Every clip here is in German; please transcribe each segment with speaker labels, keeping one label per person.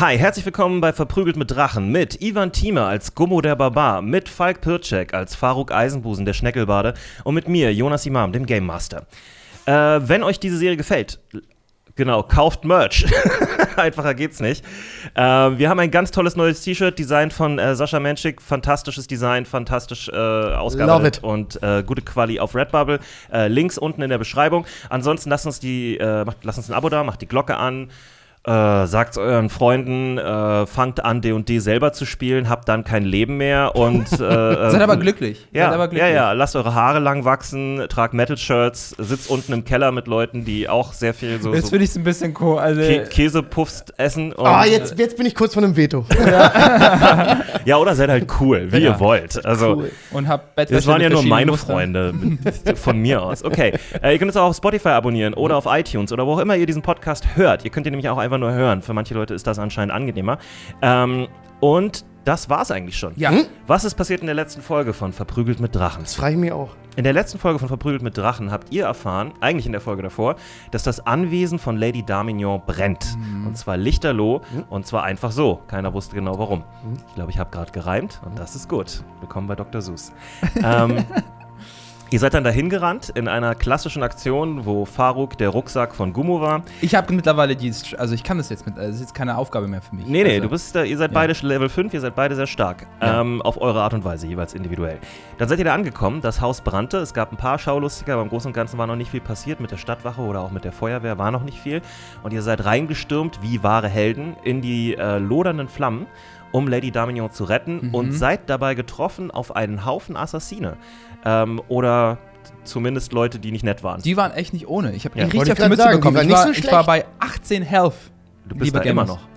Speaker 1: Hi, herzlich willkommen bei Verprügelt mit Drachen mit Ivan Thieme als Gummo der Barbar, mit Falk Pirczek als Faruk Eisenbusen der Schneckelbade und mit mir, Jonas Imam, dem Game Master. Äh, wenn euch diese Serie gefällt, genau, kauft Merch. Einfacher geht's nicht. Äh, wir haben ein ganz tolles neues T-Shirt, designt von äh, Sascha Menschik. Fantastisches Design, fantastisch äh, ausgearbeitet und äh, gute Quali auf Redbubble. Äh, Links unten in der Beschreibung. Ansonsten lasst uns, die, äh, macht, lasst uns ein Abo da, macht die Glocke an. Äh, sagt's euren Freunden, äh, fangt an, D&D selber zu spielen, habt dann kein Leben mehr und äh,
Speaker 2: Seid
Speaker 1: äh,
Speaker 2: aber glücklich.
Speaker 1: ja,
Speaker 2: Seid aber
Speaker 1: ja,
Speaker 2: glücklich.
Speaker 1: ja, lasst eure Haare lang wachsen, tragt Metal-Shirts, sitzt unten im Keller mit Leuten, die auch sehr viel so,
Speaker 2: Jetzt
Speaker 1: so
Speaker 2: finde ich es ein bisschen cool. Also,
Speaker 1: Kä Käsepuffs essen. Und, äh,
Speaker 3: Ah, jetzt, jetzt bin ich kurz von einem Veto.
Speaker 1: Ja, oder seid halt cool, wie
Speaker 2: Ja.
Speaker 1: ihr wollt. Also,
Speaker 3: Cool.
Speaker 2: und hab Bettwäsche
Speaker 1: das waren
Speaker 2: mit
Speaker 1: ja nur
Speaker 2: verschiedenen
Speaker 1: meine
Speaker 2: Mustern.
Speaker 1: Freunde mit- von mir aus. Okay, äh, ihr könnt uns auch auf Spotify abonnieren oder auf iTunes oder wo auch immer ihr diesen Podcast hört. Ihr könnt ihn nämlich auch einfach nur hören. Für manche Leute ist das anscheinend angenehmer. Ähm, und das war's eigentlich schon.
Speaker 3: Hm?
Speaker 2: Ja.
Speaker 1: Was ist passiert in der letzten Folge von Verprügelt mit Drachen?
Speaker 3: Das frage ich mich auch.
Speaker 1: In der letzten Folge von Verprügelt mit Drachen habt ihr erfahren, eigentlich in der Folge davor, dass das Anwesen von Lady Darmignon brennt. Und zwar lichterloh und zwar einfach so. Keiner wusste genau warum. Ich glaube, ich habe gerade gereimt und das ist gut. Willkommen bei Dr. Seuss. ähm, ihr seid dann dahin gerannt in einer klassischen Aktion, wo Faruk der Rucksack von Gummo war.
Speaker 2: Ich habe mittlerweile die, also ich kann das jetzt mit, also das ist jetzt keine Aufgabe mehr für mich.
Speaker 1: Nee, nee,
Speaker 2: also,
Speaker 1: du bist da, ihr seid beide Level 5, ihr seid beide sehr stark.
Speaker 2: Ja.
Speaker 1: Ähm, auf eure Art und Weise, jeweils individuell. Dann seid ihr da angekommen, das Haus brannte, es gab ein paar Schaulustiger, aber im Großen und Ganzen war noch nicht viel passiert. Mit der Stadtwache oder auch mit der Feuerwehr war noch nicht viel. Und ihr seid reingestürmt, wie wahre Helden, in die äh, lodernden Flammen, um Lady Damignon zu
Speaker 2: Mhm.
Speaker 1: retten und seid dabei getroffen auf einen Haufen Assassine. Ähm, oder zumindest Leute, die nicht nett waren.
Speaker 2: Die waren echt nicht ohne. Ich habe
Speaker 1: Ja,
Speaker 2: richtig
Speaker 3: wollte
Speaker 2: auf
Speaker 3: ich
Speaker 2: die Mütze
Speaker 3: grad sagen,
Speaker 2: bekommen.
Speaker 3: die
Speaker 2: Ich
Speaker 3: waren
Speaker 2: war,
Speaker 3: nicht so
Speaker 2: ich war bei 18 Health.
Speaker 1: du bist
Speaker 2: lieber
Speaker 1: da immer
Speaker 2: Gamers.
Speaker 1: noch.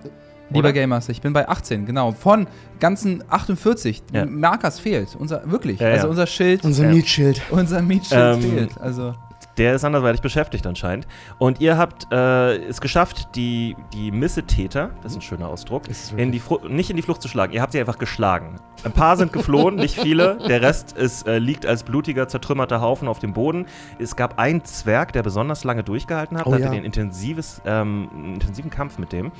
Speaker 2: Lieber
Speaker 1: Oder?
Speaker 2: Gamers, ich bin bei 18, genau. Von ganzen 48
Speaker 1: Ja.
Speaker 2: Markers fehlt. Unser, wirklich.
Speaker 1: Ja, ja.
Speaker 2: also unser Schild,
Speaker 3: Unser
Speaker 1: Ja.
Speaker 3: Mietschild.
Speaker 2: unser Mietschild
Speaker 1: Ähm,
Speaker 2: fehlt. Also,
Speaker 1: Der ist anderweitig beschäftigt anscheinend. Und ihr habt äh, es geschafft, die, die Missetäter, das ist ein schöner Ausdruck,
Speaker 3: Ist
Speaker 1: in die Fru- nicht in die Flucht zu schlagen. Ihr habt sie einfach geschlagen. Ein paar sind geflohen, nicht viele. Der Rest ist, äh, liegt als blutiger, zertrümmerter Haufen auf dem Boden. Es gab einen Zwerg, der besonders lange durchgehalten hat.
Speaker 3: Oh
Speaker 1: da hattet
Speaker 3: ja.
Speaker 1: ihr einen, intensives, ähm, einen intensiven Kampf mit dem.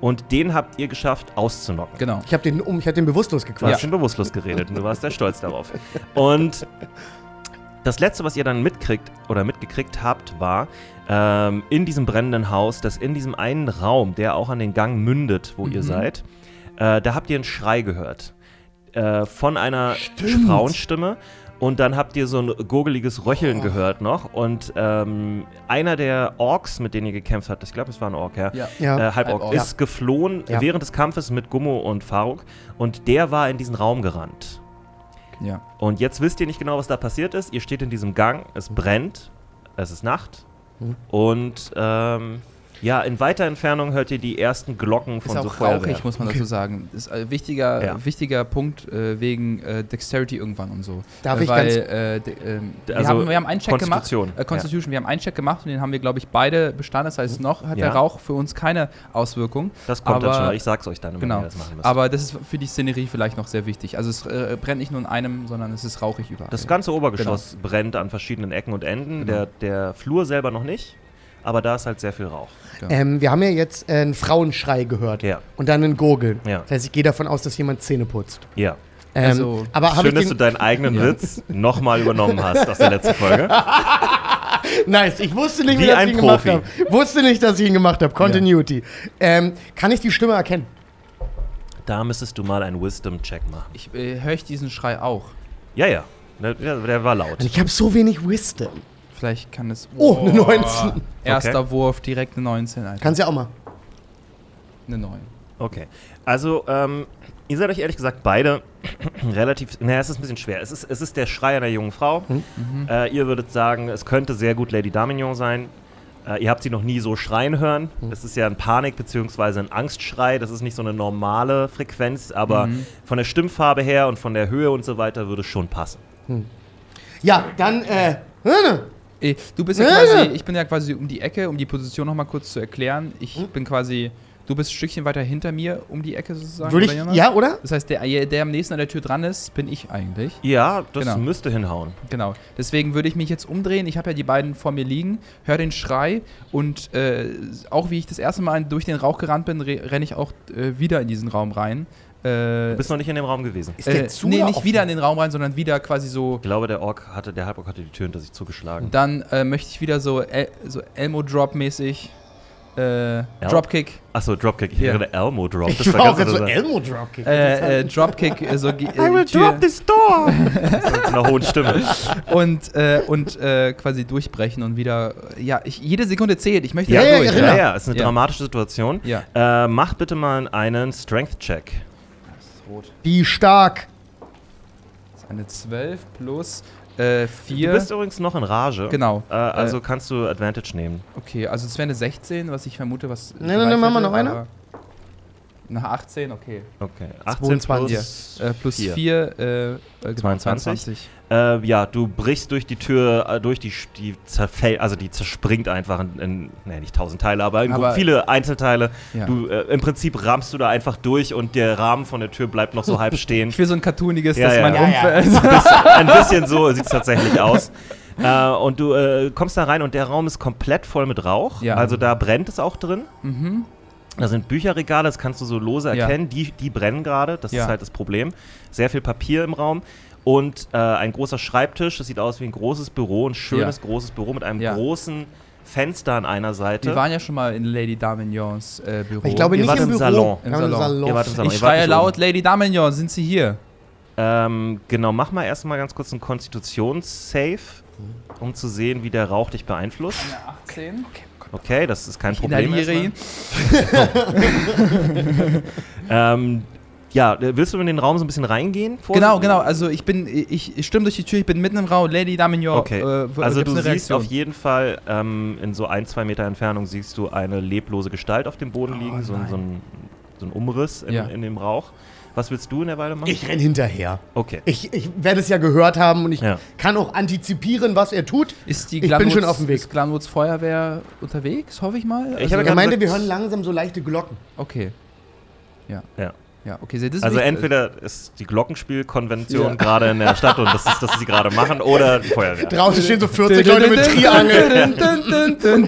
Speaker 1: Und den habt ihr geschafft, auszunocken.
Speaker 2: genau.
Speaker 3: Ich habe den, um, ich hab den bewusstlos
Speaker 1: Du hast
Speaker 3: gequatscht.
Speaker 1: schon bewusstlos geredet und du warst sehr stolz darauf. Und das Letzte, was ihr dann mitkriegt oder mitgekriegt habt, war ähm, in diesem brennenden Haus, dass in diesem einen Raum, der auch an den Gang mündet, wo ihr seid, äh, da habt ihr einen Schrei gehört äh, von einer Frauenstimme. Und dann habt ihr so ein gurgeliges Röcheln gehört noch. Und ähm, einer der Orks, mit denen ihr gekämpft habt, ich glaube, es war ein Ork, ja,
Speaker 2: Ja.
Speaker 3: Ja.
Speaker 1: äh, Halborg,
Speaker 2: Halborg.
Speaker 1: ist geflohen
Speaker 3: Ja.
Speaker 1: während des Kampfes mit Gummo und Faruk und der war in diesen Raum gerannt.
Speaker 2: ja.
Speaker 1: Und jetzt wisst ihr nicht genau, was da passiert ist. Ihr steht in diesem Gang, es
Speaker 2: Mhm.
Speaker 1: brennt, es ist Nacht und ähm, ja, in weiter Entfernung hört ihr die ersten Glocken
Speaker 2: Ist
Speaker 1: von so
Speaker 2: auch
Speaker 1: Feuerwehr.
Speaker 2: rauchig, muss man dazu sagen. Ist ein wichtiger,
Speaker 1: Ja.
Speaker 2: wichtiger Punkt äh, wegen äh, Dexterity irgendwann und so.
Speaker 3: Darf
Speaker 2: äh,
Speaker 3: ich
Speaker 2: weil,
Speaker 3: ganz-
Speaker 2: äh, de- ähm, wir,
Speaker 1: Also
Speaker 2: haben, wir haben einen Check gemacht.
Speaker 1: Konstitution,
Speaker 2: Äh, Constitution, wir haben einen Check gemacht und den haben wir, glaube ich, beide bestanden. Das heißt, noch hat
Speaker 1: Mhm. Ja.
Speaker 2: der Rauch für uns keine Auswirkung.
Speaker 1: Das kommt dann
Speaker 2: Aber-
Speaker 1: schon, ich sag's euch dann, wenn
Speaker 2: Genau.
Speaker 1: ihr das machen müsst.
Speaker 2: Aber das ist für die Szenerie vielleicht noch sehr wichtig. Also es äh, brennt nicht nur in einem, sondern es ist rauchig überall.
Speaker 1: das ganze Obergeschoss brennt an verschiedenen Ecken und Enden,
Speaker 2: Genau.
Speaker 1: der, der Flur selber noch nicht, aber da ist halt sehr viel Rauch.
Speaker 3: Ähm, wir haben ja jetzt äh, einen Frauenschrei gehört.
Speaker 1: Ja.
Speaker 3: Und dann einen Gurgeln.
Speaker 1: Ja.
Speaker 3: Das heißt, ich gehe davon aus, dass jemand Zähne putzt.
Speaker 1: Ja.
Speaker 3: Ähm,
Speaker 2: Also,
Speaker 3: aber habe
Speaker 1: Schön, dass
Speaker 3: ich
Speaker 1: du
Speaker 3: den,
Speaker 1: deinen eigenen
Speaker 2: Ja.
Speaker 1: Witz nochmal übernommen hast aus der letzten Folge.
Speaker 3: Nice, ich wusste nicht,
Speaker 1: Wie
Speaker 3: dass
Speaker 1: ein
Speaker 3: ich ihn
Speaker 1: Profi.
Speaker 3: gemacht habe. Wusste nicht, dass ich ihn gemacht habe. Continuity. Ähm, kann ich die Stimme erkennen?
Speaker 1: Da müsstest du mal einen Wisdom-Check machen.
Speaker 2: Ich äh, höre ich diesen Schrei auch.
Speaker 1: Ja, ja. Der, der- der war laut.
Speaker 3: Ich habe so wenig Wisdom.
Speaker 2: Vielleicht kann es.
Speaker 3: Oh, eine 19.
Speaker 2: Erster Wurf, direkt eine 19. Alter.
Speaker 3: Kannst ja auch mal.
Speaker 2: Eine 9.
Speaker 1: Okay. Also, ähm, ihr seid euch ehrlich gesagt beide relativ. Naja, es ist ein bisschen schwer. Es ist, es ist der Schrei einer jungen Frau. Äh, ihr würdet sagen, es könnte sehr gut Lady Damignon sein. Äh, ihr habt sie noch nie so schreien hören. Es ist ja ein Panik- bzw. ein Angstschrei. Das ist nicht so eine normale Frequenz, aber von der Stimmfarbe her und von der Höhe und so weiter würde es schon passen.
Speaker 3: Ja, dann, äh,
Speaker 2: Eh, Du bist ja
Speaker 3: Ja,
Speaker 2: quasi,
Speaker 3: ja. Hm?
Speaker 2: ich bin ja quasi um die Ecke, um die Position nochmal kurz zu erklären. Ich bin quasi, Du bist ein Stückchen weiter hinter mir um die Ecke sozusagen.
Speaker 3: Würde
Speaker 2: oder,
Speaker 3: ich,
Speaker 2: Jonas?
Speaker 3: ja, oder?
Speaker 2: Das heißt, der, der am nächsten an der Tür dran ist, bin ich eigentlich.
Speaker 1: Ja, das
Speaker 2: Genau.
Speaker 1: müsste hinhauen.
Speaker 2: Genau. Deswegen würde ich mich jetzt umdrehen. Ich habe ja die beiden vor mir liegen, höre den Schrei und äh, auch wie ich das erste Mal durch den Rauch gerannt bin, re renne ich auch äh, wieder in diesen Raum rein. Äh,
Speaker 1: Du bist noch nicht in dem Raum gewesen.
Speaker 3: Ist
Speaker 2: äh,
Speaker 3: zu
Speaker 2: nee,
Speaker 3: oder
Speaker 2: nicht
Speaker 3: offen?
Speaker 2: wieder in den Raum rein, sondern wieder quasi so.
Speaker 1: Ich glaube, der Ork hatte, der Halborg hatte die Tür hinter sich zugeschlagen.
Speaker 2: Dann äh, möchte ich wieder so, El so Elmo-Drop-mäßig. Äh, Dropkick.
Speaker 1: Achso, Dropkick. Ich
Speaker 2: Ja.
Speaker 1: erinnere Elmo Drop.
Speaker 3: Ich war auch
Speaker 1: ganz
Speaker 3: jetzt so
Speaker 1: anders.
Speaker 3: Elmo Dropkick.
Speaker 2: Äh, äh, Dropkick, äh, so. ge- Äh,
Speaker 1: halt- I will
Speaker 2: Tür-
Speaker 1: drop this door! Mit einer hohen Stimme.
Speaker 2: und äh, und äh, quasi durchbrechen und wieder. Ja, ich, jede Sekunde zählt. Ich möchte
Speaker 3: Ja,
Speaker 2: da
Speaker 3: ja,
Speaker 2: durch.
Speaker 3: ja,
Speaker 1: Ja, genau. ja, ist eine
Speaker 2: Ja.
Speaker 1: dramatische Situation.
Speaker 2: Ja.
Speaker 1: Äh, macht bitte mal einen Strength-Check.
Speaker 3: Wie stark.
Speaker 2: Das ist eine 12 plus äh, 4.
Speaker 1: Du bist übrigens noch in Rage.
Speaker 2: Genau.
Speaker 1: Äh, also kannst du Advantage nehmen.
Speaker 2: Okay, also es wäre eine 16, was ich vermute, was.
Speaker 3: Nee, nee, nee, machen wir noch eine.
Speaker 2: Nach 18, okay.
Speaker 1: Okay. 18
Speaker 3: 22.
Speaker 1: plus,
Speaker 2: Äh, plus
Speaker 1: vier.
Speaker 2: 4, äh, äh, genau,
Speaker 1: 22. Äh, ja, du brichst durch die Tür, äh, durch die, die zerfällt, also die zerspringt einfach in, in nee, nicht tausend Teile, aber, irgendwo
Speaker 2: Aber-
Speaker 1: viele Einzelteile.
Speaker 2: Ja.
Speaker 1: Du, äh, Im Prinzip rammst du da einfach durch und der Rahmen von der Tür bleibt noch so halb stehen.
Speaker 2: Ich will so ein cartooniges,
Speaker 1: Ja,
Speaker 2: dass
Speaker 1: ja,
Speaker 2: man
Speaker 1: ja.
Speaker 2: umfällt.
Speaker 1: Ein bisschen so sieht es tatsächlich aus. Äh, und du äh, kommst da rein und der Raum ist komplett voll mit Rauch.
Speaker 2: Ja.
Speaker 1: Also da brennt es auch drin.
Speaker 2: Mhm.
Speaker 1: Da sind Bücherregale, das kannst du so lose
Speaker 2: Ja.
Speaker 1: erkennen. Die, die brennen gerade, das
Speaker 2: Ja.
Speaker 1: ist halt das Problem. Sehr viel Papier im Raum. Und äh, ein großer Schreibtisch, das sieht aus wie ein großes Büro, ein schönes großes Büro mit einem
Speaker 2: Ja.
Speaker 1: großen Fenster an einer Seite.
Speaker 2: Wir waren ja schon mal in Lady Damignons äh, Büro.
Speaker 3: Ich glaube
Speaker 1: Ihr
Speaker 3: nicht
Speaker 1: wart
Speaker 3: im,
Speaker 1: im
Speaker 3: Büro.
Speaker 1: Salon.
Speaker 3: Wir
Speaker 2: Im
Speaker 3: haben
Speaker 2: Salon.
Speaker 1: Ihr wart im Salon.
Speaker 2: ich
Speaker 1: ihr wart
Speaker 2: schreie
Speaker 1: nicht
Speaker 2: laut,
Speaker 1: oben.
Speaker 2: Lady Damignon, sind Sie hier?
Speaker 1: Ähm, genau, mach mal erstmal ganz kurz einen Konstitutions-Save, um zu sehen, wie der Rauch dich beeinflusst.
Speaker 2: 18. Okay.
Speaker 1: Okay, das ist kein
Speaker 2: Ich
Speaker 1: Problem.
Speaker 2: inhaliere
Speaker 1: erstmal.
Speaker 2: ihn.
Speaker 1: Ähm, ja, äh, willst du in den Raum so ein bisschen reingehen? vorsichtig?
Speaker 2: Genau, genau. Also ich bin, ich, ich stürme durch die Tür, ich bin mitten im Raum. Lady Damignon.
Speaker 1: Okay.
Speaker 2: äh, w-
Speaker 1: also du
Speaker 2: gibt's eine
Speaker 1: siehst
Speaker 2: Reaktion?
Speaker 1: auf jeden Fall ähm, in so ein, zwei Meter Entfernung siehst du eine leblose Gestalt auf dem Boden
Speaker 2: Oh,
Speaker 1: liegen, so, ein- so, ein, so ein Umriss in,
Speaker 2: Ja.
Speaker 1: in dem Rauch. Was willst du in der Weile machen?
Speaker 3: Ich renn hinterher.
Speaker 1: Okay.
Speaker 3: Ich, ich werde es ja gehört haben und ich
Speaker 1: Ja.
Speaker 3: kann auch antizipieren, was er tut.
Speaker 2: Ist die
Speaker 3: Ich bin
Speaker 2: Glanwood-
Speaker 3: schon auf dem Weg.
Speaker 2: Ist Glanwoods Feuerwehr unterwegs, hoffe ich mal? Also
Speaker 1: Ich habe
Speaker 3: Er
Speaker 1: gerade
Speaker 3: meinte,
Speaker 1: gesagt-
Speaker 3: wir hören langsam so leichte Glocken.
Speaker 2: okay. Ja.
Speaker 1: Ja.
Speaker 2: Ja, okay. seht ihr das
Speaker 1: Also
Speaker 2: nicht?
Speaker 1: entweder ist die Glockenspielkonvention
Speaker 2: Ja.
Speaker 1: gerade in der Stadt und das ist, das, was sie gerade machen, oder die Feuerwehr.
Speaker 3: Draußen stehen so 40 Leute mit Triangeln.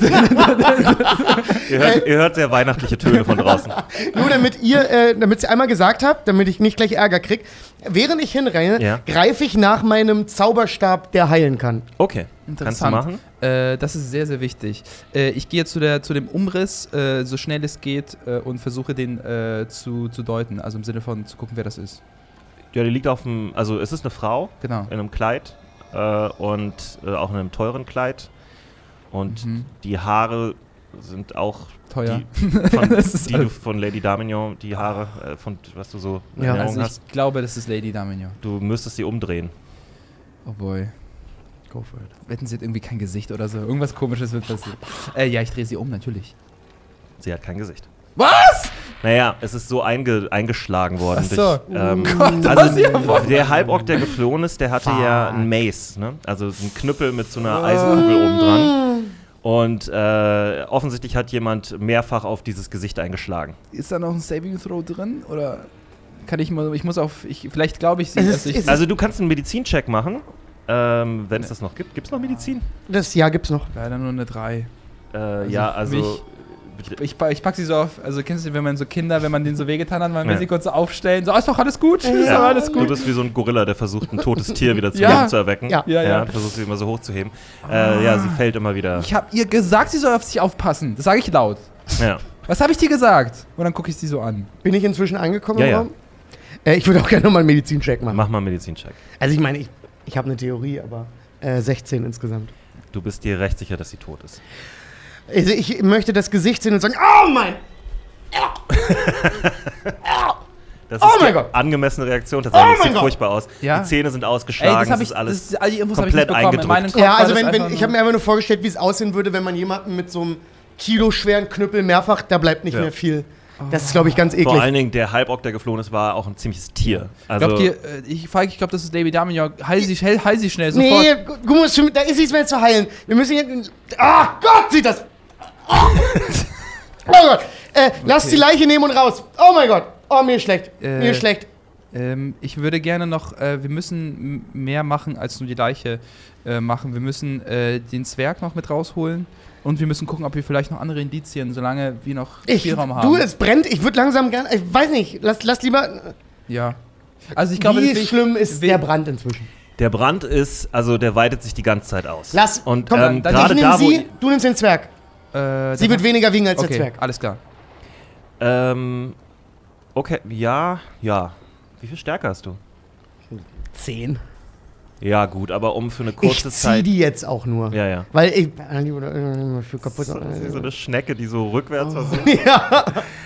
Speaker 1: Ihr hört, ihr hört sehr weihnachtliche Töne von draußen.
Speaker 3: Nur damit ihr, äh, damit sie einmal gesagt habt, damit ich nicht gleich Ärger krieg. Während ich hinrenne,
Speaker 1: Ja.
Speaker 3: greife ich nach meinem Zauberstab, der heilen kann.
Speaker 1: Okay, kannst du
Speaker 2: Interessant.
Speaker 1: machen?
Speaker 2: äh, das ist sehr, sehr wichtig. Äh, ich gehe zu, der, zu dem Umriss, äh, so schnell es geht, äh, und versuche den äh, zu, zu deuten. Also im Sinne von zu gucken, wer das ist.
Speaker 1: Ja, die liegt auf dem, also es ist eine Frau,
Speaker 2: Genau.
Speaker 1: in einem Kleid äh, und äh, auch in einem teuren Kleid. Und
Speaker 2: Mhm.
Speaker 1: die Haare sind auch
Speaker 2: Teuer.
Speaker 1: die, von,
Speaker 2: Das ist
Speaker 1: die du von Lady Damignon, die Haare, äh, von, was du so in
Speaker 3: Ja.
Speaker 1: Erinnerung
Speaker 2: Also
Speaker 1: hast.
Speaker 2: ich glaube, das ist Lady Damignon.
Speaker 1: Du müsstest sie umdrehen.
Speaker 2: Oh boy. Go for it. Wetten, sie hat irgendwie kein Gesicht oder so. Irgendwas komisches wird passieren. Äh, ja, ich drehe sie um, natürlich.
Speaker 1: Sie hat kein Gesicht.
Speaker 2: Was?
Speaker 1: Naja, es ist so einge, eingeschlagen worden.
Speaker 3: Ach so.
Speaker 1: Durch, ähm,
Speaker 2: Oh Gott, was
Speaker 1: also
Speaker 2: ihr wollt.
Speaker 1: der Halborg, der geflohen ist, der hatte ja
Speaker 3: Fuck.
Speaker 1: ein Mace, ne? Also einen Knüppel mit so
Speaker 2: Oh.
Speaker 1: einer Eisenkugel oben dran. Und äh, offensichtlich hat jemand mehrfach auf dieses Gesicht eingeschlagen.
Speaker 2: Ist da noch ein Saving Throw drin? Oder kann ich mal. Ich muss auf. Ich, vielleicht glaube ich sie.
Speaker 3: Es ist-
Speaker 2: dass ich,
Speaker 3: es
Speaker 1: Also du kannst einen Medizincheck machen, ähm, wenn es das noch gibt. Gibt es noch Medizin?
Speaker 3: Das Jahr gibt's noch.
Speaker 2: leider nur eine 3.
Speaker 1: Äh, ja, also
Speaker 2: mich-
Speaker 1: bitte-
Speaker 2: Ich, pa- ich pack sie so auf. Also kennst du, wenn man so Kinder, wenn man denen so wehgetan hat, man will
Speaker 1: Ja.
Speaker 2: sie kurz so aufstellen. So, "Ah, ist doch alles gut. Ist
Speaker 1: ja,
Speaker 2: doch alles
Speaker 1: du
Speaker 2: gut.
Speaker 1: bist wie so ein Gorilla, der versucht, ein totes Tier wieder zu,
Speaker 2: Ja.
Speaker 1: Leben zu erwecken.
Speaker 3: Ja.
Speaker 2: Ja, ja.
Speaker 1: Du versuchst sie immer so hochzuheben. Äh, ja, sie fällt immer wieder.
Speaker 2: Ich habe ihr gesagt, sie soll auf sich aufpassen. Das sage ich laut.
Speaker 1: Ja.
Speaker 2: Was habe ich dir gesagt? Und dann gucke ich sie so an.
Speaker 3: Bin ich inzwischen angekommen
Speaker 1: Ja, ja.
Speaker 3: im Raum? Äh, ich würde auch gerne nochmal einen Medizincheck machen.
Speaker 1: Mach mal einen Medizincheck.
Speaker 3: Also ich meine, ich, ich habe eine Theorie, aber äh, 16 insgesamt.
Speaker 1: Du bist dir recht sicher, dass sie tot ist.
Speaker 3: Also ich möchte das Gesicht sehen und sagen, oh mein!
Speaker 1: Das
Speaker 3: Oh
Speaker 1: ist
Speaker 3: mein
Speaker 1: die
Speaker 3: Gott.
Speaker 1: angemessene Reaktion tatsächlich.
Speaker 3: Oh mein
Speaker 1: sieht
Speaker 3: Gott.
Speaker 1: furchtbar aus.
Speaker 2: Ja.
Speaker 1: Die Zähne sind ausgeschlagen,
Speaker 2: das
Speaker 1: das,
Speaker 2: habe ich.
Speaker 1: ist alles.
Speaker 2: das, all die Infos habe ich nicht
Speaker 1: komplett
Speaker 2: bekommen. In
Speaker 1: eingedrückt.
Speaker 2: meinem Kopf
Speaker 3: Ja,
Speaker 2: war
Speaker 3: also
Speaker 2: das
Speaker 3: wenn, wenn
Speaker 2: einfach
Speaker 3: ich habe mir
Speaker 2: nur-
Speaker 3: einfach nur vorgestellt, wie es aussehen würde, wenn man jemanden mit so einem kiloschweren Knüppel mehrfach, da bleibt nicht
Speaker 1: Ja.
Speaker 3: mehr viel. Das ist, glaube ich, ganz
Speaker 1: vor
Speaker 3: eklig.
Speaker 1: allen Dingen der Halbock, der geflohen ist, war auch ein ziemliches Tier. Also,
Speaker 2: Glaubt ihr, äh, ich, Falk, ich glaube, das ist Lady Damignon. Heil sie, heil, heil sie schnell, sofort.
Speaker 3: Nee, gu- guck mal, schon- da ist nichts mehr zu heilen. Wir müssen jetzt. Ah, Gott, sieht das. Ah. Oh Gott. Äh, Lass die Leiche nehmen und raus. Oh mein Gott. Oh, mir ist schlecht. mir
Speaker 2: Äh,
Speaker 3: ist schlecht.
Speaker 2: Ähm, ich würde gerne noch, äh, wir müssen m- mehr machen, als nur die Leiche äh, machen. Wir müssen äh, den Zwerg noch mit rausholen und wir müssen gucken, ob wir vielleicht noch andere Indizien, solange wir noch
Speaker 3: Ich,
Speaker 2: Spielraum haben.
Speaker 3: du, es brennt. Ich würde langsam gern. Ich weiß nicht. Lass, lass lieber.
Speaker 2: ja. Also ich glaube,
Speaker 3: wie
Speaker 2: das will ich-
Speaker 3: schlimm ist
Speaker 2: will-
Speaker 3: der Brand inzwischen?
Speaker 1: Der Brand ist, also der weitet sich die ganze Zeit aus.
Speaker 3: Lass.
Speaker 1: Und
Speaker 3: komm,
Speaker 1: ähm,
Speaker 2: dann-
Speaker 3: ich
Speaker 1: gerade
Speaker 3: nehme
Speaker 1: da, wo.
Speaker 3: sie, du nimmst den Zwerg.
Speaker 2: äh,
Speaker 3: Sie
Speaker 2: dann-
Speaker 3: wird weniger wiegen als
Speaker 2: okay,
Speaker 3: der Zwerg.
Speaker 2: alles klar.
Speaker 1: Ähm, okay, ja, ja. Wie viel Stärke hast du?
Speaker 3: Zehn.
Speaker 1: Ja, gut, aber um für eine
Speaker 3: Ich
Speaker 1: kurze
Speaker 3: zieh
Speaker 1: Zeit.
Speaker 3: die jetzt auch nur.
Speaker 1: Ja, ja.
Speaker 3: Weil ich. Für kaputt.
Speaker 1: Das ist wie so eine Oh. Schnecke, die so rückwärts versucht.
Speaker 3: Ja,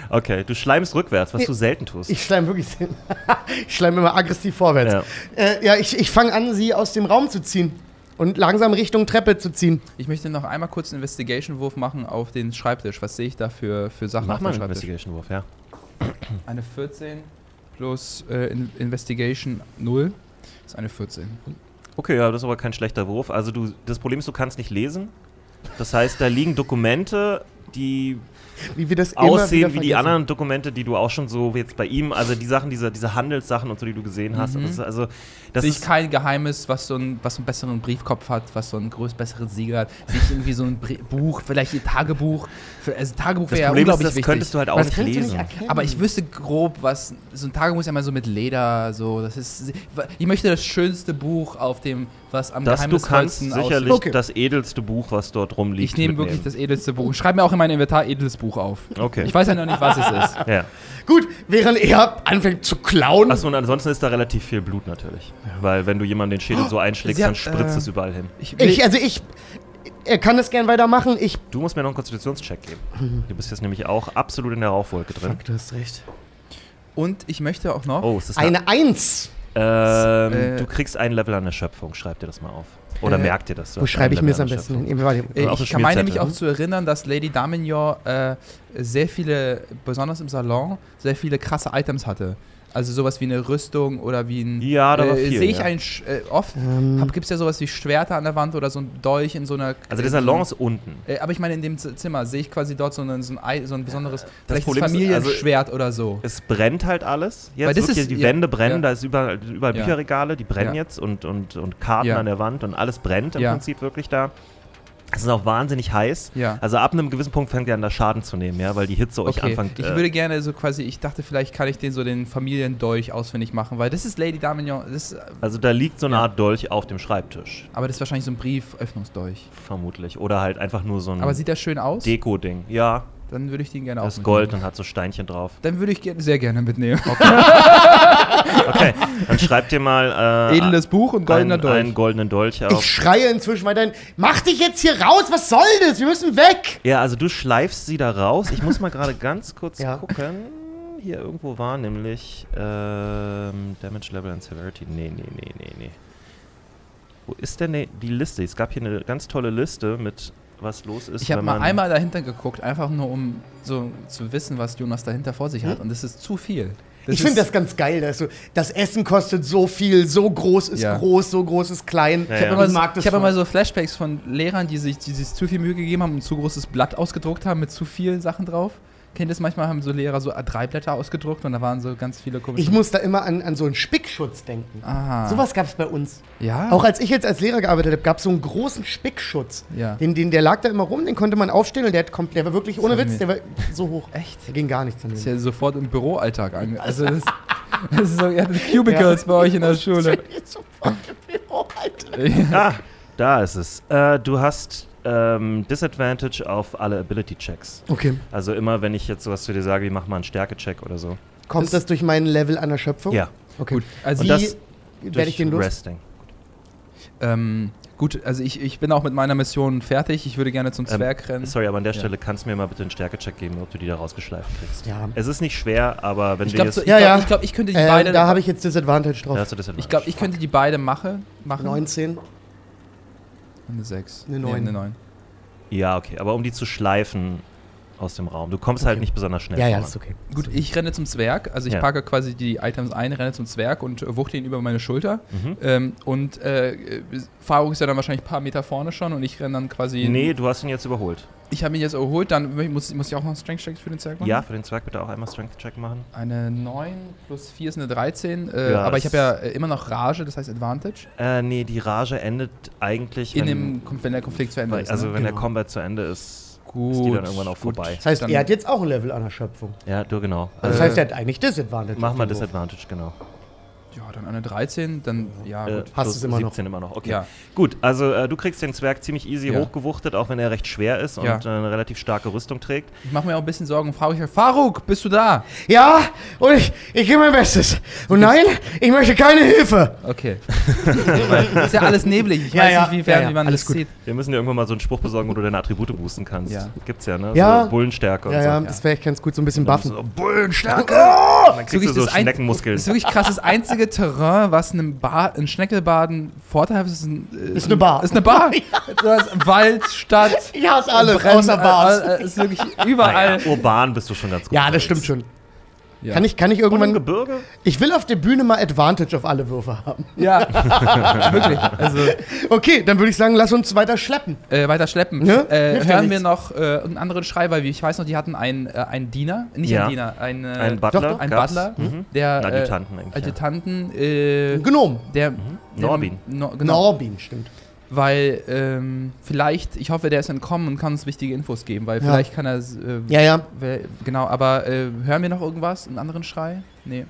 Speaker 1: Okay, du schleimst rückwärts, was
Speaker 3: Nee.
Speaker 1: du selten tust.
Speaker 3: ich schleim wirklich. Sinn. ich schleim immer aggressiv vorwärts.
Speaker 1: Ja.
Speaker 3: Ja, äh, ja ich, ich fange an, sie aus dem Raum zu ziehen. Und langsam Richtung Treppe zu ziehen.
Speaker 2: Ich möchte noch einmal kurz einen Investigation-Wurf machen auf den Schreibtisch. Was sehe ich da für, für Sachen
Speaker 1: Mach
Speaker 2: auf
Speaker 1: mal
Speaker 2: dem
Speaker 1: einen
Speaker 2: Schreibtisch?
Speaker 1: Investigation-Wurf, ja.
Speaker 2: Eine 14 plus äh, In- Investigation 0 ist eine 14.
Speaker 1: Okay, ja, das ist aber kein schlechter Wurf. Also du, das Problem ist, du kannst nicht lesen. Das heißt, da liegen Dokumente, die
Speaker 3: Wie wir das
Speaker 1: aussehen wie
Speaker 3: wieder
Speaker 1: die
Speaker 3: vergessen.
Speaker 1: anderen Dokumente, die du auch schon so jetzt bei ihm, also die Sachen, diese, diese Handelssachen und so, die du gesehen hast.
Speaker 2: Mhm.
Speaker 1: Das ist also, das
Speaker 2: Sehe ich
Speaker 1: ist,
Speaker 2: kein Geheimnis, was so, ein, was so einen besseren Briefkopf hat, was so einen größ besseren Sieger hat. Sehe ich irgendwie so ein Bri Buch, vielleicht ein Tagebuch. Für- Also Tagebuch
Speaker 1: das
Speaker 2: wäre ja
Speaker 1: Problem ist,
Speaker 2: unglaublich
Speaker 1: das könntest du
Speaker 2: wichtig.
Speaker 1: halt auch
Speaker 3: Was
Speaker 1: nicht
Speaker 3: kannst du
Speaker 1: lesen.
Speaker 3: erkennen?
Speaker 2: Aber ich wüsste grob, was. So ein Tagebuch ist ja immer so mit Leder, so. Das ist. Ich möchte das schönste Buch auf dem, was am
Speaker 1: Das du kannst
Speaker 2: geheimnisvollsten
Speaker 1: sicherlich
Speaker 3: Okay.
Speaker 1: das edelste Buch, was dort rumliegt.
Speaker 2: Ich nehme wirklich das edelste Buch. Schreib mir auch in mein Inventar edles Buch auf.
Speaker 1: Okay.
Speaker 2: Ich weiß ja noch nicht, was es ist.
Speaker 1: Ja.
Speaker 3: Gut, während er anfängt zu klauen.
Speaker 1: Achso, und ansonsten ist da relativ viel Blut natürlich. Weil wenn du jemanden den Schädel so einschlägst,
Speaker 2: Oh, Sie
Speaker 1: dann
Speaker 2: hat,
Speaker 1: spritzt
Speaker 2: äh,
Speaker 1: es überall hin.
Speaker 2: Ich,
Speaker 3: Ich, also ich. Er kann das gern weitermachen. Ich.
Speaker 1: Du musst mir noch einen Konstitutionscheck geben. Du bist jetzt nämlich auch absolut in der Rauchwolke drin.
Speaker 3: Du hast recht.
Speaker 2: und ich möchte auch noch.
Speaker 1: Oh, es ist eine.
Speaker 3: Eine Eins.
Speaker 1: Ähm,
Speaker 2: Äh,
Speaker 1: du kriegst ein Level an Erschöpfung, schreib dir das mal auf. Oder
Speaker 2: Äh,
Speaker 1: merk dir das. du
Speaker 3: Wo
Speaker 1: hast ein
Speaker 3: schreibe ich mir das
Speaker 1: Level
Speaker 3: am
Speaker 1: an
Speaker 3: besten
Speaker 1: Erschöpfung.
Speaker 3: hin? Immer weiter.
Speaker 1: Oder auf
Speaker 2: Ich
Speaker 1: dem
Speaker 2: meine
Speaker 1: Spielzettel,
Speaker 2: mich auch
Speaker 1: ne?
Speaker 2: zu erinnern, dass Lady Damignon äh, sehr viele, besonders im Salon, sehr viele krasse Items hatte. Also sowas wie eine Rüstung oder wie ein.
Speaker 1: Ja, da war
Speaker 2: äh,
Speaker 1: viel,
Speaker 2: Sehe ich
Speaker 1: ja.
Speaker 2: ein. Sch äh, oft
Speaker 3: Ähm,
Speaker 2: gibt es ja sowas wie Schwerter an der Wand oder so ein Dolch in so einer.
Speaker 1: Also der
Speaker 2: in so einem-
Speaker 1: Salon ist unten.
Speaker 2: Äh, aber ich meine, in dem Z- Zimmer sehe ich quasi dort so ein, so ein, Ei- so ein besonderes. vielleicht
Speaker 1: Problem
Speaker 2: ein
Speaker 1: ist, also
Speaker 2: Familienschwert oder so.
Speaker 1: Es brennt halt alles. Jetzt
Speaker 2: Weil das
Speaker 1: wird hier
Speaker 2: ist-
Speaker 1: die
Speaker 2: ja,
Speaker 1: Wände brennen,
Speaker 2: ja.
Speaker 1: da ist überall, überall
Speaker 2: Ja.
Speaker 1: Bücherregale, die brennen
Speaker 2: Ja.
Speaker 1: jetzt und, und, und Karten
Speaker 2: Ja.
Speaker 1: an der Wand und alles brennt im
Speaker 2: Ja.
Speaker 1: Prinzip wirklich da. Es ist auch wahnsinnig heiß.
Speaker 2: Ja.
Speaker 1: Also ab einem gewissen Punkt fängt ihr an, da Schaden zu nehmen, ja, weil die Hitze euch
Speaker 2: Okay,
Speaker 1: anfängt.
Speaker 2: ich
Speaker 1: äh,
Speaker 2: würde gerne so quasi, ich dachte, vielleicht kann ich den so den Familiendolch ausfindig machen, weil das ist Lady Damignon, das ist,
Speaker 1: also da liegt so eine
Speaker 2: Ja.
Speaker 1: Art Dolch auf dem Schreibtisch,
Speaker 2: aber das ist wahrscheinlich so ein Brieföffnungsdolch.
Speaker 1: vermutlich. Oder halt einfach nur so ein
Speaker 2: Aber sieht der schön aus?
Speaker 1: Deko-Ding. Ja,
Speaker 2: Dann würde ich den gerne auch.
Speaker 1: das ist
Speaker 2: mitnehmen.
Speaker 1: Gold und hat so Steinchen drauf.
Speaker 2: Dann würde ich gerne, sehr gerne mitnehmen.
Speaker 1: Okay, dann schreibt ihr mal äh,
Speaker 2: Edles Buch und goldener
Speaker 1: einen,
Speaker 2: Dolch.
Speaker 1: einen goldenen Dolch
Speaker 3: ich
Speaker 1: auf.
Speaker 3: schreie inzwischen weiterhin. Mach dich jetzt hier raus! Was soll das? Wir müssen weg!
Speaker 1: Ja, also du schleifst sie da raus. Ich muss mal gerade ganz kurz
Speaker 3: Ja.
Speaker 1: gucken. Hier irgendwo war nämlich ähm, Damage Level and Severity. Nee, nee, nee, nee, nee. Wo ist denn die- die Liste? Es gab hier eine ganz tolle Liste mit was los ist.
Speaker 2: ich habe
Speaker 1: wenn
Speaker 2: mal
Speaker 1: man-
Speaker 2: einmal dahinter geguckt, einfach nur um so zu wissen, was Jonas dahinter vor sich
Speaker 1: Hm?
Speaker 2: hat. Und das ist zu viel.
Speaker 3: ich finde das
Speaker 2: ist-
Speaker 3: ganz geil. Dass du, das Essen kostet so viel, so groß ist
Speaker 2: Ja.
Speaker 3: groß, so groß ist klein.
Speaker 1: Ja, ja.
Speaker 2: Ich
Speaker 3: mag
Speaker 2: habe
Speaker 3: das
Speaker 2: hab
Speaker 3: voll.
Speaker 2: immer so Flashbacks von Lehrern, die sich, die sich zu viel Mühe gegeben haben und ein zu großes Blatt ausgedruckt haben mit zu viel Sachen drauf. Kennt ihr das? Manchmal haben so Lehrer so A3-Blätter ausgedruckt und da waren so ganz viele komische.
Speaker 3: Ich muss da immer an, an so einen Spickschutz denken.
Speaker 2: Aha.
Speaker 3: Sowas gab es bei uns.
Speaker 2: Ja.
Speaker 3: Auch als ich jetzt als Lehrer gearbeitet habe, gab es so einen großen Spickschutz.
Speaker 2: Ja.
Speaker 3: Den, den, der lag da immer rum, den konnte man aufstellen und der, hat komplett, der war wirklich ohne
Speaker 2: Das
Speaker 3: Witz,
Speaker 2: hab
Speaker 3: der war so hoch.
Speaker 2: Echt?
Speaker 3: Der ging gar nichts daneben.
Speaker 2: ist ja sofort im Büroalltag ange. Also das, das ist so, ihr hattet Cubicles bei euch in der Schule.
Speaker 1: Ah, da ist es. Äh, du hast ähm, Disadvantage auf alle Ability-Checks.
Speaker 3: Okay.
Speaker 1: Also immer, wenn ich jetzt sowas zu dir sage, wie mach mal einen Stärke-Check oder so.
Speaker 3: Kommt
Speaker 2: Das-
Speaker 3: das, durch meinen Level an Erschöpfung?
Speaker 1: Ja,
Speaker 3: Okay.
Speaker 2: Gut. Also
Speaker 1: Und
Speaker 3: Wie
Speaker 1: das
Speaker 3: werde Oh, ich den los?
Speaker 1: Resting.
Speaker 2: Ähm, gut, also ich, ich bin auch mit meiner Mission fertig. Ich würde gerne zum
Speaker 1: Ähm,
Speaker 2: Zwerg rennen.
Speaker 1: Sorry, aber an der
Speaker 2: Ja.
Speaker 1: Stelle kannst du mir mal bitte einen Stärkecheck geben, ob du die da rausgeschleift kriegst.
Speaker 3: Ja.
Speaker 1: Es ist nicht schwer, aber wenn
Speaker 2: Ich
Speaker 1: du
Speaker 2: glaube,
Speaker 1: jetzt.
Speaker 2: so, ich
Speaker 3: Ja,
Speaker 2: glaub,
Speaker 3: ja.
Speaker 2: ich, glaub, ich könnte die
Speaker 3: Äh,
Speaker 2: beide.
Speaker 3: da habe ich jetzt Disadvantage drauf.
Speaker 1: da hast du das
Speaker 2: ich glaube, ich könnte die beide mache, machen.
Speaker 3: 19.
Speaker 2: Eine 6.
Speaker 3: Eine Neun.
Speaker 2: eine 9.
Speaker 1: Ja, okay, aber um die zu schleifen, aus dem Raum. Du kommst halt nicht besonders schnell.
Speaker 3: Ja, ja,
Speaker 1: voran.
Speaker 3: ist okay.
Speaker 2: Gut, ich renne zum Zwerg, also ich
Speaker 1: Ja.
Speaker 2: packe quasi die Items ein, renne zum Zwerg und äh, wuchte ihn über meine Schulter.
Speaker 1: Mhm.
Speaker 2: Ähm, und äh, äh, Faruk ist ja dann wahrscheinlich ein paar Meter vorne schon und ich renne dann quasi.
Speaker 1: Nee, du hast ihn jetzt überholt.
Speaker 2: Ich habe ihn jetzt überholt, dann muss, muss ich auch noch einen Strength Check für den Zwerg machen?
Speaker 1: Ja, für den Zwerg bitte auch einmal Strength-Check machen.
Speaker 2: Eine 9 plus 4 ist eine 13, äh,
Speaker 1: Ja,
Speaker 2: aber ich
Speaker 1: es-
Speaker 2: habe ja äh, immer noch Rage, das heißt Advantage.
Speaker 1: Äh, nee, die Rage endet eigentlich,
Speaker 2: In
Speaker 1: wenn,
Speaker 2: dem, Konf- wenn der Konflikt zu Ende ist.
Speaker 1: also
Speaker 2: ne?
Speaker 1: wenn der
Speaker 3: Genau.
Speaker 1: Combat zu Ende ist,
Speaker 2: gut,
Speaker 1: ist die dann irgendwann auch
Speaker 2: gut.
Speaker 1: vorbei.
Speaker 3: Das heißt,
Speaker 2: Dann-
Speaker 3: er hat jetzt auch ein Level an Erschöpfung.
Speaker 1: Ja, du genau.
Speaker 3: Das
Speaker 1: Also,
Speaker 2: Äh,
Speaker 3: heißt, er hat eigentlich Disadvantage.
Speaker 1: mach
Speaker 3: auf
Speaker 1: mal
Speaker 3: den Wurf.
Speaker 1: Disadvantage, genau.
Speaker 2: Ja, dann eine 13, dann, ja,
Speaker 1: Äh,
Speaker 2: Ah, gut.
Speaker 3: Hast
Speaker 1: plus
Speaker 3: es immer noch.
Speaker 1: 17 immer noch. Okay.
Speaker 2: Ja.
Speaker 1: Gut, also äh, du kriegst den Zwerg ziemlich easy
Speaker 2: Ja.
Speaker 1: hochgewuchtet, auch wenn er recht schwer ist und
Speaker 2: Ja.
Speaker 1: äh, eine relativ starke Rüstung trägt.
Speaker 2: Ich mache mir auch ein bisschen Sorgen. um Faruk, ich sag, Faruk, bist du da?
Speaker 3: Ja, und ich, ich gebe mein Bestes. Und nein, ich möchte keine Hilfe.
Speaker 2: Okay. ist ja alles neblig. Ich
Speaker 3: Ja,
Speaker 2: weiß
Speaker 3: ja,
Speaker 2: nicht, wie, fern,
Speaker 3: ja, ja,
Speaker 2: wie man
Speaker 3: alles
Speaker 2: das
Speaker 3: gut.
Speaker 2: sieht.
Speaker 1: Wir müssen dir irgendwann mal so einen Spruch besorgen, wo du deine Attribute boosten kannst.
Speaker 2: Ja.
Speaker 1: Gibt's ja, ne?
Speaker 3: Ja.
Speaker 1: So Bullenstärke
Speaker 3: Ja,
Speaker 1: und
Speaker 3: ja,
Speaker 1: so.
Speaker 3: das wäre echt ganz gut, so ein bisschen
Speaker 1: Dann bist
Speaker 3: buffen.
Speaker 1: du So, Bullenstärke! Und dann
Speaker 2: Das ist
Speaker 1: kriegst du
Speaker 2: wirklich
Speaker 1: so
Speaker 2: das ein-
Speaker 1: Schneckenmuskeln.
Speaker 2: Das ist wirklich krass. Das einzige Terrain, was einem Bar, ein Schneckelbaden vorteilhaft ist, ist, ein, äh,
Speaker 3: Ist eine Bar.
Speaker 2: Ist eine Bar. So als Wald, Stadt.
Speaker 3: Ich hasse alles,
Speaker 2: Brenn-
Speaker 3: außer Bars.
Speaker 2: Äh, äh, ist wirklich
Speaker 1: Naja,
Speaker 2: überall.
Speaker 1: Ah, urban bist du schon ganz gut.
Speaker 3: Ja, das
Speaker 1: unterwegs.
Speaker 3: stimmt schon.
Speaker 2: Ja.
Speaker 3: Kann, ich, kann ich
Speaker 1: Und im
Speaker 3: irgendwann.
Speaker 1: Gebirge?
Speaker 3: Ich will auf der Bühne mal Advantage auf alle Würfe haben.
Speaker 2: Ja, wirklich. Also
Speaker 3: Okay, dann würde ich sagen, lass uns weiter schleppen.
Speaker 2: äh, weiter schleppen.
Speaker 3: Ne?
Speaker 2: Äh,
Speaker 3: Hilft ja
Speaker 2: hören wir
Speaker 3: nichts.
Speaker 2: noch äh, einen anderen Schreiber, wie ich weiß noch, die hatten einen, äh, einen Diener, nicht
Speaker 1: Ja.
Speaker 2: einen Diener, einen, äh,
Speaker 1: Ein Butler?
Speaker 3: doch,
Speaker 2: einen
Speaker 1: gab's?
Speaker 2: Butler,
Speaker 1: Mhm.
Speaker 2: der äh,
Speaker 1: Adjutanten eigentlich. ja. Mhm.
Speaker 2: Adjutanten, äh,
Speaker 3: Genom.
Speaker 2: der, der
Speaker 1: Norbin.
Speaker 2: No, genau,
Speaker 3: Norbin, stimmt.
Speaker 2: weil ähm, vielleicht, ich hoffe, der ist entkommen und kann uns wichtige Infos geben, weil
Speaker 3: Ja.
Speaker 2: vielleicht kann er, s- äh,
Speaker 3: Ja, ja.
Speaker 2: wer- genau, aber äh, hören wir noch irgendwas, einen anderen Schrei? Nee,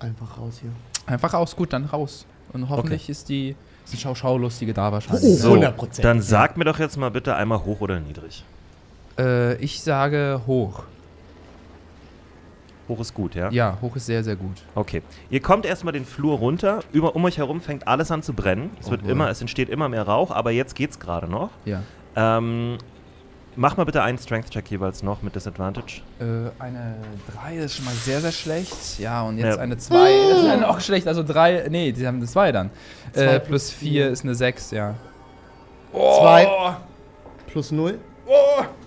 Speaker 3: Einfach raus hier.
Speaker 2: einfach raus, gut, dann raus und hoffentlich ist die, ist die Schau-Schau-Lustige da wahrscheinlich.
Speaker 3: Oh,
Speaker 2: ne?
Speaker 1: So,
Speaker 3: 100%.
Speaker 1: dann sag mir doch jetzt mal bitte einmal hoch oder niedrig.
Speaker 2: Äh, ich sage hoch.
Speaker 1: Hoch ist gut, ja?
Speaker 2: Ja, hoch ist sehr, sehr gut.
Speaker 1: Okay. Ihr kommt erstmal den Flur runter. Über, um euch herum fängt alles an zu brennen. Es,
Speaker 2: Oh
Speaker 1: wird
Speaker 2: boy.
Speaker 1: immer, es entsteht immer mehr Rauch, aber jetzt geht's gerade noch.
Speaker 2: Ja.
Speaker 1: Ähm, mach mal bitte einen Strength-Check jeweils noch mit Disadvantage.
Speaker 2: Äh, eine 3 ist schon mal sehr, sehr schlecht. Ja, und jetzt
Speaker 1: Ja.
Speaker 2: eine 2. Das ist dann auch schlecht. Also 3, nee, die haben eine 2 dann.
Speaker 3: Zwei
Speaker 2: Äh, plus
Speaker 3: plus
Speaker 2: 4
Speaker 3: vier.
Speaker 2: ist eine 6, ja. Oh!
Speaker 3: Zwei. Plus null.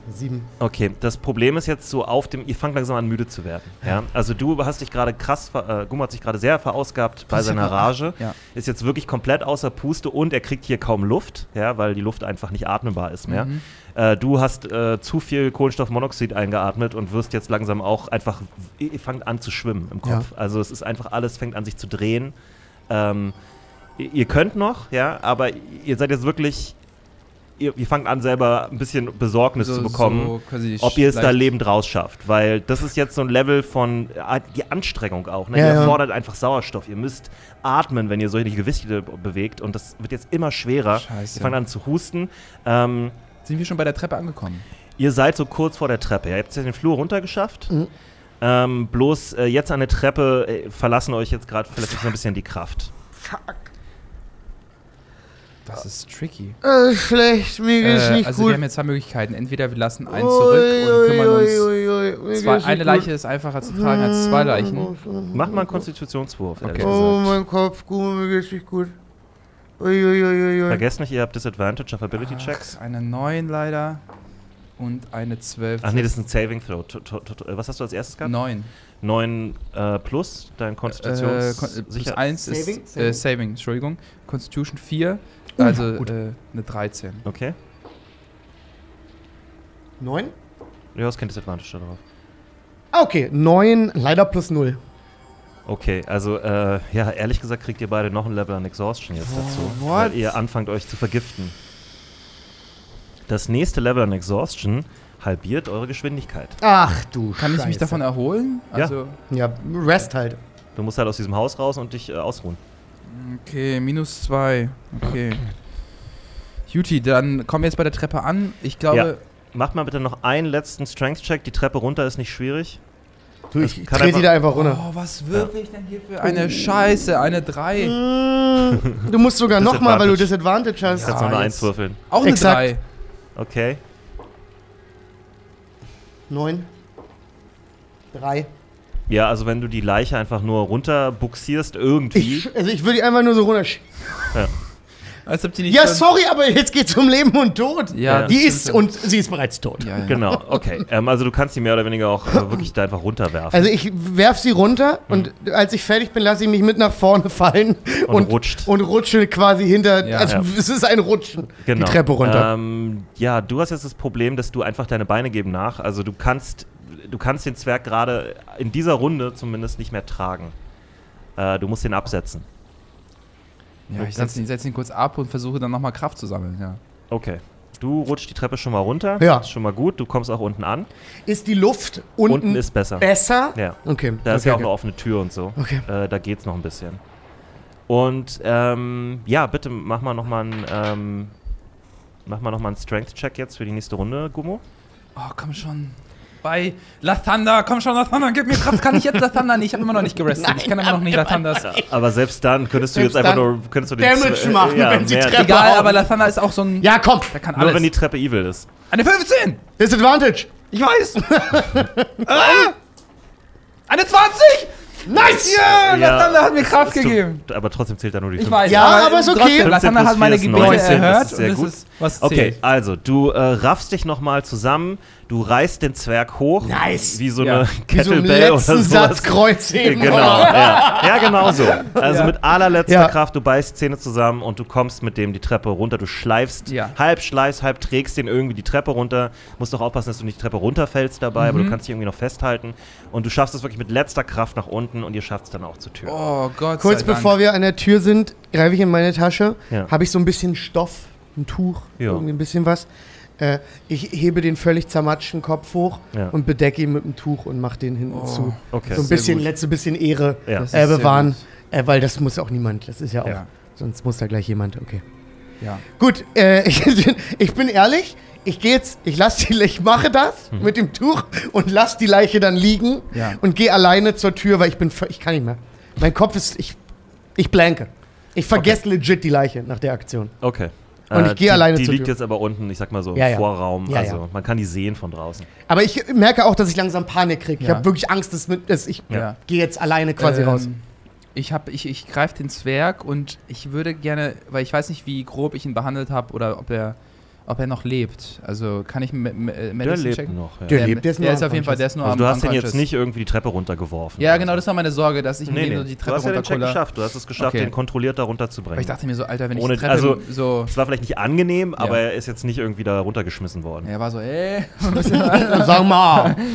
Speaker 3: Sieben.
Speaker 1: Okay, das Problem ist jetzt so auf dem, ihr fangt langsam an müde zu werden. Ja? Also du hast dich gerade krass, ver- äh, Gummo hat sich gerade sehr verausgabt bei
Speaker 2: Das ist ja
Speaker 1: seiner
Speaker 2: klar.
Speaker 1: Rage.
Speaker 2: Ja.
Speaker 1: Ist jetzt wirklich komplett außer Puste und er kriegt hier kaum Luft, ja, weil die Luft einfach nicht atmbar ist mehr.
Speaker 2: Mhm.
Speaker 1: Äh, du hast äh, zu viel Kohlenstoffmonoxid eingeatmet und wirst jetzt langsam auch einfach, ihr fangt an zu schwimmen im Kopf. Also es ist einfach alles, fängt an sich zu drehen. Ähm, i- ihr könnt noch, ja, aber ihr seid jetzt wirklich, ihr, ihr fangt an selber ein bisschen Besorgnis zu bekommen
Speaker 2: quasi
Speaker 1: ob ihr es da
Speaker 2: leicht-
Speaker 1: lebend rausschafft. Weil das ist jetzt so ein Level von äh, die Anstrengung auch. Ne?
Speaker 3: Ja,
Speaker 1: ihr
Speaker 3: ja.
Speaker 1: fordert einfach Sauerstoff. Ihr müsst atmen, wenn ihr solche Gewichte be- bewegt. Und das wird jetzt immer schwerer.
Speaker 2: Scheiße.
Speaker 1: Ihr fangt an zu husten. Ähm,
Speaker 2: Sind wir schon bei der Treppe angekommen?
Speaker 1: ihr seid so kurz vor der Treppe. Ihr habt jetzt den Flur runtergeschafft.
Speaker 3: Mhm.
Speaker 1: Ähm, bloß äh, jetzt an der Treppe äh, verlassen euch jetzt gerade vielleicht so ein bisschen die Kraft.
Speaker 2: Das ist tricky.
Speaker 3: Äh, schlecht, mir geht's
Speaker 2: Äh,
Speaker 3: nicht
Speaker 2: also
Speaker 3: gut.
Speaker 2: wir haben jetzt zwei Möglichkeiten. Entweder wir lassen einen zurück und kümmern uns. Zwei, eine Leiche ist einfacher zu tragen als zwei Leichen.
Speaker 1: Mach mal einen Konstitutionswurf. ehrlich
Speaker 2: Okay.
Speaker 1: gesagt.
Speaker 3: Mhm. Oh, mein Kopf, gut, mir geht's nicht gut. Uiuiuiui.
Speaker 1: Vergesst nicht, ihr habt Disadvantage auf Ability Checks.
Speaker 2: Ach, Eine 9 leider und eine 12.
Speaker 3: Ah,
Speaker 1: Ach nee, das ist ein Saving Throw. To- to- to- to- Was hast du als erstes gehabt?
Speaker 2: 9.
Speaker 1: 9 äh, plus dein
Speaker 2: Äh, Kon- äh, plus
Speaker 1: Konstitutionssicher.
Speaker 2: 1 ist
Speaker 3: Saving?
Speaker 2: Saving, äh, Saving Entschuldigung. Constitution 4, also
Speaker 3: gut.
Speaker 2: äh, eine 13.
Speaker 1: okay.
Speaker 3: Neun?
Speaker 1: Du hast kein Disadvantage darauf.
Speaker 3: Ah, okay. Neun, leider plus null.
Speaker 1: Okay, also äh, ja, ehrlich gesagt kriegt ihr beide noch ein Level an Exhaustion jetzt dazu.
Speaker 2: what?
Speaker 1: Weil ihr anfangt euch zu vergiften. Das nächste Level an Exhaustion halbiert eure Geschwindigkeit.
Speaker 3: Ach du
Speaker 2: Kann
Speaker 3: Scheiße.
Speaker 2: ich mich davon erholen?
Speaker 1: Ja.
Speaker 2: Also,
Speaker 3: Ja, Rest halt.
Speaker 1: Du musst halt aus diesem Haus raus und dich äh, ausruhen.
Speaker 2: okay, minus 2. Okay. Juti, dann kommen wir jetzt bei der Treppe an. Ich glaube,
Speaker 1: Macht mal bitte noch einen letzten Strength-Check. Die Treppe runter ist nicht schwierig.
Speaker 3: Du,
Speaker 2: Also
Speaker 1: Das
Speaker 3: ich
Speaker 1: kann
Speaker 3: dreh
Speaker 1: einfach-
Speaker 3: die da einfach runter.
Speaker 2: oh, was würfel ich denn hier für eine Scheiße? Eine
Speaker 3: Mhm.
Speaker 2: 3.
Speaker 3: Mm, Du musst sogar nochmal, weil du Disadvantage hast.
Speaker 1: Du kannst noch eine
Speaker 2: jetzt-
Speaker 1: Eins würfeln.
Speaker 2: Auch eine
Speaker 3: Exakt.
Speaker 2: 3.
Speaker 1: Okay.
Speaker 3: Neun. Drei.
Speaker 1: Ja, also wenn du die Leiche einfach nur runter buxierst irgendwie.
Speaker 3: Ich, also ich würde die einfach nur so runtersch.
Speaker 1: Ja.
Speaker 2: Als ob die nicht
Speaker 3: Ja,
Speaker 2: schon-
Speaker 3: sorry, aber jetzt geht's um Leben und Tod.
Speaker 2: Ja,
Speaker 1: Ja.
Speaker 2: das
Speaker 3: Die
Speaker 2: stimmt
Speaker 3: ist
Speaker 2: schon.
Speaker 3: und sie ist bereits tot.
Speaker 2: Ja, ja.
Speaker 1: Genau, okay. Ähm, also du kannst die mehr oder weniger auch äh, wirklich da einfach runterwerfen
Speaker 3: Also ich werf sie runter
Speaker 1: Hm.
Speaker 3: und als ich fertig bin, lasse ich mich mit nach vorne fallen
Speaker 1: und, rutscht.
Speaker 3: und rutsche quasi hinter.
Speaker 2: Ja.
Speaker 3: also
Speaker 1: Ja.
Speaker 3: es ist ein Rutschen.
Speaker 1: genau.
Speaker 3: Die Treppe runter.
Speaker 1: Ähm, ja, du hast jetzt das Problem, dass du einfach deine Beine geben nach. Also du kannst, du kannst den Zwerg gerade in dieser Runde zumindest nicht mehr tragen. Äh, du musst ihn absetzen.
Speaker 2: Ja, ich setze ihn, setz ihn kurz ab und versuche dann nochmal Kraft zu sammeln. Ja.
Speaker 1: Okay. Du rutschst die Treppe schon mal runter.
Speaker 3: Ja.
Speaker 1: Ist schon mal gut. Du kommst auch unten an.
Speaker 3: Ist die Luft unten, Äh.
Speaker 1: Unten ist besser.
Speaker 3: besser?
Speaker 1: Ja.
Speaker 3: Okay.
Speaker 1: Da
Speaker 3: okay,
Speaker 1: ist ja auch
Speaker 3: okay.
Speaker 1: eine offene Tür und so.
Speaker 3: Okay.
Speaker 1: Äh, da geht's noch ein bisschen. Und ähm, ja, bitte mach mal nochmal einen, ähm, mach mal noch mal einen Strength-Check jetzt für die nächste Runde, Gummo.
Speaker 2: Oh, komm schon. Bei Lathander, komm schon, Lathander, gib mir Kraft. Kann ich jetzt Lathander nicht? Ich habe immer noch nicht gerestet. ich kann immer noch nicht Lathanda.
Speaker 1: Aber selbst dann könntest du
Speaker 3: Selbst
Speaker 1: jetzt einfach
Speaker 3: dann
Speaker 1: nur könntest du den
Speaker 3: Damage
Speaker 1: Zwe- äh,
Speaker 3: machen, wenn sie
Speaker 1: mehr-
Speaker 3: treffen.
Speaker 2: Egal, aber Lathander ist auch so ein.
Speaker 3: Ja, komm.
Speaker 2: Der kann
Speaker 1: Nur wenn die
Speaker 2: alles.
Speaker 1: Treppe evil ist.
Speaker 2: Eine 15!
Speaker 3: Disadvantage.
Speaker 2: Ich weiß! ah! Eine 20!
Speaker 3: Nice!
Speaker 2: Ja, Lathander hat mir Kraft
Speaker 1: es tut-
Speaker 2: gegeben.
Speaker 1: aber trotzdem zählt da nur die
Speaker 2: Ich
Speaker 1: 15.
Speaker 2: weiß.
Speaker 3: Ja, aber ist okay.
Speaker 2: trotzdem,
Speaker 1: 15
Speaker 2: Lathander
Speaker 1: plus
Speaker 2: hat
Speaker 1: 4
Speaker 2: meine
Speaker 1: ist
Speaker 2: Gebete
Speaker 1: 19, das
Speaker 2: erhört
Speaker 1: ist sehr
Speaker 2: und
Speaker 1: gut.
Speaker 2: das ist was
Speaker 1: Okay,
Speaker 2: zählt.
Speaker 1: also du äh, raffst dich nochmal zusammen, du reißt den Zwerg hoch.
Speaker 3: Nice.
Speaker 1: Wie so
Speaker 2: Ja.
Speaker 1: eine
Speaker 3: Wie so im
Speaker 1: Kettlebell oder
Speaker 3: letzten
Speaker 1: sowas.
Speaker 3: Satz
Speaker 1: Ja,
Speaker 3: kreuzheben.
Speaker 1: genau, ja. ja, genau so. Also
Speaker 2: Ja.
Speaker 1: mit allerletzter
Speaker 3: Ja.
Speaker 1: Kraft, du beißt Zähne zusammen und du kommst mit dem die Treppe runter. Du schleifst,
Speaker 2: Ja.
Speaker 1: halb schleifst, halb trägst den irgendwie die Treppe runter. Musst doch aufpassen, dass du nicht die Treppe runterfällst dabei,
Speaker 3: Mhm.
Speaker 1: aber du kannst dich irgendwie noch festhalten. Und du schaffst es wirklich mit letzter Kraft nach unten und ihr schafft es dann auch zur Tür.
Speaker 2: Oh Gott.
Speaker 3: Kurz
Speaker 2: sei Dank.
Speaker 3: bevor wir an der Tür sind, greife ich in meine Tasche,
Speaker 1: Ja.
Speaker 3: habe ich so ein bisschen Stoff, ein Tuch,
Speaker 1: Ja.
Speaker 3: irgendwie ein bisschen was. Äh, ich hebe den völlig zermatschten Kopf hoch
Speaker 1: Ja.
Speaker 3: und bedecke ihn mit dem Tuch und mache den hinten
Speaker 2: Oh,
Speaker 3: zu.
Speaker 1: Okay.
Speaker 3: So ein
Speaker 2: Sehr
Speaker 3: bisschen,
Speaker 2: gut.
Speaker 3: letzte bisschen Ehre
Speaker 1: ja.
Speaker 2: Das ist
Speaker 3: äh,
Speaker 2: sehr
Speaker 3: bewahren,
Speaker 2: gut.
Speaker 3: äh, weil das muss auch niemand, das ist ja auch,
Speaker 2: Ja.
Speaker 3: sonst muss da gleich jemand, okay.
Speaker 2: Ja.
Speaker 3: Gut, äh, ich, ich bin ehrlich, ich gehe jetzt, ich lass die, ich mache das
Speaker 2: Mhm.
Speaker 3: mit dem Tuch und lass die Leiche dann liegen
Speaker 2: Ja.
Speaker 3: und gehe alleine zur Tür, weil ich bin, vö- ich kann nicht mehr. Mein Kopf ist, ich, ich blanke. Ich vergesse legit die Leiche nach der Aktion.
Speaker 1: Okay. Äh,
Speaker 3: Und ich gehe
Speaker 1: die,
Speaker 3: alleine
Speaker 1: Die
Speaker 3: zur
Speaker 1: liegt
Speaker 3: Tür.
Speaker 1: jetzt aber unten, ich sag mal so, im
Speaker 3: Ja, ja.
Speaker 1: Vorraum.
Speaker 3: Ja,
Speaker 1: also
Speaker 3: ja.
Speaker 1: man kann die sehen von draußen.
Speaker 3: Aber ich merke auch, dass ich langsam Panik kriege. Ich
Speaker 2: Ja.
Speaker 3: habe wirklich Angst, dass mit, dass ich
Speaker 1: Ja.
Speaker 2: ja.
Speaker 3: gehe jetzt alleine quasi
Speaker 2: Ähm,
Speaker 3: raus.
Speaker 2: Ich, hab- ich, ich greife den Zwerg und ich würde gerne, weil ich weiß nicht, wie grob ich ihn behandelt habe oder ob er, ob er noch lebt. Also kann ich M M äh,
Speaker 1: Der
Speaker 2: Medicine
Speaker 1: lebt
Speaker 2: checken?
Speaker 1: noch. Ja.
Speaker 3: Der
Speaker 2: Ähm,
Speaker 3: lebt, der ist nur
Speaker 2: der ist auf jeden Fall, der ist nur
Speaker 1: Also
Speaker 2: am
Speaker 1: du hast den jetzt
Speaker 2: unconscious.
Speaker 1: nicht irgendwie die Treppe runtergeworfen.
Speaker 2: Ja,
Speaker 1: oder
Speaker 2: genau,
Speaker 1: so.
Speaker 2: das war meine Sorge, dass ich mit
Speaker 1: Nee,
Speaker 2: dem
Speaker 1: nee.
Speaker 2: nur die
Speaker 1: du
Speaker 2: Treppe
Speaker 1: hast ja den Check
Speaker 2: runterkulle.
Speaker 1: geschafft. Du hast es geschafft,
Speaker 2: Okay.
Speaker 1: den kontrolliert da
Speaker 2: Aber
Speaker 1: runterzubringen.
Speaker 2: ich dachte mir so, Alter, wenn ich
Speaker 1: Ohne-
Speaker 2: die Treppe
Speaker 1: also-
Speaker 2: so.
Speaker 1: es war vielleicht nicht angenehm, aber er ist jetzt nicht irgendwie da runtergeschmissen worden.
Speaker 2: Er war so, äh. ey.
Speaker 3: Sag mal.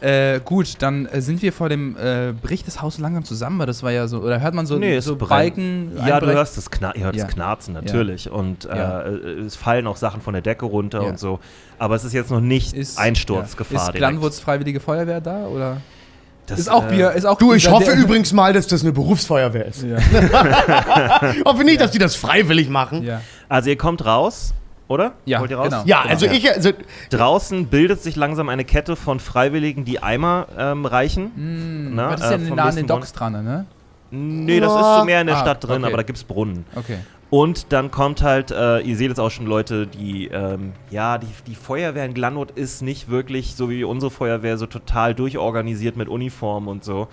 Speaker 2: äh, gut, dann äh, sind wir vor dem äh, bricht das Haus so langsam zusammen, weil das war ja so, oder hört man so,
Speaker 1: Nee, es
Speaker 2: so
Speaker 1: brennt.
Speaker 2: Balken?
Speaker 1: Ja, du
Speaker 2: einbrechen?
Speaker 1: hörst das, Kna ihr hört
Speaker 2: Ja.
Speaker 1: das Knarzen natürlich und äh,
Speaker 2: Ja.
Speaker 1: es fallen auch Sachen von der Decke runter
Speaker 2: Ja.
Speaker 1: und so. Aber es ist jetzt noch nicht
Speaker 2: Ist-
Speaker 1: Einsturzgefahr.
Speaker 2: ja. Ist
Speaker 1: direkt.
Speaker 2: Glanwurz Freiwillige Feuerwehr da oder?
Speaker 1: Das,
Speaker 2: ist auch
Speaker 1: äh,
Speaker 2: Bier, ist auch
Speaker 3: Du, ich
Speaker 2: dieser-
Speaker 3: hoffe
Speaker 2: der-
Speaker 3: übrigens mal, dass das eine Berufsfeuerwehr ist.
Speaker 2: Ja.
Speaker 3: Hoffe nicht, dass die das freiwillig machen.
Speaker 2: ja.
Speaker 1: Also ihr kommt raus, oder?
Speaker 2: Ja,
Speaker 1: Wollt ihr raus?
Speaker 2: genau.
Speaker 3: Ja, also ich, also
Speaker 1: Draußen bildet sich langsam eine Kette von Freiwilligen, die Eimer ähm, reichen. Na,
Speaker 2: Aber das Hm, ist ja
Speaker 1: äh, vom
Speaker 2: nah an den
Speaker 1: nächsten
Speaker 2: Docks dran, ne?
Speaker 1: Brunnen. Nee, das ist so mehr in der
Speaker 2: Ah,
Speaker 1: Stadt drin,
Speaker 2: okay.
Speaker 1: aber da gibt's Brunnen.
Speaker 2: Okay.
Speaker 1: Und dann kommt halt, äh, ihr seht jetzt auch schon Leute, die, ähm, ja, die, die Feuerwehr in Glanwood ist nicht wirklich, so wie unsere Feuerwehr, so total durchorganisiert mit Uniform und so.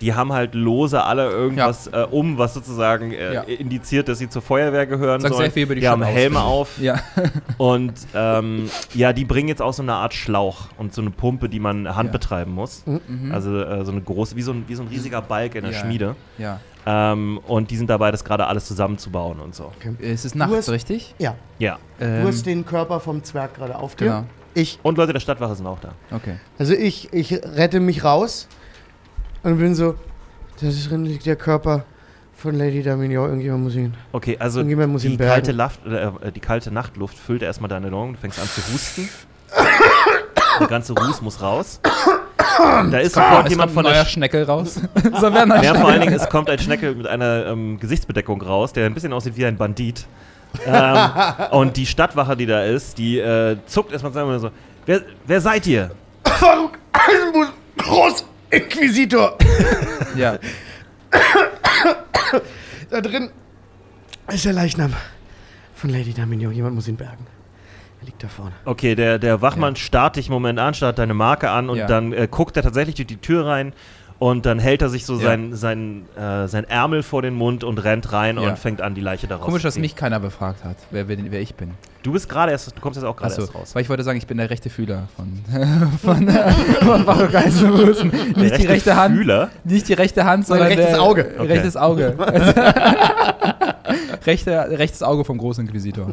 Speaker 1: Die haben halt lose alle irgendwas äh, um, was sozusagen äh,
Speaker 2: Ja.
Speaker 1: indiziert, dass sie zur Feuerwehr gehören
Speaker 2: Sagt
Speaker 1: sollen.
Speaker 2: sehr viel über die
Speaker 1: die haben
Speaker 2: Stadt aus.
Speaker 1: Helme auf
Speaker 2: Ja.
Speaker 1: und ähm, ja, die bringen jetzt auch so eine Art Schlauch und so eine Pumpe, die man Hand
Speaker 2: Ja. Mhm.
Speaker 1: betreiben muss. Also äh, so eine große, wie so ein, wie so ein riesiger Balk in der
Speaker 2: Ja.
Speaker 1: Schmiede.
Speaker 2: ja.
Speaker 1: Ähm, und die sind dabei, das gerade alles zusammenzubauen und so.
Speaker 2: Es ist
Speaker 3: Du
Speaker 2: nachts,
Speaker 3: hast-
Speaker 2: richtig? Ähm,
Speaker 3: ja,
Speaker 1: Ja.
Speaker 3: du hast den Körper vom Zwerg gerade auf dir.
Speaker 2: Genau.
Speaker 3: Ich,
Speaker 1: Und Leute der Stadtwache sind auch da.
Speaker 2: Okay.
Speaker 3: also ich, ich rette mich raus und bin so, da drin liegt der Körper von Lady Damignon, irgendjemand muss ihn.
Speaker 1: Okay, also die
Speaker 3: Irgendjemand muss ihn bergen.
Speaker 1: kalte, Laft, äh, die kalte Nachtluft füllt erstmal deine Lungen, du fängst an zu husten. Der ganze Ruß muss raus. Da ist sofort
Speaker 2: Es
Speaker 1: jemand von
Speaker 2: kommt ein
Speaker 1: der
Speaker 2: neuer Schneckel raus. so werden
Speaker 1: Ja, vor allen Dingen, es kommt ein Schneckel mit einer ähm, Gesichtsbedeckung raus, der ein bisschen aussieht wie ein Bandit. Ähm, und die Stadtwache, die da ist, die äh, zuckt erstmal zusammen und so: wer, wer seid ihr?
Speaker 3: Faruk Eisenbus, Großinquisitor.
Speaker 2: Ja.
Speaker 3: Da drin ist der Leichnam von Lady Damignon, jemand muss ihn bergen. Er liegt da vorne.
Speaker 1: Okay, der, der Wachmann starrt dich einen Moment an, starrt deine Marke an und
Speaker 2: Ja.
Speaker 1: dann äh, guckt er tatsächlich durch die Tür rein Und dann hält er sich so
Speaker 2: Ja.
Speaker 1: sein, sein, äh, sein Ärmel vor den Mund und rennt rein
Speaker 2: Ja.
Speaker 1: und fängt an, die Leiche daraus
Speaker 2: Komisch, dass
Speaker 1: zu ziehen.
Speaker 2: mich keiner befragt hat, wer, wer, wer ich bin.
Speaker 1: Du bist gerade erst, du kommst jetzt auch gerade
Speaker 2: Achso,
Speaker 1: erst raus.
Speaker 2: weil ich wollte sagen, ich bin der rechte Fühler von, von, äh, von Baruch Eisenhusen. Nicht die rechte Hand.
Speaker 1: Fühler.
Speaker 2: Nicht die rechte Hand,
Speaker 3: Sondern
Speaker 2: sondern
Speaker 3: rechtes
Speaker 2: der,
Speaker 3: Auge.
Speaker 1: Okay.
Speaker 2: Rechtes Auge. Rechte, rechtes Auge vom großen Inquisitor.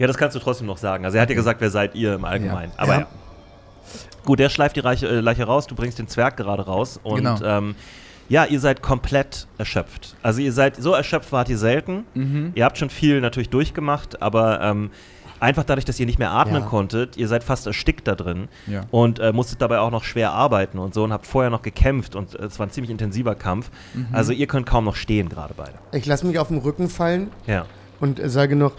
Speaker 1: Ja, das kannst du trotzdem noch sagen. Also er hat ja gesagt, wer seid ihr im Allgemeinen. Aber ja.
Speaker 2: Ja.
Speaker 1: Gut, der schleift die Leiche, äh, Leiche raus, du bringst den Zwerg gerade raus und
Speaker 2: Genau.
Speaker 1: ähm, ja, ihr seid komplett erschöpft. Also ihr seid, so erschöpft wart ihr selten.
Speaker 2: Mhm.
Speaker 1: Ihr habt schon viel natürlich durchgemacht, aber ähm, einfach dadurch, dass ihr nicht mehr atmen
Speaker 3: Ja.
Speaker 1: konntet, ihr seid fast erstickt da drin
Speaker 2: Ja.
Speaker 1: und äh, musstet dabei auch noch schwer arbeiten und so und habt vorher noch gekämpft und äh, es war ein ziemlich intensiver Kampf. Also ihr könnt kaum noch stehen gerade beide.
Speaker 3: Ich lasse mich auf den Rücken fallen
Speaker 1: Ja.
Speaker 3: und äh, sage noch,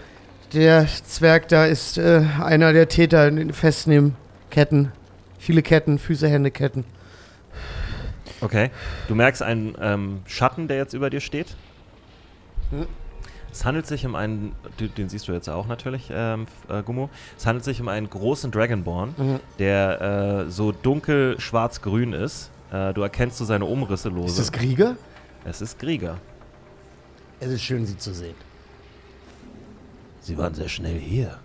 Speaker 3: der Zwerg da ist äh, einer der Täter. Festnehmen. Ketten. Viele Ketten, Füße, Hände, Ketten.
Speaker 1: Okay. Du merkst einen ähm, Schatten, der jetzt über dir steht.
Speaker 3: Hm.
Speaker 1: Es handelt sich um einen, den, den siehst du jetzt auch natürlich, ähm, F- äh, Gummo. Es handelt sich um einen großen Dragonborn,
Speaker 3: Mhm.
Speaker 1: der äh, so dunkel schwarz-grün ist. Äh, du erkennst so seine Umrisse
Speaker 3: Ist
Speaker 1: lose.
Speaker 3: das Krieger?
Speaker 1: es ist Krieger.
Speaker 3: Es ist schön, sie zu sehen.
Speaker 1: Sie waren sehr schnell hier.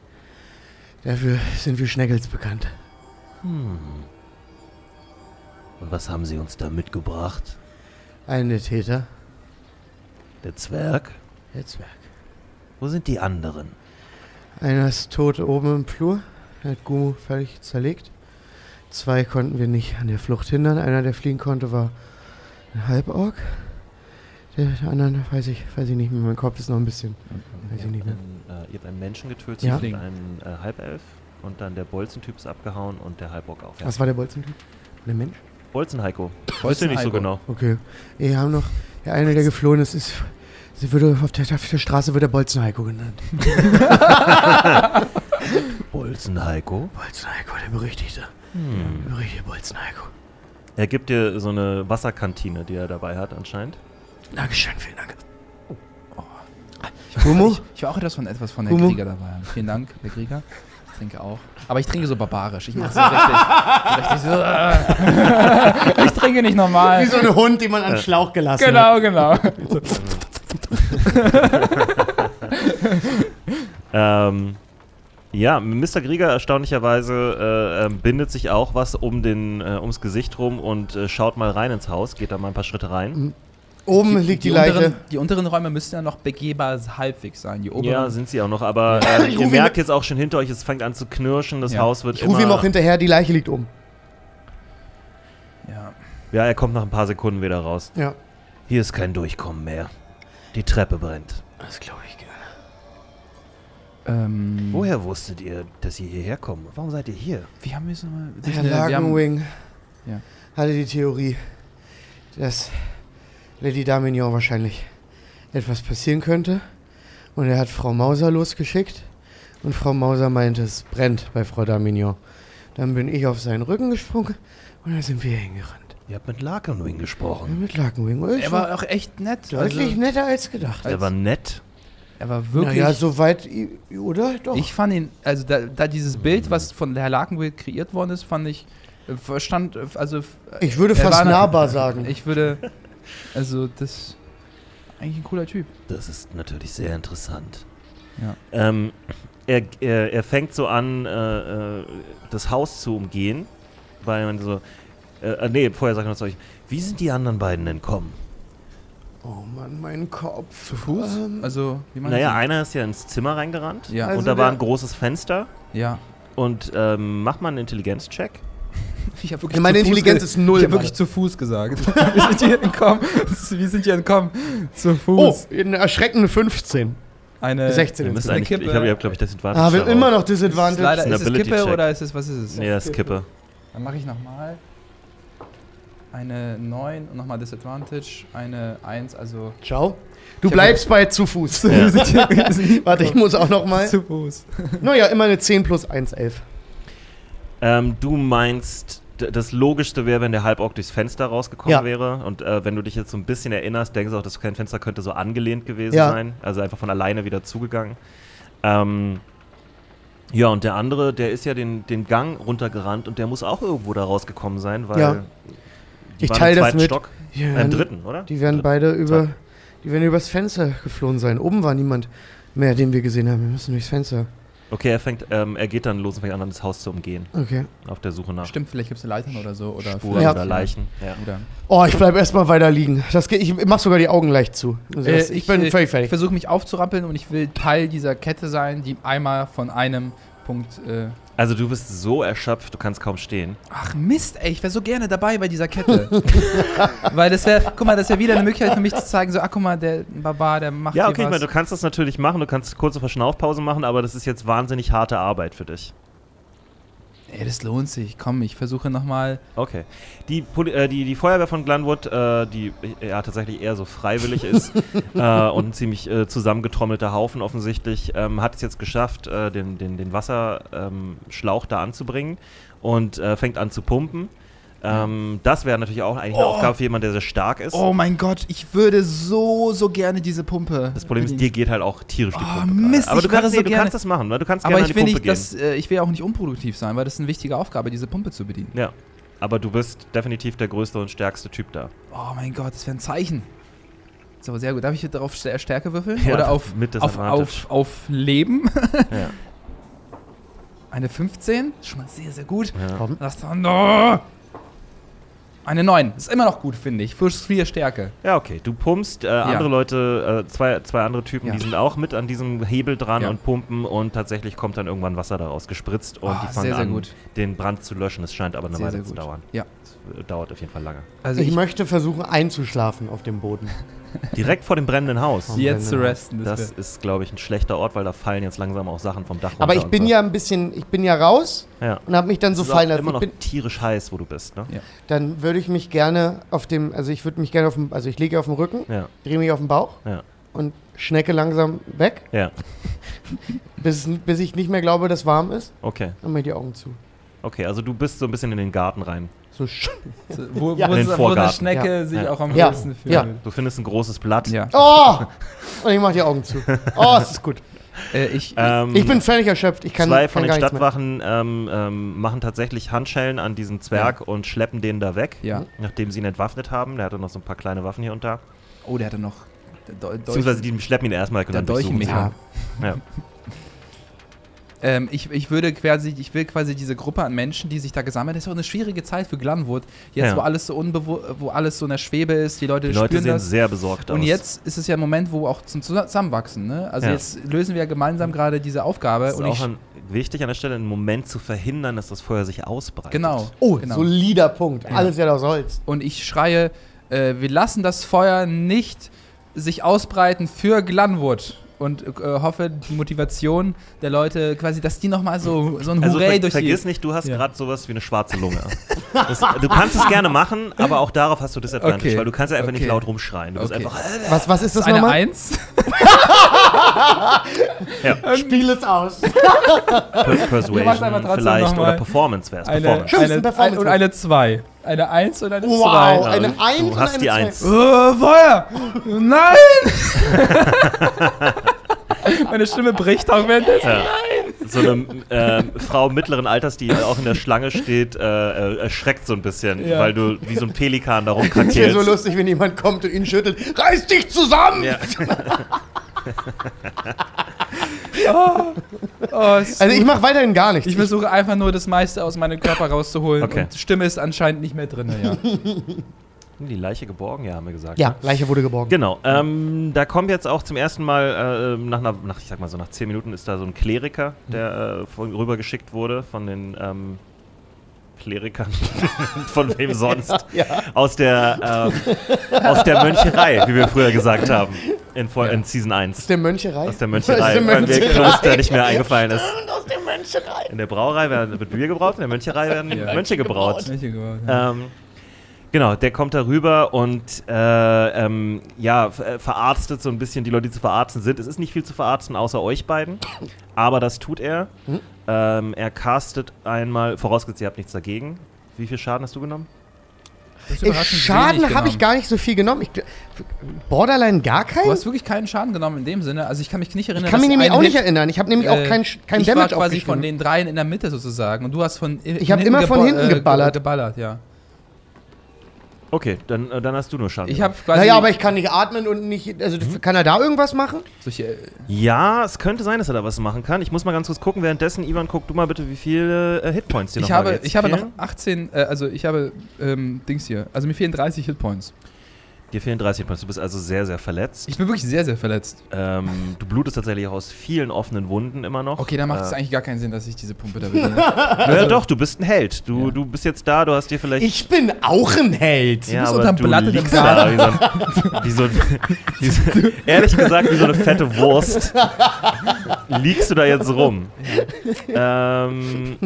Speaker 3: Dafür sind wir Schneggels bekannt.
Speaker 1: Und was haben sie uns da mitgebracht?
Speaker 3: Einen der Täter,
Speaker 1: Der Zwerg?
Speaker 3: der Zwerg.
Speaker 1: Wo sind die anderen?
Speaker 3: Einer ist tot oben im Flur, hat Gumu völlig zerlegt. Zwei konnten wir nicht an der Flucht hindern. Einer, der fliehen konnte, war ein Halborg. Der, der anderen weiß ich, weiß ich nicht mehr. Mein Kopf ist noch ein bisschen. Weiß ich
Speaker 1: Ihr habt
Speaker 3: nicht mehr.
Speaker 1: einen, äh, ihr habt einen Menschen getötet,
Speaker 3: Ja.
Speaker 1: ihr habt einen äh, Halbelf und dann der Bolzentyp ist abgehauen und der Halbbock auch. Ja.
Speaker 3: Was war der Bolzentyp? Der Mensch?
Speaker 1: Bolzen Heiko. Weißt du
Speaker 2: Bolzen
Speaker 1: nicht so
Speaker 2: Heiko.
Speaker 1: genau.
Speaker 3: Okay. Wir haben noch. Der eine, der geflohen ist, ist. Sie würde auf der, auf der Straße wird der Bolzenheiko genannt.
Speaker 1: Bolzen Heiko?
Speaker 3: Bolzenheiko, der berüchtigte. Der berüchtigte Bolzenheiko.
Speaker 1: Hm. Er gibt dir so eine Wasserkantine, die er dabei hat anscheinend.
Speaker 3: Dankeschön, vielen Dank. Oh.
Speaker 2: Ich, ich will auch etwas von etwas von der
Speaker 3: Humo.
Speaker 2: Krieger dabei haben. Vielen Dank, der Krieger. Ich trinke auch. Aber ich trinke so barbarisch. Ich mache so richtig. so richtig so, äh. ich trinke nicht normal.
Speaker 3: Wie so ein Hund, den man an den Schlauch gelassen hat.
Speaker 2: Genau, genau.
Speaker 1: Ähm, ja, Mr. Krieger erstaunlicherweise äh, ähm, bindet sich auch was um den, äh, ums Gesicht rum und äh, schaut mal rein ins Haus, geht da mal ein paar Schritte rein.
Speaker 3: Oben liegt die,
Speaker 2: Unteren,
Speaker 3: Leiche.
Speaker 2: die unteren Räume müssen ja noch begehbar halbwegs sein. Die oberen.
Speaker 1: Ja, sind sie auch noch, aber äh, ihr merkt jetzt auch schon hinter euch, es fängt an zu knirschen, das
Speaker 2: Ja.
Speaker 1: Haus wird
Speaker 3: Ich
Speaker 1: immer...
Speaker 3: rufe ihm auch hinterher, die Leiche liegt oben.
Speaker 2: ja.
Speaker 1: ja, er kommt nach ein paar Sekunden wieder raus.
Speaker 3: Ja.
Speaker 1: Hier ist kein Durchkommen mehr. Die Treppe brennt.
Speaker 3: Das glaube ich gerne.
Speaker 2: Ähm,
Speaker 1: Woher wusstet ihr, dass ihr hierher kommen? Warum seid ihr hier?
Speaker 2: Wie haben wir es nochmal? durch
Speaker 3: Herr
Speaker 2: eine- wir haben-
Speaker 3: Lagenwing
Speaker 2: Ja.
Speaker 3: hatte die Theorie, dass Lady Damignon wahrscheinlich etwas passieren könnte. Und er hat Frau Mauser losgeschickt. Und Frau Mauser meinte, es brennt bei Frau Damignon. Dann bin ich auf seinen Rücken gesprungen und dann sind wir hingerannt.
Speaker 1: Ihr habt mit Lakenwing
Speaker 3: Ja,
Speaker 1: gesprochen.
Speaker 3: Mit Lagenwing. oh,
Speaker 2: Er war auch echt nett.
Speaker 3: deutlich
Speaker 2: also,
Speaker 3: netter als gedacht.
Speaker 1: Der war nett.
Speaker 2: Er war wirklich.
Speaker 3: Naja, soweit, i- oder? Doch.
Speaker 2: Ich fand ihn, also da, da dieses Bild, was von Herr Lakenwild kreiert worden ist, fand ich, äh, verstand, äh, also f-
Speaker 3: Ich würde
Speaker 2: Er war
Speaker 3: fast
Speaker 2: ne-
Speaker 3: nahbar sagen.
Speaker 2: ich würde, also das, eigentlich ein cooler Typ.
Speaker 1: Das ist natürlich sehr interessant.
Speaker 2: Ja.
Speaker 1: Ähm, er, er, er fängt so an, äh, äh, das Haus zu umgehen, weil man so. Äh, äh, nee, vorher sag ich noch zu euch. Wie sind die anderen beiden entkommen?
Speaker 3: oh Mann, mein Kopf.
Speaker 2: Zu Fuß?
Speaker 3: Ähm,
Speaker 2: also, wie man
Speaker 1: Naja, einer ist ja ins Zimmer reingerannt.
Speaker 2: Ja.
Speaker 1: und
Speaker 3: Also
Speaker 1: da war
Speaker 3: der-
Speaker 1: ein großes Fenster.
Speaker 2: Ja.
Speaker 1: Und ähm, mach mal einen Intelligenzcheck.
Speaker 2: Ich hab wirklich
Speaker 3: Ja, meine
Speaker 2: zu Fuß
Speaker 3: Intelligenz
Speaker 2: ge-
Speaker 3: ist null,
Speaker 2: Ich habe wirklich
Speaker 3: Alter.
Speaker 2: zu Fuß gesagt. wir sind hier entkommen. Wir sind hier entkommen. Zu
Speaker 3: Oh,
Speaker 2: Fuß. Äh,
Speaker 3: eine erschreckende 15
Speaker 2: Eine.
Speaker 3: 16
Speaker 1: Ihr müsst
Speaker 2: ist eine
Speaker 1: eigentlich, ich
Speaker 2: Kippe.
Speaker 1: glaube, ihr habt, glaube ich, das Advantage.
Speaker 3: Ah, wir
Speaker 1: darauf.
Speaker 3: immer noch
Speaker 2: Ist es
Speaker 3: Disadvantage.
Speaker 2: leider,
Speaker 1: ein
Speaker 2: ist es
Speaker 1: Ability-Check.
Speaker 2: Kippe oder ist es, was ist es?
Speaker 1: Nee, das ist Kippe.
Speaker 2: Dann mache ich nochmal. Eine 9 und nochmal Disadvantage. Eine 1, also.
Speaker 3: Ciao. Du
Speaker 2: Ich hab
Speaker 3: bleibst bei zu Fuß.
Speaker 1: Ja.
Speaker 3: Warte, ich muss auch noch mal.
Speaker 2: Zu Fuß.
Speaker 3: Naja, immer eine 10 plus 1, 11.
Speaker 1: Ähm, du meinst, d- das Logischste wäre, wenn der Halborg durchs Fenster rausgekommen
Speaker 3: Ja.
Speaker 1: wäre. Und äh, wenn du dich jetzt so ein bisschen erinnerst, denkst du auch, das kein Fenster könnte so angelehnt gewesen
Speaker 3: Ja.
Speaker 1: sein. Also einfach von alleine wieder zugegangen. Ähm, ja, und der andere, der ist ja den, den Gang runtergerannt und der muss auch irgendwo da rausgekommen sein, weil
Speaker 3: Ja.
Speaker 1: Die
Speaker 3: Ich
Speaker 1: waren
Speaker 3: teile
Speaker 1: im
Speaker 3: das
Speaker 1: zweiten
Speaker 3: mit.
Speaker 1: Stock.
Speaker 3: Die
Speaker 1: Äh, Im
Speaker 3: werden,
Speaker 1: dritten, oder?
Speaker 3: die werden
Speaker 1: Dritten.
Speaker 3: beide über,
Speaker 1: Zweiten.
Speaker 3: die werden übers Fenster geflohen sein. Oben war niemand mehr, den wir gesehen haben. Wir müssen durchs Fenster.
Speaker 1: Okay, er fängt, ähm, er geht dann los und fängt an, das Haus zu umgehen.
Speaker 3: Okay.
Speaker 1: Auf der Suche nach
Speaker 2: Stimmt, vielleicht gibt es Leitern oder so. Oder
Speaker 1: Spuren
Speaker 3: Ja.
Speaker 1: oder Leichen. Ja.
Speaker 2: Oder
Speaker 3: Oh, ich bleib erstmal weiter liegen. Das geht, ich mach sogar die Augen leicht zu. Also das, ich, bin
Speaker 2: äh,
Speaker 3: völlig
Speaker 2: Ich
Speaker 3: fertig.
Speaker 2: versuche mich aufzurappeln und ich will Teil dieser Kette sein, die einmal von einem Punkt. Äh
Speaker 1: Also du bist so erschöpft, du kannst kaum stehen.
Speaker 2: Ach Mist, ey, ich wäre so gerne dabei bei dieser Kette. Weil das wäre, guck mal, das wäre wieder eine Möglichkeit für mich zu zeigen, so, ach guck mal, der Barbar, der macht
Speaker 1: ja,
Speaker 2: hier
Speaker 1: okay, ich
Speaker 2: was.
Speaker 1: meine, du kannst das natürlich machen, du kannst kurze Verschnaufpause machen, aber das ist jetzt wahnsinnig harte Arbeit für dich.
Speaker 2: ey, das lohnt sich, komm, ich versuche nochmal.
Speaker 1: Okay. Die, Poli äh, die, die Feuerwehr von Glenwood, äh, die äh, ja tatsächlich eher so freiwillig ist äh, und ein ziemlich äh, zusammengetrommelter Haufen offensichtlich, ähm, hat es jetzt geschafft, äh, den, den, den Wasserschlauch da anzubringen und äh, fängt an zu pumpen. Ähm, das wäre natürlich auch eigentlich eine
Speaker 2: Oh.
Speaker 1: Aufgabe für jemanden, der sehr stark ist.
Speaker 2: Oh mein Gott, ich würde so, so gerne diese Pumpe.
Speaker 1: Das Problem ist, dir geht halt auch tierisch die
Speaker 2: Oh,
Speaker 1: Pumpe. gerade.
Speaker 2: Mist,
Speaker 1: Aber
Speaker 2: ich
Speaker 1: du kannst,
Speaker 2: wäre so
Speaker 1: nee, du
Speaker 2: gerne-
Speaker 1: kannst das machen, weil du kannst
Speaker 2: aber
Speaker 1: gerne
Speaker 2: ich
Speaker 1: an
Speaker 2: will,
Speaker 1: die Pumpe
Speaker 2: nicht,
Speaker 1: gehen.
Speaker 2: dass, äh, ich will auch nicht unproduktiv sein, weil das ist eine wichtige Aufgabe, diese Pumpe zu bedienen.
Speaker 1: ja. Aber du bist definitiv der größte und stärkste Typ da.
Speaker 2: Oh mein Gott, das wäre ein Zeichen. So, sehr gut. Darf ich jetzt darauf Stär- Stärke würfeln?
Speaker 1: Ja,
Speaker 2: Oder auf,
Speaker 1: mit
Speaker 2: auf,
Speaker 1: Disadvantage.
Speaker 2: auf, auf Leben?
Speaker 1: Ja.
Speaker 2: Eine 15? Schon mal sehr, sehr gut.
Speaker 1: Ja.
Speaker 3: Komm.
Speaker 2: Lass doch noch. Eine 9. Ist immer noch gut, finde ich. Für vier Stärke.
Speaker 1: Ja, okay. Du pumpst, äh, andere Leute, äh, zwei, zwei andere Typen,
Speaker 2: Ja.
Speaker 1: die sind auch mit an diesem Hebel dran
Speaker 2: Ja.
Speaker 1: und pumpen und tatsächlich kommt dann irgendwann Wasser daraus gespritzt und
Speaker 2: Ah,
Speaker 1: Oh, die fangen
Speaker 2: sehr, sehr
Speaker 1: an,
Speaker 2: gut.
Speaker 1: den Brand zu löschen. Es scheint aber eine
Speaker 2: Sehr,
Speaker 1: Weile
Speaker 2: sehr
Speaker 1: zu
Speaker 2: gut.
Speaker 1: dauern.
Speaker 2: Ja.
Speaker 1: Es äh, dauert auf jeden Fall lange.
Speaker 2: Also
Speaker 3: Ich
Speaker 2: ich,
Speaker 3: möchte versuchen einzuschlafen auf dem Boden.
Speaker 1: Direkt vor dem brennenden Haus.
Speaker 3: Ja,
Speaker 2: jetzt zu resten.
Speaker 1: Das
Speaker 2: Oh wär-
Speaker 1: ist, glaube ich, ein schlechter Ort, weil da fallen jetzt langsam auch Sachen vom Dach runter.
Speaker 3: Aber ich
Speaker 1: und
Speaker 3: bin
Speaker 1: so.
Speaker 3: ja ein bisschen, ich bin ja raus
Speaker 1: ja.
Speaker 3: und habe mich dann
Speaker 1: Es
Speaker 3: so
Speaker 1: ist auch
Speaker 3: fallen lassen.
Speaker 1: immer
Speaker 3: Ich
Speaker 1: noch
Speaker 3: bin,
Speaker 1: tierisch heiß, wo du bist, ne?
Speaker 3: dann würde ich mich gerne auf dem, also ich würde mich gerne auf dem, also ich liege auf dem Rücken,
Speaker 1: Ja,
Speaker 3: drehe mich auf den Bauch
Speaker 1: Ja.
Speaker 3: und schnecke langsam weg,
Speaker 1: ja.
Speaker 3: bis, bis ich nicht mehr glaube, dass warm ist.
Speaker 1: Okay,
Speaker 3: Dann mache ich die Augen zu.
Speaker 1: okay. Also du bist so ein bisschen in den Garten rein.
Speaker 3: So sch
Speaker 2: So, wo,
Speaker 3: Ja.
Speaker 2: wo,
Speaker 1: In den
Speaker 2: es- wo eine
Speaker 1: Vorgarten.
Speaker 2: Schnecke
Speaker 1: Ja.
Speaker 2: sich
Speaker 1: Ja.
Speaker 2: auch am
Speaker 3: Ja.
Speaker 2: höchsten fühlt.
Speaker 3: Ja.
Speaker 1: Du findest ein großes Blatt.
Speaker 2: Ja.
Speaker 3: Oh! Und ich mache die Augen zu. Oh, es ist gut.
Speaker 2: Äh, ich,
Speaker 1: Ähm,
Speaker 3: Ich bin völlig erschöpft. Ich kann,
Speaker 1: Zwei von
Speaker 3: kann
Speaker 1: den
Speaker 3: gar nichts mehr.
Speaker 1: Stadtwachen ähm, ähm, machen tatsächlich Handschellen an diesen Zwerg und schleppen den da weg,
Speaker 2: ja.
Speaker 1: nachdem sie ihn entwaffnet haben. Der hatte noch so ein paar kleine Waffen hier und da.
Speaker 2: Oh, der hatte noch. Der Deu-
Speaker 1: Beziehungsweise die schleppen ihn erstmal weg und
Speaker 2: Der
Speaker 1: dann durchsuchen sie.
Speaker 2: Dolchenmechanik.
Speaker 1: ihn.
Speaker 3: Ja.
Speaker 2: Ähm, ich, ich würde quasi, ich will quasi diese Gruppe an Menschen, die sich da gesammelt, das ist auch eine schwierige Zeit für Glanwood. Jetzt,
Speaker 1: Ja.
Speaker 2: wo alles so unbewo wo alles so in der Schwebe ist, die Leute
Speaker 1: Die
Speaker 2: spüren
Speaker 1: Leute sehen
Speaker 2: das.
Speaker 1: sehr besorgt aus.
Speaker 2: Und jetzt äh, ist es ja ein Moment, wo auch zum Zusa- Zusammenwachsen, ne? Also
Speaker 1: Ja.
Speaker 2: jetzt lösen wir ja gemeinsam gerade diese Aufgabe
Speaker 1: ist
Speaker 2: und
Speaker 1: auch
Speaker 2: ich
Speaker 1: an, wichtig an der Stelle, einen Moment zu verhindern, dass das Feuer sich ausbreitet.
Speaker 2: genau,
Speaker 3: Oh,
Speaker 2: genau.
Speaker 3: solider Punkt. Alles ja aus Holz.
Speaker 2: und ich schreie, äh, wir lassen das Feuer nicht sich ausbreiten für Glanwood. Und äh, hoffe, die Motivation der Leute quasi, dass die nochmal so, so ein
Speaker 1: Also
Speaker 2: Hurray
Speaker 1: ver
Speaker 2: durch die.
Speaker 1: vergiss nicht, du hast
Speaker 2: Ja.
Speaker 1: gerade sowas wie eine schwarze Lunge. Das, du kannst es gerne machen, aber auch darauf hast du Disadvantage,
Speaker 2: Okay.
Speaker 1: weil du kannst ja einfach nicht
Speaker 2: Okay.
Speaker 1: laut rumschreien. Du bist
Speaker 2: Okay.
Speaker 1: einfach,
Speaker 3: Was, was ist das
Speaker 2: eine
Speaker 3: nochmal?
Speaker 2: Eins.
Speaker 3: Spiel es aus.
Speaker 1: Per Persuasion
Speaker 2: einfach trotzdem
Speaker 1: vielleicht
Speaker 2: noch mal
Speaker 1: oder Performance wär's.
Speaker 2: Eine,
Speaker 1: Performance.
Speaker 3: Stimmt,
Speaker 2: eine,
Speaker 3: ist ein Performance.
Speaker 2: und eine 2. Eine 1 und eine 2.
Speaker 3: Wow, eine
Speaker 1: du-
Speaker 3: Eins
Speaker 1: Ähm, du
Speaker 3: und
Speaker 1: hast
Speaker 3: eine
Speaker 1: die
Speaker 3: Zwei.
Speaker 1: Eins.
Speaker 2: Äh, Feuer! Nein! Meine Stimme bricht auch während des.
Speaker 1: Ja. So eine äh, Frau mittleren Alters, die auch in der Schlange steht, äh, äh, erschreckt so ein bisschen,
Speaker 2: Ja.
Speaker 1: weil du wie so ein Pelikan darum
Speaker 3: Es wäre so
Speaker 1: krakelst.
Speaker 3: lustig, wenn jemand kommt und ihn schüttelt. Reiß dich zusammen!
Speaker 1: Ja.
Speaker 2: Oh, oh, es ist
Speaker 3: Also ich
Speaker 2: gut.
Speaker 3: mache weiterhin gar nichts.
Speaker 2: ich versuche einfach nur das meiste aus meinem Körper rauszuholen.
Speaker 1: Okay.
Speaker 2: Und die Stimme ist anscheinend nicht mehr drin. Ja.
Speaker 1: Die Leiche geborgen, ja, haben wir gesagt.
Speaker 3: ja,
Speaker 1: ne?
Speaker 3: Leiche wurde geborgen.
Speaker 1: Genau. Ähm, da kommt jetzt auch zum ersten Mal, äh, nach, einer, nach, ich sag mal so, nach zehn Minuten ist da so ein Kleriker, der äh, von, rübergeschickt wurde von den ähm, Klerikern, von wem sonst,
Speaker 3: Ja.
Speaker 1: aus der, ähm, aus der Möncherei, wie wir früher gesagt haben, in, Fol-
Speaker 2: Ja.
Speaker 1: in Season 1.
Speaker 3: Aus der Möncherei.
Speaker 1: Aus der Möncherei,
Speaker 3: Aus der
Speaker 1: weil mir
Speaker 3: Möncherei.
Speaker 1: Kloster nicht mehr eingefallen ist.
Speaker 3: Aus der Möncherei.
Speaker 1: In der Brauerei werden, wird Bier gebraut, in der Möncherei werden
Speaker 2: Ja.
Speaker 1: Mönche gebraut.
Speaker 2: Welche geworden?
Speaker 1: Ähm, genau, der kommt da rüber und äh, ähm, ja, ver- äh, verarztet so ein bisschen die Leute, die zu verarzen sind. Es ist nicht viel zu verarzen, außer euch beiden, aber das tut er.
Speaker 2: Hm?
Speaker 1: Ähm, er castet einmal, vorausgesetzt, ihr habt nichts dagegen. Wie viel Schaden hast du genommen?
Speaker 2: Das ist
Speaker 3: Ey,
Speaker 2: überraschend
Speaker 3: Äh, Schaden
Speaker 2: wenig
Speaker 3: habe ich
Speaker 2: genommen.
Speaker 3: gar nicht so viel genommen. Ich, borderline gar keinen?
Speaker 2: Du hast wirklich keinen Schaden genommen in dem Sinne. Also ich kann mich nicht erinnern.
Speaker 3: Ich kann
Speaker 2: dass
Speaker 3: mich nämlich
Speaker 2: eine
Speaker 3: auch nicht
Speaker 2: Hit-
Speaker 3: erinnern. Ich habe nämlich
Speaker 2: Äh,
Speaker 3: auch keinen kein
Speaker 2: ich
Speaker 3: Damage
Speaker 2: war quasi von
Speaker 3: aufgeschrieben.
Speaker 2: den dreien in der Mitte sozusagen. Und du hast von äh,
Speaker 3: Ich hab immer von
Speaker 2: gebo-
Speaker 3: hinten
Speaker 2: ge-
Speaker 3: geballert.
Speaker 2: geballert, ja.
Speaker 1: Okay, dann, äh, dann hast du nur Schaden.
Speaker 2: Ich habe quasi. Mhm.
Speaker 3: Naja, aber ich kann nicht atmen und nicht. Also kann er da irgendwas machen?
Speaker 2: solche, äh,
Speaker 1: ja, es könnte sein, dass er da was machen kann. Ich muss mal ganz kurz gucken. Währenddessen, Ivan, guck du mal bitte, wie viele äh, Hitpoints dir
Speaker 2: ich,
Speaker 1: noch mal
Speaker 2: habe,
Speaker 1: jetzt
Speaker 2: ich habe noch
Speaker 1: fehlen.
Speaker 2: 18, äh, also ich habe ähm, Dings hier. Also mir fehlen 30 Hitpoints.
Speaker 1: Dir fehlen 30 Hitpoints. Du bist also sehr, sehr verletzt.
Speaker 2: Ich bin wirklich sehr, sehr verletzt.
Speaker 1: Ähm, du blutest tatsächlich auch aus vielen offenen Wunden immer noch.
Speaker 2: Okay, da macht es
Speaker 3: äh.
Speaker 2: eigentlich gar keinen Sinn, dass ich diese Pumpe da Also, bediene.
Speaker 1: Ja, doch, du bist ein Held. Du,
Speaker 2: Ja.
Speaker 1: du bist jetzt da, du hast dir vielleicht.
Speaker 3: Ich bin auch ein Held.
Speaker 1: ja,
Speaker 2: bist
Speaker 1: aber
Speaker 2: unterm
Speaker 1: du
Speaker 2: Blatt in dem
Speaker 1: liegst da wie so, ein, wie so, ein- wie so ehrlich gesagt wie so eine fette Wurst liegst du da jetzt rum. Ähm,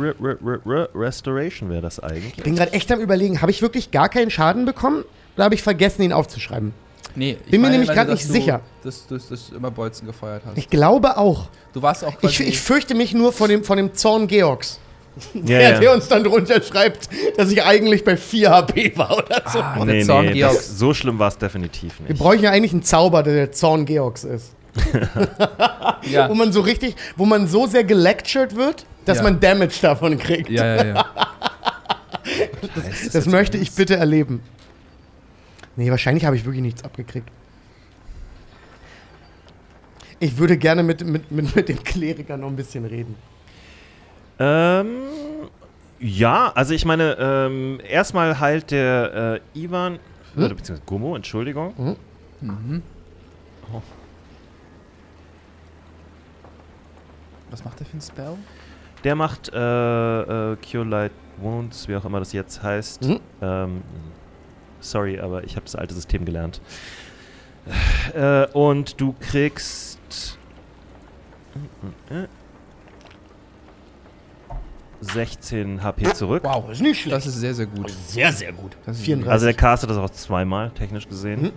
Speaker 1: R R R R Restoration wäre das
Speaker 3: Ich
Speaker 1: eigentlich.
Speaker 3: bin gerade echt am überlegen, habe ich wirklich gar keinen Schaden bekommen? Oder habe ich vergessen, ihn aufzuschreiben?
Speaker 2: Nee, ich
Speaker 3: Bin mir
Speaker 2: meine,
Speaker 3: nämlich
Speaker 2: weil
Speaker 3: grad
Speaker 2: du-
Speaker 3: nicht
Speaker 2: dass du-
Speaker 3: sicher.
Speaker 2: Dass du dass du immer Bolzen gefeuert hast.
Speaker 3: Ich glaube auch.
Speaker 2: Du warst auch
Speaker 3: Ich,
Speaker 2: quasi.
Speaker 3: ich fürchte mich nur vor dem, vor dem Zorn Georgs.
Speaker 1: Ja,
Speaker 3: Der, der uns dann drunter schreibt, dass ich eigentlich bei 4 HP war oder so.
Speaker 2: ah,
Speaker 1: Nee,
Speaker 2: der Zorn
Speaker 1: nee, das,
Speaker 2: Georgs.
Speaker 1: so schlimm war es definitiv
Speaker 3: Wir
Speaker 1: nicht.
Speaker 3: bräuchen ja eigentlich einen Zauber, der der Zorn Georgs ist.
Speaker 2: Ja.
Speaker 3: Wo man so richtig, wo man so sehr gelectured wird, dass
Speaker 2: Ja.
Speaker 3: man Damage davon kriegt.
Speaker 2: ja, ja, ja.
Speaker 1: Heißt
Speaker 3: Das
Speaker 1: jetzt
Speaker 3: möchte
Speaker 1: ernst?
Speaker 3: ich bitte erleben. Nee, wahrscheinlich habe ich wirklich nichts abgekriegt. Ich würde gerne mit, mit, mit, mit dem Kleriker noch ein bisschen reden.
Speaker 1: Ähm, ja, also ich meine, ähm, erstmal halt der äh, Ivan, oder beziehungsweise Gummo, Entschuldigung.
Speaker 2: Mhm.
Speaker 1: Oh.
Speaker 2: Was macht der für ein Spell?
Speaker 1: Der macht äh, äh, Cure Light Wounds, wie auch immer das jetzt heißt.
Speaker 3: Mhm.
Speaker 1: Ähm, sorry, aber ich habe das alte System gelernt. Äh, und du kriegst 16 HP zurück.
Speaker 2: Wow,
Speaker 3: ist nicht
Speaker 2: das ist sehr, sehr gut.
Speaker 3: sehr, sehr gut.
Speaker 2: Das ist-
Speaker 3: 34.
Speaker 1: Also der castet das auch zweimal, technisch gesehen.
Speaker 3: Mhm.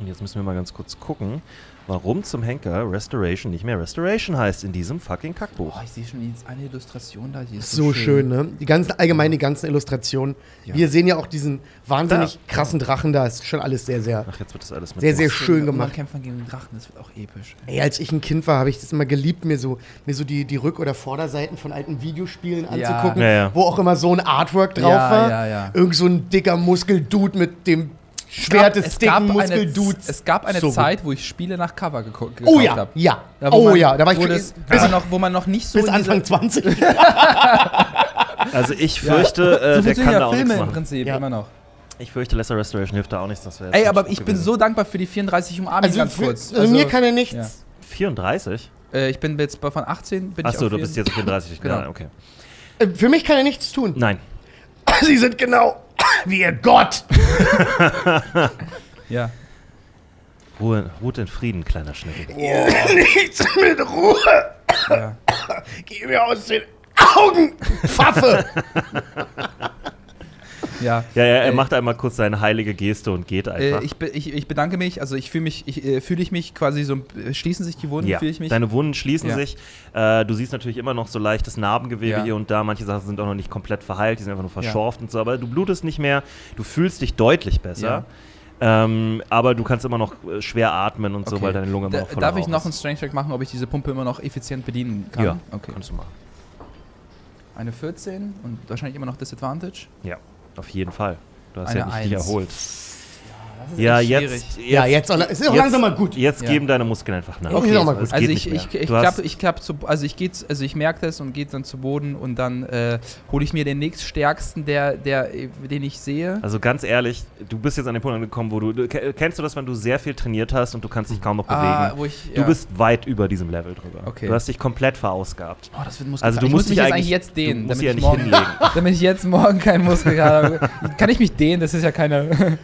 Speaker 1: Und jetzt müssen wir mal ganz kurz gucken, warum zum Henker Restoration nicht mehr Restoration heißt in diesem fucking Kackbuch.
Speaker 2: Boah, ich sehe schon jetzt eine Illustration da. Die ist
Speaker 3: so schön, ne? Die ganzen, allgemein die ganzen Illustrationen.
Speaker 2: Ja.
Speaker 3: Wir sehen ja auch diesen wahnsinnig krassen Drachen da. Ist schon alles sehr, sehr.
Speaker 1: Ach, jetzt wird das alles mit
Speaker 3: Sehr, sehr
Speaker 1: Wurst.
Speaker 3: schön gemacht.
Speaker 2: Kämpfen gegen den Drachen, das wird auch episch.
Speaker 3: Ey, als ich ein Kind war, habe ich das immer geliebt, mir so, mir so die, die Rück- oder Vorderseiten von alten Videospielen
Speaker 2: Ja.
Speaker 3: anzugucken,
Speaker 1: Ja, ja.
Speaker 3: wo auch immer so ein Artwork drauf
Speaker 2: Ja,
Speaker 3: war.
Speaker 2: ja, ja.
Speaker 3: Irgend so ein dicker Muskeldude mit dem Schwert des dicken
Speaker 2: eine,
Speaker 3: Muskeldudes.
Speaker 2: es gab eine
Speaker 3: So gut.
Speaker 2: Zeit, wo ich Spiele nach Cover geguckt habe.
Speaker 3: Oh ja, ja.
Speaker 2: Ja, wo
Speaker 3: oh
Speaker 2: man-
Speaker 3: ja, da war ich
Speaker 2: wo,
Speaker 3: bis,
Speaker 2: das, wo, man noch, wo man noch nicht so.
Speaker 3: bis
Speaker 2: in diese-
Speaker 3: Anfang 20.
Speaker 1: Also ich fürchte, äh, der kann
Speaker 2: so
Speaker 1: da
Speaker 2: funktionieren ja
Speaker 1: auch nichts
Speaker 2: Filme im
Speaker 1: machen.
Speaker 2: Prinzip
Speaker 3: Ja.
Speaker 2: immer noch.
Speaker 1: Ich fürchte, Lesser Restoration hilft da auch nichts. Das wär jetzt
Speaker 2: Ey,
Speaker 1: ein
Speaker 2: aber
Speaker 1: Spruch
Speaker 2: ich bin
Speaker 1: gewesen.
Speaker 2: so dankbar für die 34 Umarmung
Speaker 3: Also,
Speaker 2: ganz
Speaker 3: für,
Speaker 2: kurz.
Speaker 3: also mir kann er nichts.
Speaker 2: ja.
Speaker 1: 34?
Speaker 2: äh, ich bin jetzt bei- von 18. Bin ich
Speaker 1: Achso,
Speaker 2: auf
Speaker 1: du bist
Speaker 2: jeden-
Speaker 1: jetzt 34.
Speaker 2: Genau.
Speaker 1: Ja, okay.
Speaker 3: Äh, Für mich kann er nichts tun.
Speaker 1: Nein.
Speaker 3: Sie sind genau wie ihr Gott.
Speaker 2: Ja.
Speaker 1: Ruhe, ruht in Frieden, kleiner Schnecke.
Speaker 3: Nichts mit Ruhe.
Speaker 2: ja.
Speaker 3: Geh mir aus den Augen. Pfaffe.
Speaker 2: ja.
Speaker 1: Ja, ja, er
Speaker 2: Äh,
Speaker 1: macht einmal kurz seine heilige Geste und geht einfach.
Speaker 2: Äh, ich, be- ich, ich bedanke mich, also ich fühle mich, ich, äh, fühle ich mich quasi so, äh, schließen sich die Wunden,
Speaker 1: ja.
Speaker 2: fühle ich mich.
Speaker 1: Deine Wunden schließen
Speaker 2: Ja.
Speaker 1: sich. Äh, du siehst natürlich immer noch so leichtes Narbengewebe
Speaker 2: Ja.
Speaker 1: hier und da. Manche Sachen sind auch noch nicht komplett verheilt, die sind einfach nur
Speaker 2: Ja.
Speaker 1: verschorft und so. Aber du blutest nicht mehr. Du fühlst dich deutlich besser.
Speaker 2: Ja.
Speaker 1: Ähm, aber du kannst immer noch äh, schwer atmen und so, weil deine Lunge immer
Speaker 2: da,
Speaker 1: noch voller
Speaker 2: Darf ich
Speaker 1: Rauch
Speaker 2: noch einen
Speaker 1: ist.
Speaker 2: Strength Check machen, ob ich diese Pumpe immer noch effizient bedienen kann?
Speaker 1: Ja,
Speaker 2: okay.
Speaker 1: kannst du machen.
Speaker 2: Eine 14 und wahrscheinlich immer noch Disadvantage.
Speaker 1: Ja, auf jeden Fall. Du hast
Speaker 2: Eine
Speaker 1: ja nicht dich
Speaker 2: Eins.
Speaker 1: erholt.
Speaker 2: ist
Speaker 1: Ja,
Speaker 2: echt
Speaker 1: jetzt, jetzt,
Speaker 3: Ja, jetzt auch, es ist auch
Speaker 1: Jetzt-
Speaker 3: langsam mal gut.
Speaker 1: jetzt
Speaker 2: Ja.
Speaker 1: geben deine Muskeln einfach nach.
Speaker 3: Okay. Ist auch mal gut.
Speaker 1: Es
Speaker 2: Also
Speaker 1: geht
Speaker 2: ich,
Speaker 1: nicht
Speaker 2: ich,
Speaker 1: mehr.
Speaker 2: ich
Speaker 1: Du hast-
Speaker 2: klappe, ich klapp zu, also ich gehe, also ich merke das und gehe dann zu Boden und dann äh, hole ich mir den nächststärksten, der, der, äh, den ich sehe.
Speaker 1: Also ganz ehrlich, du bist jetzt an den Punkt angekommen, wo du, du ke- kennst du das, wenn du sehr viel trainiert hast und du kannst dich kaum noch bewegen?
Speaker 2: Ah, wo ich,
Speaker 1: Du bist weit über diesem Level drüber.
Speaker 2: Okay.
Speaker 1: Du hast dich komplett verausgabt.
Speaker 2: Oh, das wird Muskel.
Speaker 1: Also du
Speaker 2: ich
Speaker 1: musst
Speaker 2: muss
Speaker 1: dich
Speaker 2: mich jetzt
Speaker 1: eigentlich-
Speaker 2: eigentlich jetzt dehnen,
Speaker 1: du musst
Speaker 2: damit,
Speaker 1: dich
Speaker 2: ich
Speaker 1: ja
Speaker 2: morgen,
Speaker 1: nicht
Speaker 2: damit ich jetzt morgen keinen Muskel habe. Kann ich mich dehnen? Das ist ja keine.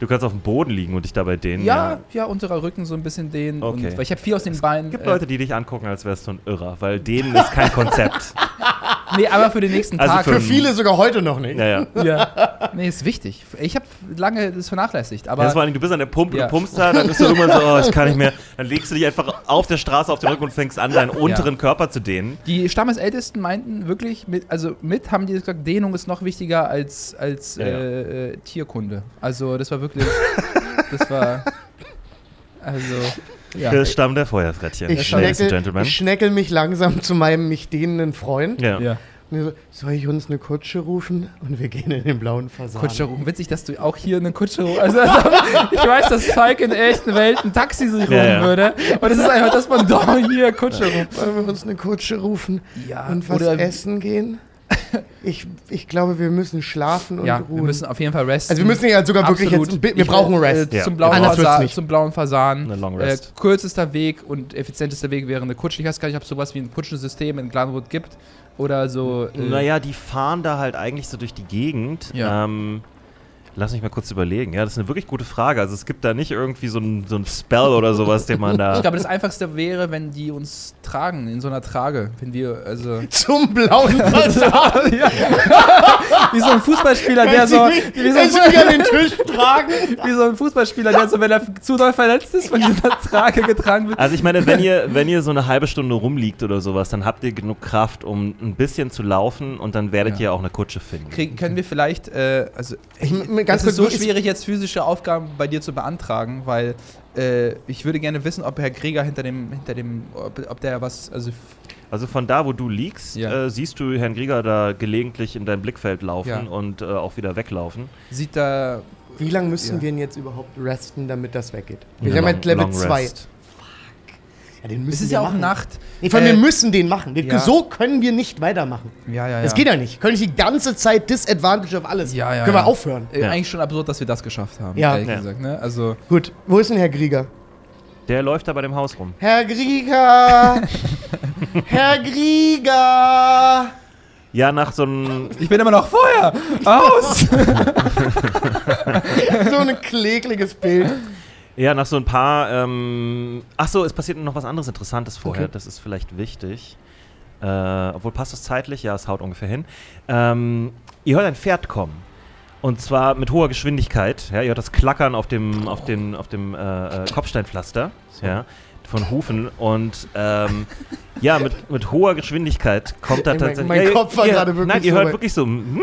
Speaker 1: Du kannst auf dem Boden liegen und dich dabei dehnen.
Speaker 2: ja, ja, unterer Rücken so ein bisschen dehnen.
Speaker 1: Okay.
Speaker 2: Und, weil ich habe viel aus den Beinen. äh,
Speaker 1: Es gibt Leute, die dich angucken, als wärst du ein Irrer, weil denen ist kein Konzept.
Speaker 2: Äh, nee, aber für den nächsten
Speaker 1: Also
Speaker 2: Tag.
Speaker 1: für-
Speaker 3: Für viele sogar heute noch nicht.
Speaker 1: Naja.
Speaker 2: ja. Nee, ist wichtig. Ich habe lange das vernachlässigt. Aber
Speaker 1: Aber Also vor allem, du bist an der Pumpe,
Speaker 2: Ja.
Speaker 1: du pumpst da, dann bist du irgendwann so, oh, ich kann nicht mehr. Dann legst du dich einfach auf der Straße auf den Rücken und fängst an, deinen unteren Körper zu dehnen.
Speaker 2: Die Stammesältesten meinten wirklich, mit, also mit haben die gesagt, Dehnung ist noch wichtiger als, als
Speaker 1: Ja, ja.
Speaker 2: äh, äh, Tierkunde. Also das war wirklich, das war, also, ja.
Speaker 1: Der Stamm der Feuerfrettchen,
Speaker 3: Ich,
Speaker 1: Ladies and
Speaker 3: schneckel,
Speaker 1: Gentlemen.
Speaker 3: ich schneckel mich langsam zu meinem mich dehnenden Freund
Speaker 1: ja.
Speaker 2: ja.
Speaker 3: Mir so, soll ich uns eine Kutsche rufen? Und wir gehen in den blauen Fasan.
Speaker 2: Kutsche rum. Witzig, dass du auch hier eine Kutsche rum. Also, also, ich weiß, dass Falk in der echten Welt ein Taxi sich rufen
Speaker 1: ja.
Speaker 2: würde. Und es ist einfach, dass man da hier Kutsche rum.
Speaker 3: Wollen wir uns eine Kutsche rufen
Speaker 2: Ja,
Speaker 3: und was
Speaker 2: oder-
Speaker 3: essen gehen? Ich, ich glaube, wir müssen schlafen und
Speaker 2: Ja,
Speaker 3: ruhen.
Speaker 2: wir müssen auf jeden Fall resten.
Speaker 3: also wir müssen ja sogar wirklich
Speaker 2: Absolut.
Speaker 3: jetzt, ein bi- wir
Speaker 2: Ich,
Speaker 3: brauchen
Speaker 2: äh,
Speaker 3: Rest.
Speaker 2: Äh,
Speaker 1: Ja.
Speaker 2: zum, blauen
Speaker 3: Anders wird's
Speaker 2: Fasan,
Speaker 3: nicht.
Speaker 2: zum blauen Fasan.
Speaker 1: Eine Long
Speaker 2: Äh,
Speaker 1: Rest.
Speaker 2: kürzester Weg und effizientester Weg wäre eine Kutsche. Ich weiß gar nicht, ob es sowas wie ein Kutschensystem in Glanwood gibt oder so. äh,
Speaker 1: Naja, die fahren da halt eigentlich so durch die Gegend.
Speaker 2: Ja.
Speaker 1: Ähm, lass mich mal kurz überlegen. Ja, das ist eine wirklich gute Frage. Also es gibt da nicht irgendwie so ein, so ein Spell oder sowas, den man da.
Speaker 2: Ich glaube, das einfachste wäre, wenn die uns tragen, in so einer Trage. Wenn wir, also.
Speaker 3: Zum blauen Fasan.
Speaker 2: Wie so ein Fußballspieler, der
Speaker 3: Kannst
Speaker 2: so.
Speaker 3: du mich,
Speaker 2: Wie so, ein,
Speaker 3: kannst du mich an den Tisch tragen?
Speaker 2: Fu- wie so ein Fußballspieler, der so, wenn er zu doll verletzt ist, von dieser Trage getragen wird.
Speaker 1: Also ich meine, wenn ihr, wenn ihr so eine halbe Stunde rumliegt oder sowas, dann habt ihr genug Kraft, um ein bisschen zu laufen und dann werdet
Speaker 2: Ja.
Speaker 1: ihr auch eine Kutsche finden.
Speaker 2: Kriegen, können wir vielleicht, äh, also ich,
Speaker 3: m- ganz
Speaker 2: es
Speaker 3: kurz,
Speaker 2: ist so
Speaker 3: wo ist-
Speaker 2: schwierig, jetzt physische Aufgaben bei dir zu beantragen, weil äh, ich würde gerne wissen, ob Herr Krieger hinter dem, hinter dem, ob, ob der was, also f-
Speaker 1: Also von da, wo du liegst,
Speaker 2: Ja.
Speaker 1: äh, siehst du Herrn Grieger da gelegentlich in dein Blickfeld laufen
Speaker 2: Ja.
Speaker 1: und äh, auch wieder weglaufen.
Speaker 2: sieht da,
Speaker 3: Wie lange müssen
Speaker 2: Ja.
Speaker 3: wir denn jetzt überhaupt resten, damit das weggeht? Wir
Speaker 1: Eine
Speaker 3: haben
Speaker 1: Long-
Speaker 3: jetzt Level
Speaker 1: Long
Speaker 3: 2.
Speaker 1: Rest.
Speaker 3: Ja, den
Speaker 2: es
Speaker 3: müssen
Speaker 2: ist
Speaker 3: wir
Speaker 2: ja auch
Speaker 3: machen.
Speaker 2: Nacht.
Speaker 3: Nee, vor allem,
Speaker 2: Äh,
Speaker 3: wir müssen den machen. Den,
Speaker 2: ja.
Speaker 3: So können wir nicht weitermachen.
Speaker 2: Ja, ja, ja.
Speaker 3: Das geht ja nicht. Können ich die ganze Zeit Disadvantage auf alles.
Speaker 2: Ja, ja,
Speaker 3: können wir
Speaker 2: ja.
Speaker 3: aufhören.
Speaker 2: Äh,
Speaker 1: Ja.
Speaker 2: Eigentlich schon absurd, dass wir das geschafft haben,
Speaker 3: Ja.
Speaker 2: ehrlich
Speaker 1: Ja.
Speaker 2: gesagt, ne? Also,
Speaker 3: Gut, wo ist denn Herr Grieger?
Speaker 1: Der läuft da bei dem Haus rum.
Speaker 3: Herr Grieger! Herr Grieger!
Speaker 1: Ja, nach so einem.
Speaker 2: ich bin immer noch Feuer! Aus!
Speaker 3: So ein klägliches Bild.
Speaker 1: Ja, nach so ein paar. Ähm, ach so, es passiert noch was anderes Interessantes vorher.
Speaker 3: Okay.
Speaker 1: Das ist vielleicht wichtig. Äh, obwohl passt das zeitlich? Ja, es haut ungefähr hin. Ähm, ihr hört ein Pferd kommen. Und zwar mit hoher Geschwindigkeit. Ja, ihr hört das Klackern auf dem, auf dem, auf dem äh, äh, Kopfsteinpflaster. Ja, von Hufen. Und ähm, ja, mit, mit hoher Geschwindigkeit kommt da
Speaker 3: Ey, mein-
Speaker 1: tatsächlich.
Speaker 3: mein
Speaker 1: ja, ihr-
Speaker 3: Kopf war
Speaker 1: ihr-
Speaker 3: gerade wirklich
Speaker 1: Nein, ihr
Speaker 3: so
Speaker 1: hört
Speaker 3: weit-
Speaker 1: wirklich so. hm,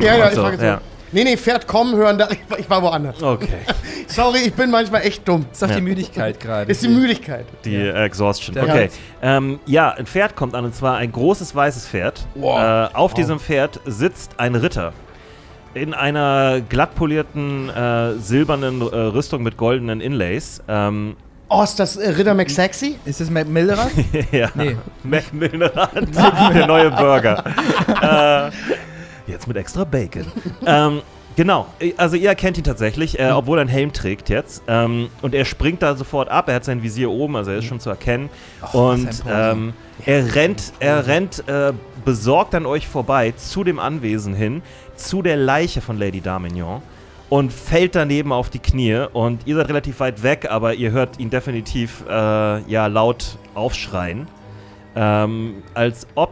Speaker 3: Ja, ja,
Speaker 1: und
Speaker 3: ich
Speaker 1: so,
Speaker 3: war jetzt
Speaker 1: ja.
Speaker 3: Nee, nee, Pferd kommen hören, da, ich, war- ich war woanders.
Speaker 1: Okay.
Speaker 3: Sorry, ich bin manchmal echt dumm.
Speaker 2: Ist doch
Speaker 1: Ja.
Speaker 2: die Müdigkeit gerade.
Speaker 3: Ist die Müdigkeit.
Speaker 1: Die äh, Exhaustion.
Speaker 2: Der
Speaker 1: okay.
Speaker 3: Reiz.
Speaker 1: Ähm, ja, ein Pferd kommt an und zwar ein großes weißes Pferd.
Speaker 2: Wow.
Speaker 1: Äh, auf diesem Pferd sitzt ein Ritter. In einer glattpolierten, äh, silbernen äh, Rüstung mit goldenen Inlays. Ähm,
Speaker 3: Oh, ist das äh, Ritter McSexy?
Speaker 2: Ist das Matt Milderer?
Speaker 1: ja.
Speaker 2: Nee.
Speaker 1: Mac Millerand, der neue Burger. äh, jetzt mit extra Bacon. ähm, genau, also ihr erkennt ihn tatsächlich,
Speaker 2: Mhm.
Speaker 1: äh, obwohl er einen Helm trägt jetzt. Ähm, und er springt da sofort ab, er hat sein Visier oben, also er ist schon zu erkennen.
Speaker 2: Mhm. was
Speaker 1: und
Speaker 2: ein Poser.
Speaker 1: ähm, er rennt, er rennt äh, besorgt an euch vorbei zu dem Anwesen hin, zu der Leiche von Lady Darmignon. Und fällt daneben auf die Knie und ihr seid relativ weit weg, aber ihr hört ihn definitiv äh, ja, laut aufschreien. Ähm, als ob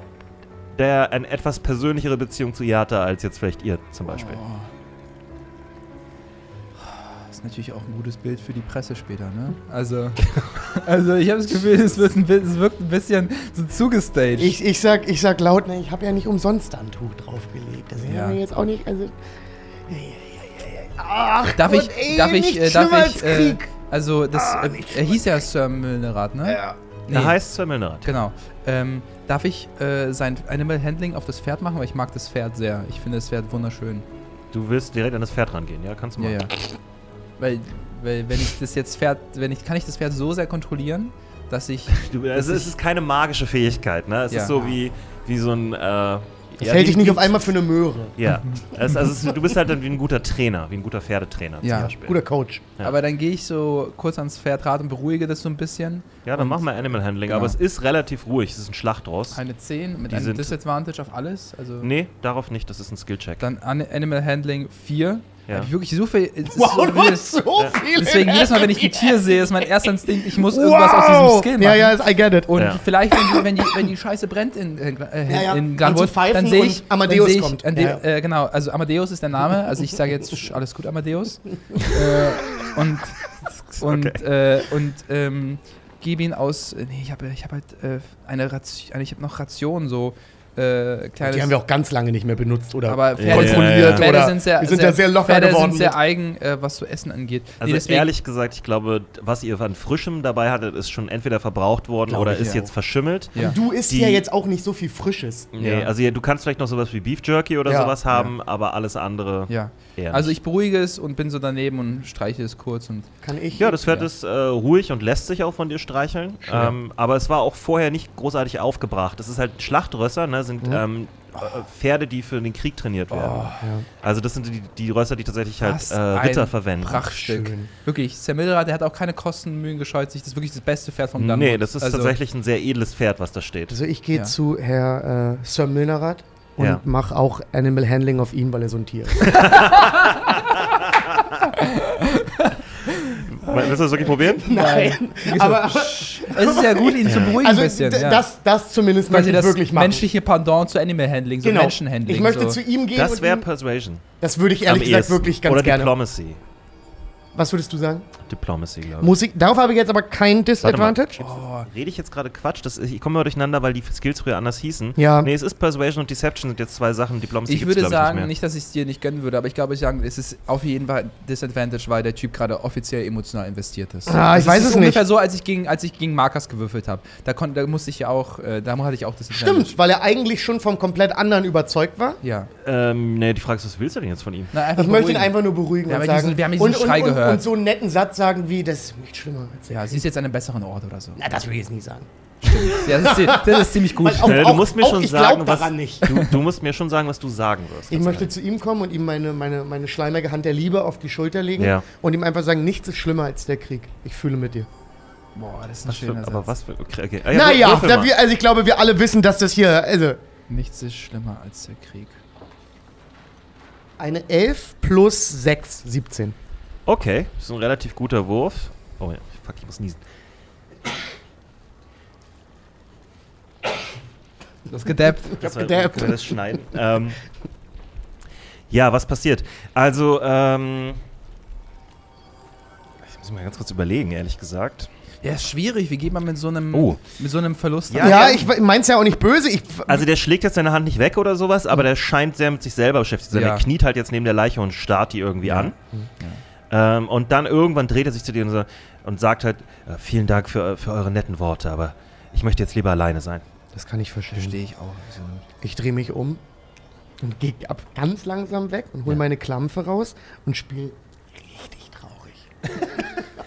Speaker 1: der eine etwas persönlichere Beziehung zu ihr hatte, als jetzt vielleicht ihr zum Beispiel.
Speaker 2: Das ist natürlich auch ein gutes Bild für die Presse später, ne? Also, also ich habe das Gefühl, es, wird ein, bi- es wirkt ein bisschen so zugestaged.
Speaker 3: Ich, ich, sag, ich sag laut, ne, ich habe ja nicht umsonst da ein Tuch draufgelegt. Das
Speaker 2: Ja.
Speaker 3: ja. mir jetzt auch nicht. Also, Ach,
Speaker 2: darf ich,
Speaker 3: Gott, ey,
Speaker 2: darf ich,
Speaker 3: nichts
Speaker 2: äh, darf
Speaker 3: eh schlimmer
Speaker 2: ich,
Speaker 3: als
Speaker 2: äh,
Speaker 3: Krieg. Ah,
Speaker 2: also das, äh, er hieß ja Sir Milnerat, ne? Ja.
Speaker 1: Er heißt Sir Milnerat.
Speaker 2: Genau. Ähm, darf ich äh, sein Animal Handling auf das Pferd machen? Weil ich mag das Pferd sehr. Ich finde das Pferd wunderschön.
Speaker 1: Du willst direkt an das Pferd rangehen, ja? Kannst du
Speaker 2: Ja,
Speaker 1: mal.
Speaker 2: ja. Weil, weil wenn ich das jetzt Pferd, wenn ich, kann ich das Pferd so sehr kontrollieren, dass ich,
Speaker 1: Du, es, ist- es ist keine magische Fähigkeit, ne? Es
Speaker 2: Ja.
Speaker 1: ist so wie, wie so ein. Äh, ja,
Speaker 3: Das hält
Speaker 1: wie-
Speaker 3: dich nicht
Speaker 1: wie-
Speaker 3: auf einmal für eine Möhre.
Speaker 1: Ja. Es, also es, ist- du bist halt dann wie ein guter Trainer, wie ein guter Pferdetrainer
Speaker 2: Ja.
Speaker 1: zum Beispiel.
Speaker 3: Guter Coach.
Speaker 1: Ja.
Speaker 2: aber dann gehe ich so kurz ans Pferdrad und beruhige das so ein bisschen.
Speaker 1: ja, dann mach mal Animal Handling,
Speaker 2: Genau.
Speaker 1: aber es ist relativ ruhig, es ist ein Schlachtross.
Speaker 2: Eine 10 mit
Speaker 1: Die
Speaker 2: einem
Speaker 1: sind-
Speaker 2: Disadvantage auf alles. Also
Speaker 1: Nee, darauf nicht, das ist ein Skillcheck.
Speaker 2: dann An Animal Handling 4.
Speaker 1: Ja.
Speaker 2: Hab ich wirklich so viel. es ist
Speaker 3: Wow,
Speaker 2: so
Speaker 3: du
Speaker 2: wild.
Speaker 3: hast so
Speaker 1: Ja.
Speaker 3: viel.
Speaker 2: Deswegen jedes Mal, wenn ich ein Tier sehe, ist mein erster Instinkt, ich muss irgendwas aus diesem Skill machen.
Speaker 3: Ja, ja, I get it. Oh,
Speaker 2: Und
Speaker 1: Ja.
Speaker 2: vielleicht, wenn die, wenn, die, wenn die Scheiße brennt in, in, äh,
Speaker 3: Ja, ja.
Speaker 2: in
Speaker 3: Und
Speaker 2: Glanwood,
Speaker 3: zu pfeifen
Speaker 2: dann sehe ich.
Speaker 3: und Amadeus
Speaker 2: dann sehe ich,
Speaker 3: kommt.
Speaker 2: Ade
Speaker 3: Ja,
Speaker 2: äh, genau, also Amadeus ist der Name. Also ich sage jetzt, "Sch, alles gut, Amadeus. äh, und und, äh, und äh, also ähm, gebe ihn aus. Nee, ich habe ich hab halt äh, eine Ration. Ich habe noch Rationen, so äh, kleines.
Speaker 3: Die haben wir auch ganz lange nicht mehr benutzt oder
Speaker 2: aber Pferde,
Speaker 3: kontrolliert
Speaker 1: Ja, ja,
Speaker 2: Pferde
Speaker 3: oder
Speaker 2: sind sehr,
Speaker 3: wir sind da sehr locker
Speaker 2: Pferde
Speaker 3: geworden.
Speaker 2: sind sehr eigen, äh, was zu essen angeht.
Speaker 1: Also ehrlich gesagt, ich glaube, was ihr an Frischem dabei hattet, ist schon entweder verbraucht worden
Speaker 3: Glaub
Speaker 1: oder
Speaker 3: ich
Speaker 1: ist
Speaker 3: auch.
Speaker 1: jetzt verschimmelt.
Speaker 2: Ja.
Speaker 3: Und du isst
Speaker 1: Die-
Speaker 3: ja jetzt auch nicht so viel Frisches.
Speaker 1: Nee,
Speaker 2: Ja.
Speaker 1: also ja, du kannst vielleicht noch sowas wie Beef Jerky oder
Speaker 3: Ja.
Speaker 1: sowas haben, aber alles andere
Speaker 2: ja.
Speaker 1: eher
Speaker 2: Also
Speaker 1: nicht.
Speaker 2: ich beruhige es und bin so daneben und streiche es kurz und
Speaker 3: Kann ich?
Speaker 1: Ja, das Pferd
Speaker 2: Ja.
Speaker 1: ist äh, ruhig und lässt sich auch von dir streicheln.
Speaker 2: Schön.
Speaker 1: Ähm, aber es war auch vorher nicht großartig aufgebracht. Das ist halt Schlachtrösser, ne,
Speaker 2: Mhm.
Speaker 1: sind ähm, äh, Pferde, die für den Krieg trainiert werden.
Speaker 3: ja.
Speaker 1: Also das sind die, die Rösser, die tatsächlich halt
Speaker 2: Oh. Was
Speaker 1: äh,
Speaker 2: ein
Speaker 1: Ritter verwenden.
Speaker 2: Prachtstück.
Speaker 3: Schön.
Speaker 2: Wirklich, Samilra, der hat auch keine Kosten, Mühen gescheut sich. Das ist wirklich das beste Pferd vom Land.
Speaker 1: Nee, das ist
Speaker 2: also,
Speaker 1: tatsächlich ein sehr edles Pferd, was da steht.
Speaker 3: Also ich gehe
Speaker 2: Ja.
Speaker 3: zu Herr äh, Sir Milnerath und
Speaker 1: Ja.
Speaker 3: mache auch Animal Handling auf ihn, weil er so ein Tier ist.
Speaker 1: Willst du das wirklich probieren?
Speaker 3: Nein, aber
Speaker 2: Es ist ja gut, ihn zu beruhigen
Speaker 3: also
Speaker 2: ein bisschen.
Speaker 3: d-
Speaker 2: Ja.
Speaker 3: das, das zumindest möchte
Speaker 2: Quasi
Speaker 3: ich
Speaker 2: das
Speaker 3: wirklich machen.
Speaker 2: menschliche Pendant zu Animal Handling, so
Speaker 3: genau.
Speaker 2: Menschenhandling.
Speaker 3: ich möchte
Speaker 2: so.
Speaker 3: zu ihm gehen.
Speaker 1: Das
Speaker 3: und
Speaker 1: wäre
Speaker 3: ihm-
Speaker 1: Persuasion.
Speaker 3: das würde ich ehrlich
Speaker 1: Am
Speaker 3: gesagt
Speaker 1: ehesten.
Speaker 3: wirklich ganz
Speaker 1: Oder
Speaker 3: gerne.
Speaker 1: Diplomacy.
Speaker 3: Was würdest du sagen?
Speaker 1: Diplomacy, glaube ich.
Speaker 3: Muss ich, darauf habe ich jetzt aber
Speaker 1: Warte
Speaker 3: kein
Speaker 1: mal.
Speaker 3: Disadvantage.
Speaker 2: Oh,
Speaker 1: Rede ich jetzt gerade Quatsch? Das, ich komme mal durcheinander, weil die Skills früher anders hießen.
Speaker 3: Ja.
Speaker 1: Nee, es ist Persuasion und Deception sind jetzt zwei Sachen. Diplomacy
Speaker 2: ich
Speaker 1: gibt's,
Speaker 2: würde
Speaker 1: glaub
Speaker 2: sagen,
Speaker 1: mehr.
Speaker 2: nicht, dass ich es dir nicht gönnen würde, aber ich glaube, ich sagen, es ist auf jeden Fall ein Disadvantage, weil der Typ gerade offiziell emotional investiert ist.
Speaker 3: Ah,
Speaker 2: Das
Speaker 3: ich weiß
Speaker 2: ist
Speaker 3: es
Speaker 2: ungefähr
Speaker 3: nicht.
Speaker 2: so, als ich gegen, als ich gegen Markers gewürfelt habe. Da, kon- da musste ich ja auch, äh, da hatte ich auch Disadvantage.
Speaker 3: Stimmt, weil er eigentlich schon vom komplett anderen überzeugt war.
Speaker 2: Ja.
Speaker 1: Ähm, nee, die Frage ist, was willst du denn jetzt von ihm?
Speaker 2: Na, einfach
Speaker 3: Ich möchte ihn
Speaker 2: beruhigen.
Speaker 3: einfach nur beruhigen
Speaker 2: Wir
Speaker 3: und
Speaker 2: haben ja
Speaker 3: sagen.
Speaker 2: diesen- wir haben ja
Speaker 3: und,
Speaker 2: diesen
Speaker 3: und,
Speaker 2: Schrei
Speaker 3: und,
Speaker 2: gehört.
Speaker 3: und so einen netten Satz sagen wie, das ist nicht schlimmer als
Speaker 2: Ja, sie ist jetzt an einem besseren Ort oder so.
Speaker 3: Na, das würde ich jetzt nicht sagen.
Speaker 2: Ja, das ist, zi- das ist ziemlich gut.
Speaker 3: Weil auch-
Speaker 1: Äh, du musst mir
Speaker 3: auch
Speaker 1: schon
Speaker 3: ich glaub
Speaker 1: sagen, was
Speaker 3: daran nicht.
Speaker 1: Du, du musst mir schon sagen, was du sagen wirst. ganz
Speaker 3: Ich
Speaker 1: genau.
Speaker 3: möchte
Speaker 1: ehrlich.
Speaker 3: zu ihm kommen und ihm meine, meine, meine schleimige Hand der Liebe auf die Schulter legen
Speaker 1: Ja.
Speaker 3: und ihm einfach sagen, nichts ist schlimmer als der Krieg. Ich fühle mit dir.
Speaker 2: Boah, das ist ein
Speaker 1: Was für,
Speaker 2: schöner
Speaker 1: aber
Speaker 2: Satz.
Speaker 1: was für. Okay, okay. Ah,
Speaker 3: naja,
Speaker 1: würfel
Speaker 3: da
Speaker 1: mal.
Speaker 3: wir, also ich glaube, wir alle wissen, dass das hier, also
Speaker 2: Nichts ist schlimmer als der Krieg.
Speaker 3: eine 11 plus 6, 17.
Speaker 1: okay, das ist ein relativ guter Wurf. Oh ja, fuck, ich muss niesen.
Speaker 2: Das ist gedappt.
Speaker 1: Das
Speaker 3: hab
Speaker 1: war-
Speaker 3: gedappt.
Speaker 1: Können wir das schneiden? ähm, ja, was passiert? Also, ähm. Ich muss mal ganz kurz überlegen, ehrlich gesagt.
Speaker 2: Ja, ist schwierig. Wie geht man mit so einem,
Speaker 1: Oh.
Speaker 2: mit so einem Verlust
Speaker 1: Ja,
Speaker 3: Ja,
Speaker 2: um?
Speaker 3: ich we- mein's ja auch nicht böse. Ich,
Speaker 1: Also, der schlägt jetzt seine Hand nicht weg oder sowas, aber der scheint sehr mit sich selber beschäftigt zu sein.
Speaker 2: Ja.
Speaker 1: Der kniet halt jetzt neben der Leiche und starrt die irgendwie an. Ähm, und dann irgendwann dreht er sich zu dir und, so, und sagt halt: äh, Vielen Dank für, für eure netten Worte, aber ich möchte jetzt lieber alleine sein.
Speaker 3: das kann ich verstehen.
Speaker 2: Verstehe ich auch. So.
Speaker 3: Ich drehe mich um und gehe ab ganz langsam weg und hole
Speaker 1: Ja.
Speaker 3: meine Klampfe raus und spiele richtig traurig.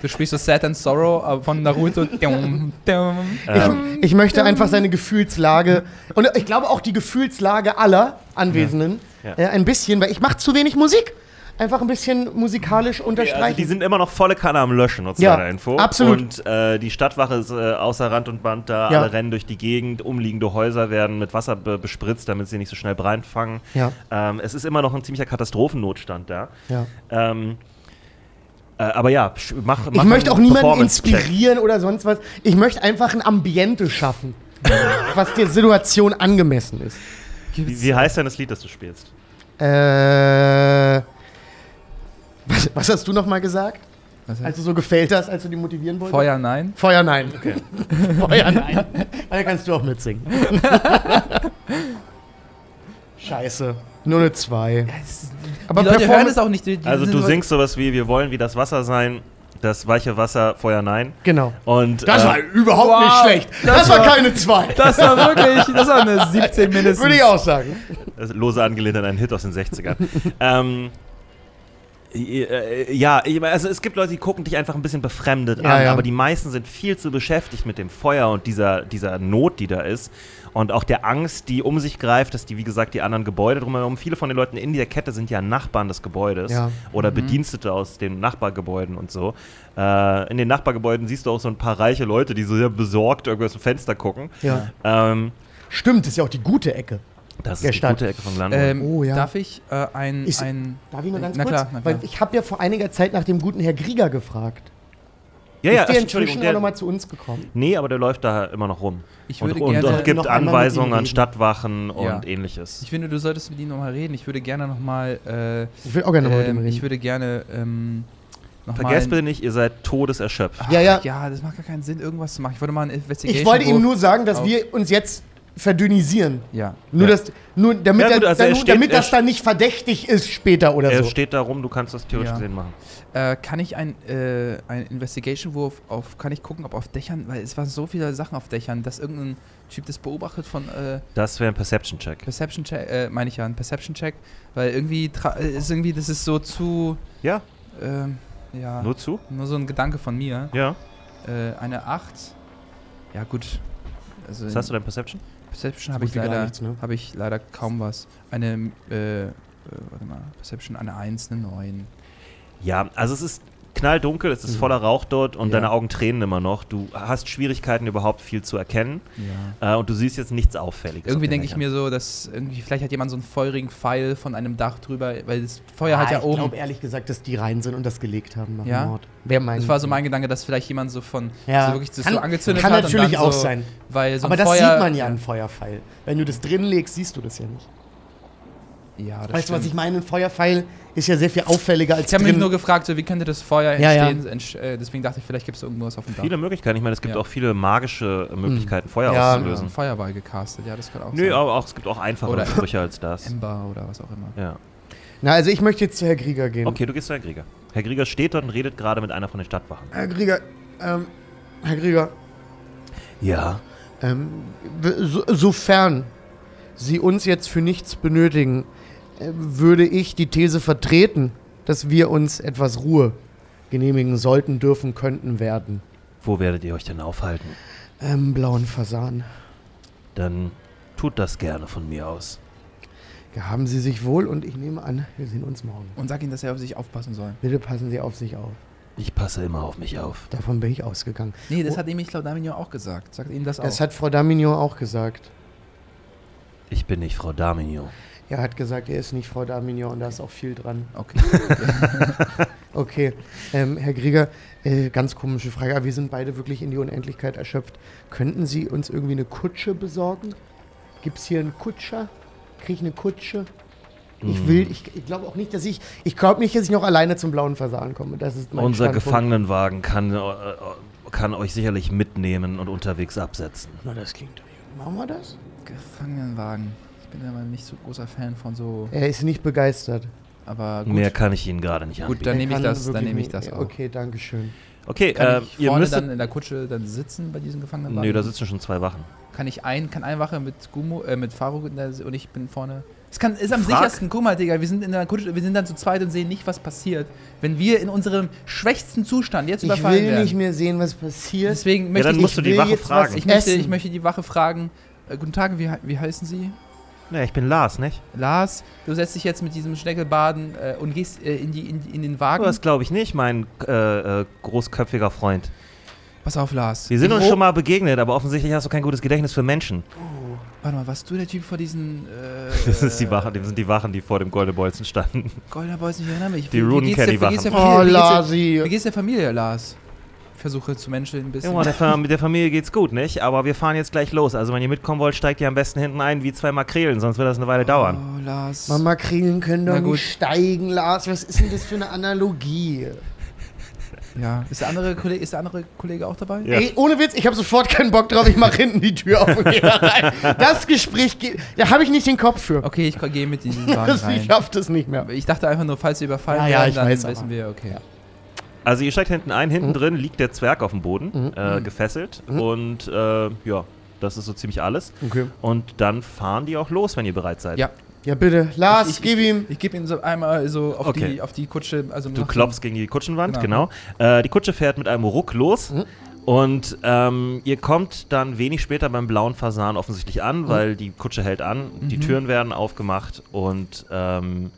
Speaker 2: Du spielst so Sad and Sorrow aber von Naruto. Dum, dum.
Speaker 1: Ähm,
Speaker 3: Ich, ich möchte einfach seine Gefühlslage und ich glaube auch die Gefühlslage aller Anwesenden
Speaker 1: Ja.
Speaker 3: Äh, ein bisschen, weil ich mache zu wenig Musik. Einfach ein bisschen musikalisch unterstreichen.
Speaker 1: Also die sind immer noch volle Kanne am Löschen, uns
Speaker 3: Ja,
Speaker 1: ja, Info.
Speaker 3: absolut.
Speaker 1: Und äh, die Stadtwache ist äh, außer Rand und Band da,
Speaker 3: Ja.
Speaker 1: alle rennen durch die Gegend, umliegende Häuser werden mit Wasser be bespritzt, damit sie nicht so schnell Brand fangen.
Speaker 3: Ja.
Speaker 1: Ähm, es ist immer noch ein ziemlicher Katastrophennotstand da.
Speaker 3: ja.
Speaker 1: Ähm, äh, aber ja, sch- mach, mach
Speaker 3: Ich möchte auch
Speaker 1: einen
Speaker 3: niemanden
Speaker 1: Performance-Check.
Speaker 3: inspirieren oder sonst was. Ich möchte einfach ein Ambiente schaffen, was der Situation angemessen ist.
Speaker 1: Wie, wie heißt denn das Lied, das du spielst?
Speaker 3: Äh, was, was hast du nochmal gesagt?
Speaker 2: Was heißt-
Speaker 3: Als du so gefällt hast, als du die motivieren wolltest?
Speaker 2: Feuer, nein.
Speaker 3: Feuer nein. Feuer nein. Da kannst du auch mitsingen. Scheiße. Nur eine 2. Aber
Speaker 2: Aber die Leute hören
Speaker 3: Performance-
Speaker 2: es auch nicht. Die, die
Speaker 1: Also
Speaker 2: sind
Speaker 1: du
Speaker 2: so-
Speaker 1: singst sowas wie, wir wollen wie das Wasser sein, das weiche Wasser, Feuer nein.
Speaker 3: Genau.
Speaker 1: Und,
Speaker 3: Das
Speaker 1: äh,
Speaker 3: war überhaupt
Speaker 2: wow.
Speaker 3: nicht schlecht. Das,
Speaker 2: Das
Speaker 3: war
Speaker 2: war-
Speaker 3: keine 2.
Speaker 2: Das war wirklich, das war eine 17 mindestens.
Speaker 3: Würde ich auch sagen.
Speaker 1: Das ist Lose angelehnt an einen Hit aus den 60ern. ähm, i- äh, ja, ich meine, also es gibt Leute, die gucken dich einfach ein bisschen befremdet
Speaker 3: Ja,
Speaker 1: an,
Speaker 3: ja.
Speaker 1: aber die meisten sind viel zu beschäftigt mit dem Feuer und dieser, dieser Not, die da ist. Und auch der Angst, die um sich greift, dass die, wie gesagt, die anderen Gebäude drumherum, viele von den Leuten in dieser Kette sind ja Nachbarn des Gebäudes
Speaker 3: Ja. Mhm.
Speaker 1: oder Bedienstete aus den Nachbargebäuden und so. Äh, in den Nachbargebäuden siehst du auch so ein paar reiche Leute, die so sehr besorgt irgendwie aus dem Fenster gucken.
Speaker 3: Ja.
Speaker 1: Ähm,
Speaker 3: Stimmt, das ist ja auch die gute Ecke.
Speaker 1: das
Speaker 3: Der
Speaker 1: ist die
Speaker 3: Stadt.
Speaker 1: gute Ecke von Glanwood.
Speaker 2: Ähm,
Speaker 3: Oh, ja.
Speaker 2: Darf ich äh, ein,
Speaker 3: Ist-
Speaker 2: ein.
Speaker 3: Darf ich nur ganz
Speaker 2: na
Speaker 3: kurz?
Speaker 2: Klar, na klar.
Speaker 3: Weil ich habe ja vor einiger Zeit nach dem guten Herr Krieger gefragt.
Speaker 1: ja,
Speaker 3: ist der inzwischen auch
Speaker 1: der-
Speaker 3: nochmal zu uns gekommen?
Speaker 1: Nee, aber der läuft da immer noch rum.
Speaker 2: Ich
Speaker 1: und,
Speaker 2: würde
Speaker 1: und,
Speaker 2: gerne-
Speaker 1: und gibt
Speaker 3: Noch einmal mit
Speaker 1: Anweisungen
Speaker 3: ihm
Speaker 1: an
Speaker 3: reden.
Speaker 1: Stadtwachen
Speaker 2: Ja.
Speaker 1: und ähnliches.
Speaker 2: Ich finde, du solltest mit ihm nochmal reden. Ich würde gerne nochmal. Äh,
Speaker 3: Ich will auch gerne mal mit ihm
Speaker 2: ähm,
Speaker 3: reden.
Speaker 2: ich würde gerne. Ähm, noch
Speaker 1: Vergesst
Speaker 2: mal
Speaker 1: bitte nicht, ihr seid todeserschöpft.
Speaker 3: ja, ja.
Speaker 2: Ja, das macht gar keinen Sinn, irgendwas zu machen. Ich wollte mal einen Investigation.
Speaker 3: Ich wollte ihm
Speaker 2: Wurf-
Speaker 3: nur sagen, dass
Speaker 2: auf.
Speaker 3: wir uns jetzt verdünnisieren.
Speaker 2: Ja.
Speaker 3: Nur,
Speaker 1: Ja.
Speaker 3: dass, nur damit,
Speaker 1: Ja, gut,
Speaker 3: er,
Speaker 1: also
Speaker 3: dann,
Speaker 1: er
Speaker 3: nur
Speaker 1: steht-
Speaker 3: damit
Speaker 1: er
Speaker 3: das dann nicht verdächtig ist später oder
Speaker 1: Er
Speaker 3: so.
Speaker 1: steht da rum, du kannst das theoretisch
Speaker 2: Ja.
Speaker 1: gesehen machen.
Speaker 2: Äh, kann ich einen äh, ein Investigation-Wurf auf, kann ich gucken, ob auf Dächern, weil es waren so viele Sachen auf Dächern, dass irgendein Typ das beobachtet von äh,
Speaker 1: Das wäre ein Perception-Check.
Speaker 2: Perception-Check, äh, meine ich ja, ein Perception-Check, weil irgendwie, tra- äh, ist irgendwie, das ist so zu,
Speaker 1: Ja,
Speaker 2: ähm, ja, nur,
Speaker 1: nur zu?
Speaker 2: so ein Gedanke von mir.
Speaker 1: Ja.
Speaker 2: Äh, eine 8, ja gut, also
Speaker 1: Was hast du denn Perception?
Speaker 3: So
Speaker 2: Perception habe
Speaker 3: gut
Speaker 2: ich,
Speaker 3: wie gar
Speaker 2: leider-
Speaker 3: nichts, ne?
Speaker 2: habe ich leider kaum was. Eine, äh, äh, warte mal, Perception, eine 1, eine 9.
Speaker 1: Ja, also es ist knalldunkel, es ist
Speaker 3: Mhm.
Speaker 1: voller Rauch dort und
Speaker 2: Ja.
Speaker 1: deine Augen tränen immer noch. Du hast Schwierigkeiten, überhaupt viel zu erkennen
Speaker 2: Ja.
Speaker 1: äh, und du siehst jetzt nichts Auffälliges. auf
Speaker 2: Irgendwie
Speaker 1: den
Speaker 2: denke ich
Speaker 1: Dächern.
Speaker 2: mir so, dass irgendwie, vielleicht hat jemand so einen feurigen Pfeil von einem Dach drüber, weil das Feuer hat ja
Speaker 3: Ah, ich
Speaker 2: oben.
Speaker 3: glaube ehrlich gesagt, dass die rein sind und das gelegt haben nach
Speaker 2: Ja?
Speaker 3: dem Mord. Wer meint?
Speaker 2: Das war so mein Gedanke, dass vielleicht jemand so von
Speaker 3: ja.
Speaker 2: so wirklich das
Speaker 3: kann,
Speaker 2: so angezündet
Speaker 3: kann
Speaker 2: hat.
Speaker 3: natürlich
Speaker 2: und dann
Speaker 3: auch
Speaker 2: so,
Speaker 3: sein.
Speaker 2: Weil so
Speaker 3: Aber
Speaker 2: ein
Speaker 3: das
Speaker 2: Feuer,
Speaker 3: sieht man ja an Feuerpfeil. Wenn du das drin legst, siehst du das ja nicht.
Speaker 2: Ja, das
Speaker 3: weißt du, was ich
Speaker 2: stimmt.
Speaker 3: meine? Ein Feuerpfeil ist ja sehr viel auffälliger als
Speaker 2: Ich habe mich
Speaker 3: drin.
Speaker 2: nur gefragt, so, wie könnte das Feuer
Speaker 3: Ja, ja.
Speaker 2: entstehen? Entsch- äh, Deswegen dachte ich, vielleicht gibt es irgendwas auf dem Dach.
Speaker 1: Viele Möglichkeiten. Ich meine, es gibt
Speaker 2: Ja. Mhm.
Speaker 1: auch viele magische Möglichkeiten, Feuer
Speaker 3: Ja.
Speaker 2: ja,
Speaker 1: auszulösen.
Speaker 2: Feuerball gecastet, ja, das kann auch
Speaker 1: Nö,
Speaker 2: sein.
Speaker 1: aber auch, es gibt auch einfache
Speaker 2: Oder-
Speaker 1: Sprüche als das.
Speaker 2: Ember oder was auch immer.
Speaker 1: Ja.
Speaker 3: Na, also ich möchte jetzt zu Herr Krieger gehen.
Speaker 1: Okay, du gehst zu Herrn Krieger. Herr Krieger steht dort und redet gerade mit einer von den Stadtwachen.
Speaker 3: Herr Krieger, ähm, Herr Krieger,
Speaker 1: Ja.
Speaker 3: ähm, w- so, sofern Sie uns jetzt für nichts benötigen, äh, würde ich die These vertreten, dass wir uns etwas Ruhe genehmigen sollten, dürfen, könnten, werden.
Speaker 1: Wo werdet ihr euch denn aufhalten?
Speaker 3: Ähm, blauen Fasan.
Speaker 1: Dann tut das gerne von mir aus.
Speaker 3: Haben Sie sich wohl und ich nehme an, wir sehen uns morgen.
Speaker 2: Und sag ihnen, dass er auf sich aufpassen soll.
Speaker 3: Bitte passen Sie auf sich auf.
Speaker 1: Ich passe immer auf mich auf.
Speaker 3: Davon bin ich ausgegangen.
Speaker 2: Nee, das
Speaker 3: Oh.
Speaker 2: hat nämlich Claude Damignon auch gesagt. Sagt ihnen das auch.
Speaker 3: Das hat Frau Damignon auch gesagt.
Speaker 1: Ich bin nicht Frau Damignon.
Speaker 3: Er hat gesagt, er ist nicht Frau Damignon und da ist auch viel dran.
Speaker 2: okay.
Speaker 3: Okay, ähm, Herr Grieger, äh, ganz komische Frage, aber wir sind beide wirklich in die Unendlichkeit erschöpft. Könnten Sie uns irgendwie eine Kutsche besorgen? Gibt es hier einen Kutscher? Krieg ich eine Kutsche?
Speaker 2: Hm.
Speaker 3: Ich will, ich, ich glaube auch nicht, dass ich, ich glaube nicht, dass ich noch alleine zum blauen Fasan komme. Das ist mein
Speaker 1: Unser
Speaker 3: Standpunkt.
Speaker 1: Gefangenenwagen kann, äh, äh, kann euch sicherlich mitnehmen und unterwegs absetzen.
Speaker 3: Na, das klingt doch gut. Machen wir das?
Speaker 2: Gefangenenwagen. Ich bin ja mal nicht so großer Fan von so.
Speaker 3: Er ist nicht begeistert.
Speaker 2: Aber gut.
Speaker 1: Mehr kann ich Ihnen gerade nicht
Speaker 2: Gut,
Speaker 1: anbieten.
Speaker 2: Dann
Speaker 3: Er
Speaker 2: nehme ich
Speaker 3: kann
Speaker 2: das- dann
Speaker 3: wirklich
Speaker 2: nehme ich
Speaker 3: nicht-
Speaker 2: das auch.
Speaker 3: Okay, danke schön.
Speaker 1: Okay,
Speaker 2: Kann
Speaker 1: äh,
Speaker 2: ich
Speaker 1: ihr
Speaker 2: vorne
Speaker 1: müsst.
Speaker 2: dann in der Kutsche dann sitzen bei diesem Gefangenenwagen?
Speaker 1: Nö, da sitzen schon zwei Wachen.
Speaker 2: Kann ich ein, kann ein Wache mit Gumo, äh, mit Faruk in der, und ich bin vorne. Es kann, ist am
Speaker 1: Frag.
Speaker 2: sichersten. Guck mal, Digga, wir sind in der Kutsche, wir sind dann zu zweit und sehen nicht, was passiert. Wenn wir in unserem schwächsten Zustand jetzt
Speaker 3: Ich
Speaker 2: überfallen
Speaker 3: will
Speaker 2: werden.
Speaker 3: nicht mehr sehen, was passiert.
Speaker 2: Deswegen möchte
Speaker 1: dann
Speaker 2: ich,
Speaker 1: musst du die
Speaker 3: will
Speaker 1: Wache
Speaker 3: jetzt
Speaker 1: fragen.
Speaker 3: was
Speaker 2: ich möchte, ich
Speaker 3: essen.
Speaker 2: möchte die Wache fragen. Äh, guten Tag, wie, hei- wie heißen Sie?
Speaker 1: Ne, ich bin Lars, nicht?
Speaker 2: Lars, du setzt dich jetzt mit diesem Schneckelbaden äh, und gehst äh, in, die, in, die- in den Wagen.
Speaker 1: Aber das glaube ich nicht, mein äh, äh, großköpfiger Freund.
Speaker 2: Pass auf, Lars.
Speaker 1: Wir sind
Speaker 2: Ich-
Speaker 1: uns
Speaker 2: Oh,
Speaker 1: schon mal begegnet, aber offensichtlich hast du kein gutes Gedächtnis für Menschen.
Speaker 2: Warte mal, warst du der Typ vor diesen. Äh,
Speaker 1: Das ist die Wache, das sind die Wachen, die vor dem Goldenen Bolzen standen.
Speaker 2: Goldener Boys, ich erinnere mich.
Speaker 1: Die
Speaker 2: Wie- wie
Speaker 1: Rune
Speaker 2: geht's der-
Speaker 1: Candy
Speaker 2: wie geht's der
Speaker 1: Wachen.
Speaker 3: Oh,
Speaker 2: Familie- wie geht's der- Wie
Speaker 3: Lasi.
Speaker 2: geht's der Familie, Lars? Versuche zu menscheln ein bisschen.
Speaker 1: Junge, der Fa- mit der Familie geht's gut, nicht? Aber wir fahren jetzt gleich los. Also wenn ihr mitkommen wollt, steigt ihr am besten hinten ein wie zwei Makrelen, sonst wird das eine Weile dauern.
Speaker 2: Oh, Lars.
Speaker 3: Mama, Krillen können
Speaker 2: Na
Speaker 3: doch
Speaker 2: gut.
Speaker 3: nicht steigen, Lars. Was ist denn das für eine Analogie?
Speaker 2: Ja. Ist der, andere Kollege, ist der andere Kollege auch dabei?
Speaker 1: Ja.
Speaker 3: Ey, ohne Witz, ich habe sofort keinen Bock drauf. Ich mache hinten die Tür auf und gehe da rein. Das Gespräch, geht, da habe ich nicht den Kopf für.
Speaker 2: Okay, ich gehe mit in diesen Wagen
Speaker 3: Das, ich
Speaker 2: rein.
Speaker 3: schaff das nicht mehr.
Speaker 2: Ich dachte einfach nur, falls wir überfallen
Speaker 3: Ja, ja,
Speaker 2: werden,
Speaker 3: ich
Speaker 2: dann
Speaker 3: weiß
Speaker 2: wissen
Speaker 3: aber.
Speaker 2: wir, okay.
Speaker 1: Also ihr steigt hinten ein, hinten drin liegt der Zwerg auf dem Boden, äh, gefesselt. Und äh, ja, das ist so ziemlich alles.
Speaker 3: Okay.
Speaker 1: Und dann fahren die auch los, wenn ihr bereit seid.
Speaker 2: Ja.
Speaker 3: Ja, bitte. Lars, gib ihm.
Speaker 2: Ich gebe ihm so einmal so auf,
Speaker 1: Okay.
Speaker 2: die, auf die Kutsche. Also
Speaker 1: Du
Speaker 2: nach-
Speaker 1: klopfst gegen die Kutschenwand,
Speaker 2: Genau. Mhm.
Speaker 1: genau. Äh, die Kutsche fährt mit einem Ruck los. Und ähm, ihr kommt dann wenig später beim blauen Fasan offensichtlich
Speaker 2: Mhm.
Speaker 1: an, weil die Kutsche hält an, die Türen werden aufgemacht und ähm,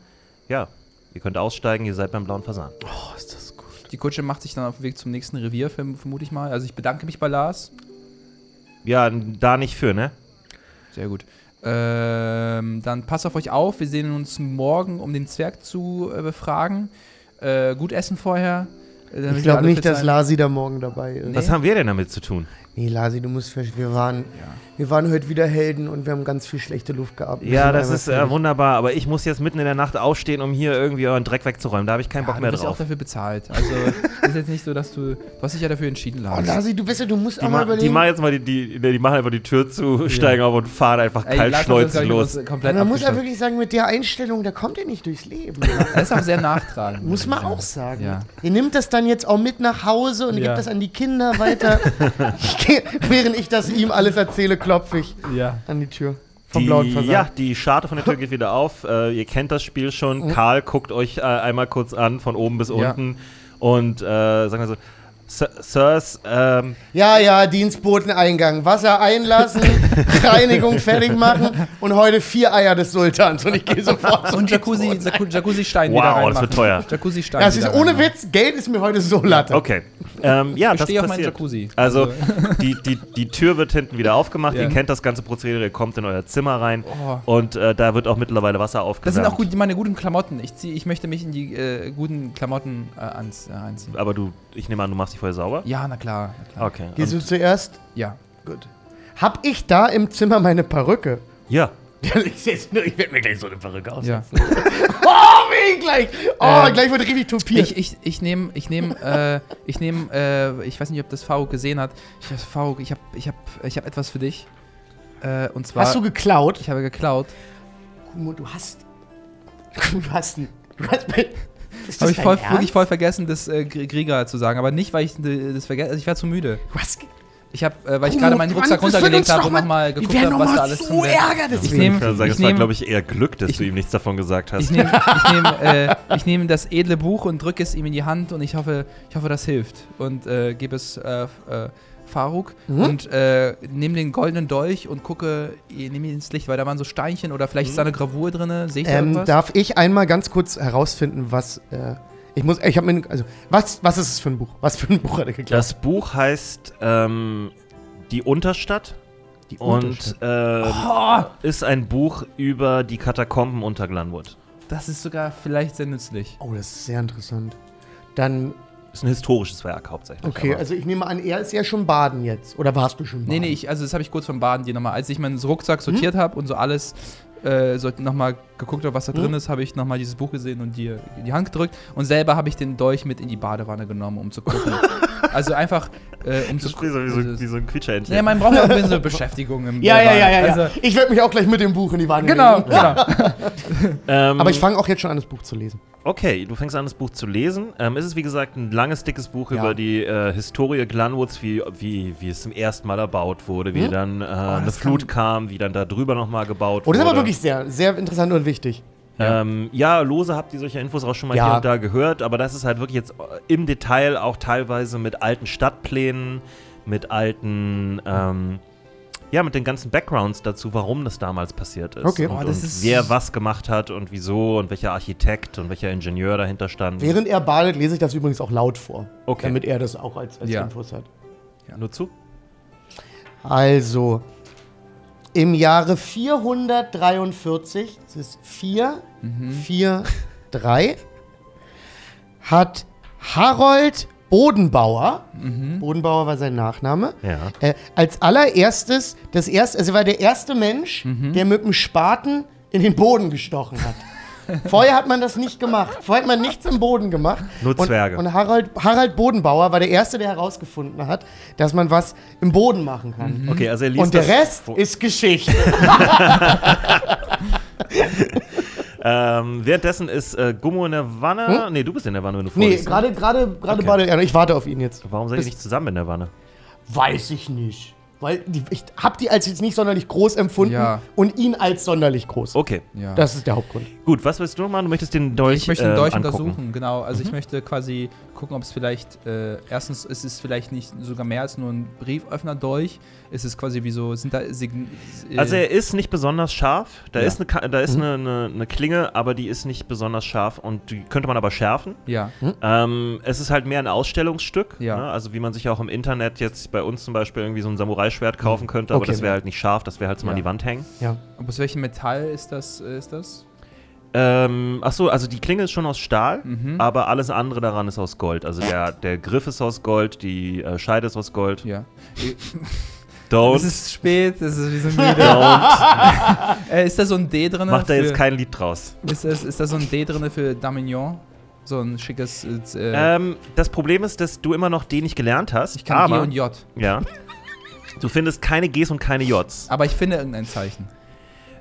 Speaker 1: ja, ihr könnt aussteigen, ihr seid beim blauen Fasan.
Speaker 3: Oh, ist das gut.
Speaker 2: Die Kutsche macht sich dann auf den Weg zum nächsten Revier, verm- vermute ich mal. Also ich bedanke mich bei Lars.
Speaker 1: Ja, da nicht für, ne?
Speaker 2: Sehr gut. Ähm, dann passt auf euch auf. Wir sehen uns morgen, um den Zwerg zu äh, befragen. Äh, gut essen vorher. äh, damit
Speaker 3: Ich
Speaker 2: wir
Speaker 3: glaube
Speaker 2: alle
Speaker 3: nicht,
Speaker 2: fit
Speaker 3: dass
Speaker 2: sein.
Speaker 3: Lasi da morgen dabei ist.
Speaker 1: Was haben wir denn damit zu tun?
Speaker 3: Nee, Lasi, du musst verstehen, wir waren, wir waren heute wieder Helden und wir haben ganz viel schlechte Luft gehabt. Wir
Speaker 1: Ja,
Speaker 3: sind
Speaker 1: das
Speaker 3: einmal
Speaker 1: ist äh,
Speaker 3: fertig.
Speaker 1: wunderbar, aber ich muss jetzt mitten in der Nacht aufstehen, um hier irgendwie euren Dreck wegzuräumen. Da habe ich keinen
Speaker 2: Ja,
Speaker 1: Bock
Speaker 2: du
Speaker 1: mehr
Speaker 2: bist ja
Speaker 1: drauf.
Speaker 2: auch dafür bezahlt. Also ist jetzt nicht so, dass du. Du hast dich ja dafür entschieden,
Speaker 3: Oh,
Speaker 2: Lars.
Speaker 3: Nasi, du bist ja, du musst
Speaker 1: Die,
Speaker 3: auch
Speaker 1: ma
Speaker 3: mal
Speaker 1: die
Speaker 3: überlegen.
Speaker 1: machen jetzt mal die, die, die machen einfach die Tür zu, steigen auf und fahren einfach
Speaker 2: Ey,
Speaker 1: kalt
Speaker 2: Lars hat uns,
Speaker 1: schleuzend
Speaker 2: glaub ich,
Speaker 1: los.
Speaker 2: übrigens Komplett
Speaker 3: man muss ja
Speaker 2: abgeschafft.
Speaker 3: wirklich sagen, mit der Einstellung, da kommt er nicht durchs Leben.
Speaker 2: Das ist auch sehr nachtragend.
Speaker 3: Muss man
Speaker 2: Ja.
Speaker 3: auch sagen.
Speaker 2: Ja.
Speaker 3: Ihr nehmt das dann jetzt auch mit nach Hause und
Speaker 2: Ja.
Speaker 3: gebt das an die Kinder weiter. Ich geh- Während ich das ihm alles erzähle, klopfe ich
Speaker 2: Ja.
Speaker 3: an die Tür vom
Speaker 1: Die,
Speaker 3: blauen Versand.
Speaker 1: ja, die Scharte von der Tür geht wieder auf. Äh, ihr kennt das Spiel schon.
Speaker 3: Mhm.
Speaker 1: Karl guckt euch äh, einmal kurz an, von oben bis
Speaker 2: Ja.
Speaker 1: unten. Und äh, sagt dann so, "Sir- Sirs, ähm,
Speaker 3: Ja, ja, Dienstboteneingang. Wasser einlassen, Reinigung fertig machen und heute vier Eier des Sultans. Und ich gehe sofort zum
Speaker 2: Und Jacuzzi,
Speaker 3: Dienstboten.
Speaker 2: Jacuzzi- Jacuzzi Stein
Speaker 1: Wow,
Speaker 2: wieder
Speaker 1: das
Speaker 2: reinmachen.
Speaker 1: wird teuer.
Speaker 2: Jacuzzi Stein.
Speaker 3: Das
Speaker 2: wieder
Speaker 3: ist ohne
Speaker 2: reinmachen.
Speaker 3: Witz, Geld ist mir heute so Latte.
Speaker 1: okay. Ähm, ja,
Speaker 2: Ich
Speaker 1: das
Speaker 2: stehe auf meinen
Speaker 1: passiert.
Speaker 2: Jacuzzi.
Speaker 1: Also die, die, die Tür wird hinten wieder aufgemacht.
Speaker 2: Ja.
Speaker 1: Ihr kennt das ganze Prozedere. Ihr kommt in euer Zimmer rein
Speaker 2: Oh.
Speaker 1: und äh, da wird auch mittlerweile Wasser
Speaker 2: Das
Speaker 1: aufgesammelt.
Speaker 2: sind auch gut, meine guten Klamotten. Ich, zieh, ich möchte mich in die äh, guten Klamotten äh, ans, äh, anziehen.
Speaker 1: Aber du, ich nehme an, du machst dich vorher sauber.
Speaker 2: Ja, na klar. Na klar.
Speaker 1: Okay.
Speaker 3: Gehst du zuerst?
Speaker 2: Ja.
Speaker 3: Gut. Hab ich da im Zimmer meine Perücke?
Speaker 1: ja.
Speaker 3: Ich, seh's nur, ich werde mir gleich so eine Perücke aus.
Speaker 2: ja.
Speaker 3: Oh, wie gleich! Oh,
Speaker 2: Ähm,
Speaker 3: gleich wird richtig tupiert.
Speaker 2: Ich, ich, ich nehme, ich nehme, äh, ich nehme, äh, ich weiß nicht, ob das Faruk gesehen hat. Ich weiß, Faruk, ich habe, ich habe, ich habe etwas für dich. Äh, und zwar,
Speaker 3: Hast du geklaut?
Speaker 2: ich habe geklaut.
Speaker 3: Kumo, du hast. Du hast einen. Du hast ist
Speaker 2: Habe ich
Speaker 3: dein
Speaker 2: voll,
Speaker 3: Ernst?
Speaker 2: wirklich voll vergessen, das äh, Gr- Grieger zu sagen. Aber nicht, weil ich äh, das vergessen, also ich war zu müde.
Speaker 3: Du hast ge-
Speaker 2: Ich habe, äh, weil ich
Speaker 3: Kumo,
Speaker 2: gerade meinen
Speaker 3: Mann,
Speaker 2: Rucksack
Speaker 3: das wird uns
Speaker 2: runtergelegt habe
Speaker 3: noch
Speaker 2: und
Speaker 3: mal-
Speaker 2: nochmal
Speaker 3: Die
Speaker 2: geguckt
Speaker 3: werden
Speaker 2: habe, was
Speaker 3: nochmal
Speaker 2: da alles
Speaker 3: so
Speaker 2: drin wäre.
Speaker 3: Ärger
Speaker 2: Ich
Speaker 3: deswegen.
Speaker 2: nehme,
Speaker 1: Ich kann sagen,
Speaker 2: ich
Speaker 1: es Also, war,
Speaker 2: nehme,
Speaker 1: glaube ich, eher Glück, dass
Speaker 2: ich-
Speaker 1: du ihm nichts davon gesagt hast.
Speaker 2: Ich nehme ich nehme, äh, ich nehme das edle Buch und drücke es ihm in die Hand und ich hoffe, ich hoffe das hilft. Und äh, gebe es äh, F- äh, Faruk und äh, nehme den goldenen Dolch und gucke, ich nehme ihn ins Licht, weil da waren so Steinchen oder vielleicht ist da eine Gravur drin. Sehe ich da
Speaker 3: Ähm,
Speaker 2: irgendwas?
Speaker 3: darf ich einmal ganz kurz herausfinden, was. Äh, ich muss. Ich habe mir. Also, was, was ist es für ein Buch? Was für ein Buch hat er geklaut?
Speaker 1: Das Buch heißt ähm, Die Unterstadt
Speaker 3: Die
Speaker 1: und
Speaker 3: Unterschrift.
Speaker 1: ähm, ist ein Buch über die Katakomben unter Glanwood.
Speaker 2: das ist sogar vielleicht sehr nützlich.
Speaker 3: Oh, das ist sehr interessant. Dann.
Speaker 1: Ist ein historisches Werk hauptsächlich.
Speaker 3: Okay,
Speaker 1: aber-
Speaker 3: also ich nehme an, er ist ja schon baden jetzt. Oder warst du schon baden?
Speaker 2: Nee, nee, ich, also das habe ich kurz vom Baden dir nochmal, als ich meinen Rucksack
Speaker 3: Hm?
Speaker 2: sortiert habe und so alles äh, so nochmal geguckt habe, was
Speaker 3: Hm?
Speaker 2: da drin ist, habe ich nochmal dieses Buch gesehen und dir in die Hand gedrückt und selber habe ich den Dolch mit in die Badewanne genommen, um zu gucken. also einfach, äh, um
Speaker 1: Du
Speaker 2: zu
Speaker 1: sprichst so wie
Speaker 3: also
Speaker 1: so, wie so ein Quietschentchen.
Speaker 2: Ja, man braucht ja auch ein bisschen so Beschäftigung im
Speaker 3: Ja, ja, ja, ja. ja.
Speaker 2: Also,
Speaker 3: ich werde mich auch gleich mit dem Buch in die Wanne
Speaker 2: Genau, Mhm.
Speaker 3: legen.
Speaker 2: genau.
Speaker 1: ähm,
Speaker 3: Aber ich fange auch jetzt schon an, das Buch zu lesen.
Speaker 1: Okay, du fängst an, das Buch zu lesen. Ähm, es ist, wie gesagt, ein langes, dickes Buch
Speaker 3: Ja.
Speaker 1: über die äh, Historie Glanwoods, wie, wie, wie es zum ersten Mal erbaut wurde,
Speaker 3: Hm?
Speaker 1: wie dann äh, eine
Speaker 2: das
Speaker 1: Flut kam, wie dann da drüber nochmal gebaut
Speaker 3: Oh, das
Speaker 1: wurde.
Speaker 3: ist aber wirklich sehr, sehr interessant und wichtig.
Speaker 1: Ähm, ja, lose habt ihr solche Infos auch schon mal
Speaker 3: Ja.
Speaker 1: hier und da gehört, aber das ist halt wirklich jetzt im Detail auch teilweise mit alten Stadtplänen, mit alten, ähm, ja, mit den ganzen Backgrounds dazu, warum das damals passiert ist.
Speaker 3: Okay.
Speaker 1: Und,
Speaker 2: Boah, Oh, das
Speaker 1: und
Speaker 2: ist-
Speaker 1: wer was gemacht hat und wieso und welcher Architekt und welcher Ingenieur dahinter stand.
Speaker 3: Während er badet, lese ich das übrigens auch laut vor.
Speaker 1: Okay.
Speaker 3: Damit er das auch als, als
Speaker 2: Ja.
Speaker 3: Infos hat.
Speaker 1: Nur
Speaker 3: Mhm.
Speaker 1: zu?
Speaker 3: Also, im Jahre 443, es ist 4, 4, 3, hat Harold Bodenbauer, Bodenbauer war sein Nachname,
Speaker 1: Ja.
Speaker 3: äh, als allererstes, das erste, also er war der erste Mensch, der mit dem Spaten in den Boden gestochen hat. Vorher hat man das nicht gemacht. Vorher hat man nichts im Boden gemacht.
Speaker 1: Nur Zwerge.
Speaker 3: Und, und Harald, Harald Bodenbauer war der Erste, der herausgefunden hat, dass man was im Boden machen kann.
Speaker 1: Okay, also er liest
Speaker 3: Und der
Speaker 1: das
Speaker 3: Rest
Speaker 1: vor-
Speaker 3: ist Geschichte.
Speaker 1: Ähm, währenddessen ist äh, Gummo in der Wanne. Nee, du bist in der Wanne, wenn du
Speaker 3: Hm? Nee,
Speaker 1: vorliest.
Speaker 3: gerade gerade gerade
Speaker 1: Okay.
Speaker 3: badet er noch. Ich warte auf ihn jetzt.
Speaker 1: Warum seid ihr nicht zusammen in der Wanne?
Speaker 3: Weiß ich nicht. Weil die, ich hab die als jetzt nicht sonderlich groß empfunden
Speaker 2: Ja.
Speaker 3: und ihn als sonderlich groß.
Speaker 1: Okay,
Speaker 2: Ja.
Speaker 3: Das ist der Hauptgrund.
Speaker 1: gut. Was willst du noch machen? Du möchtest den Dolch
Speaker 2: ich möchte den
Speaker 1: ähm,
Speaker 2: Dolch
Speaker 1: angucken.
Speaker 2: untersuchen, genau. Also
Speaker 3: Mhm.
Speaker 2: ich möchte quasi gucken, ob es vielleicht, äh, erstens ist es vielleicht nicht sogar mehr als nur ein Brieföffner-Dolch. Es ist quasi wie so, sind da Sign äh,
Speaker 1: Also er ist nicht besonders scharf. Da
Speaker 2: Ja. Mhm.
Speaker 1: ist, eine, Ka- da ist eine, eine, eine Klinge, aber die ist nicht besonders scharf und die könnte man aber schärfen.
Speaker 2: ja.
Speaker 1: Ähm, es ist halt mehr ein Ausstellungsstück.
Speaker 2: Ja.
Speaker 1: Ne? Also wie man sich auch im Internet jetzt bei uns zum Beispiel irgendwie so ein Samurai-Schwert kaufen könnte, aber
Speaker 3: Okay.
Speaker 1: das wäre halt nicht scharf, das wäre halt so mal an
Speaker 2: Mhm. Ja.
Speaker 1: die Wand hängen.
Speaker 3: Ja.
Speaker 2: Aber aus welchem Metall ist das? äh, Ist das?
Speaker 1: Ähm, Achso, also die Klinge ist schon aus Stahl,
Speaker 2: Mhm.
Speaker 1: aber alles andere daran ist aus Gold. Also der, der Griff ist aus Gold, die äh, Scheide ist aus Gold.
Speaker 2: Ja. Äh, Es
Speaker 1: Don't,
Speaker 2: ist spät, es ist, wir sind müde.
Speaker 1: don't.
Speaker 2: äh, ist da so ein D drin?
Speaker 1: Macht da jetzt
Speaker 2: für-
Speaker 1: kein Lied draus.
Speaker 2: Ist, das, ist da so ein D drin für Damignon? So ein schickes. Äh,
Speaker 1: Ähm, das Problem ist, dass du immer noch D nicht gelernt hast.
Speaker 2: ich kann
Speaker 1: aber,
Speaker 2: G und J.
Speaker 1: Ja. Du findest keine Gs und keine Js.
Speaker 2: Aber ich finde irgendein Zeichen.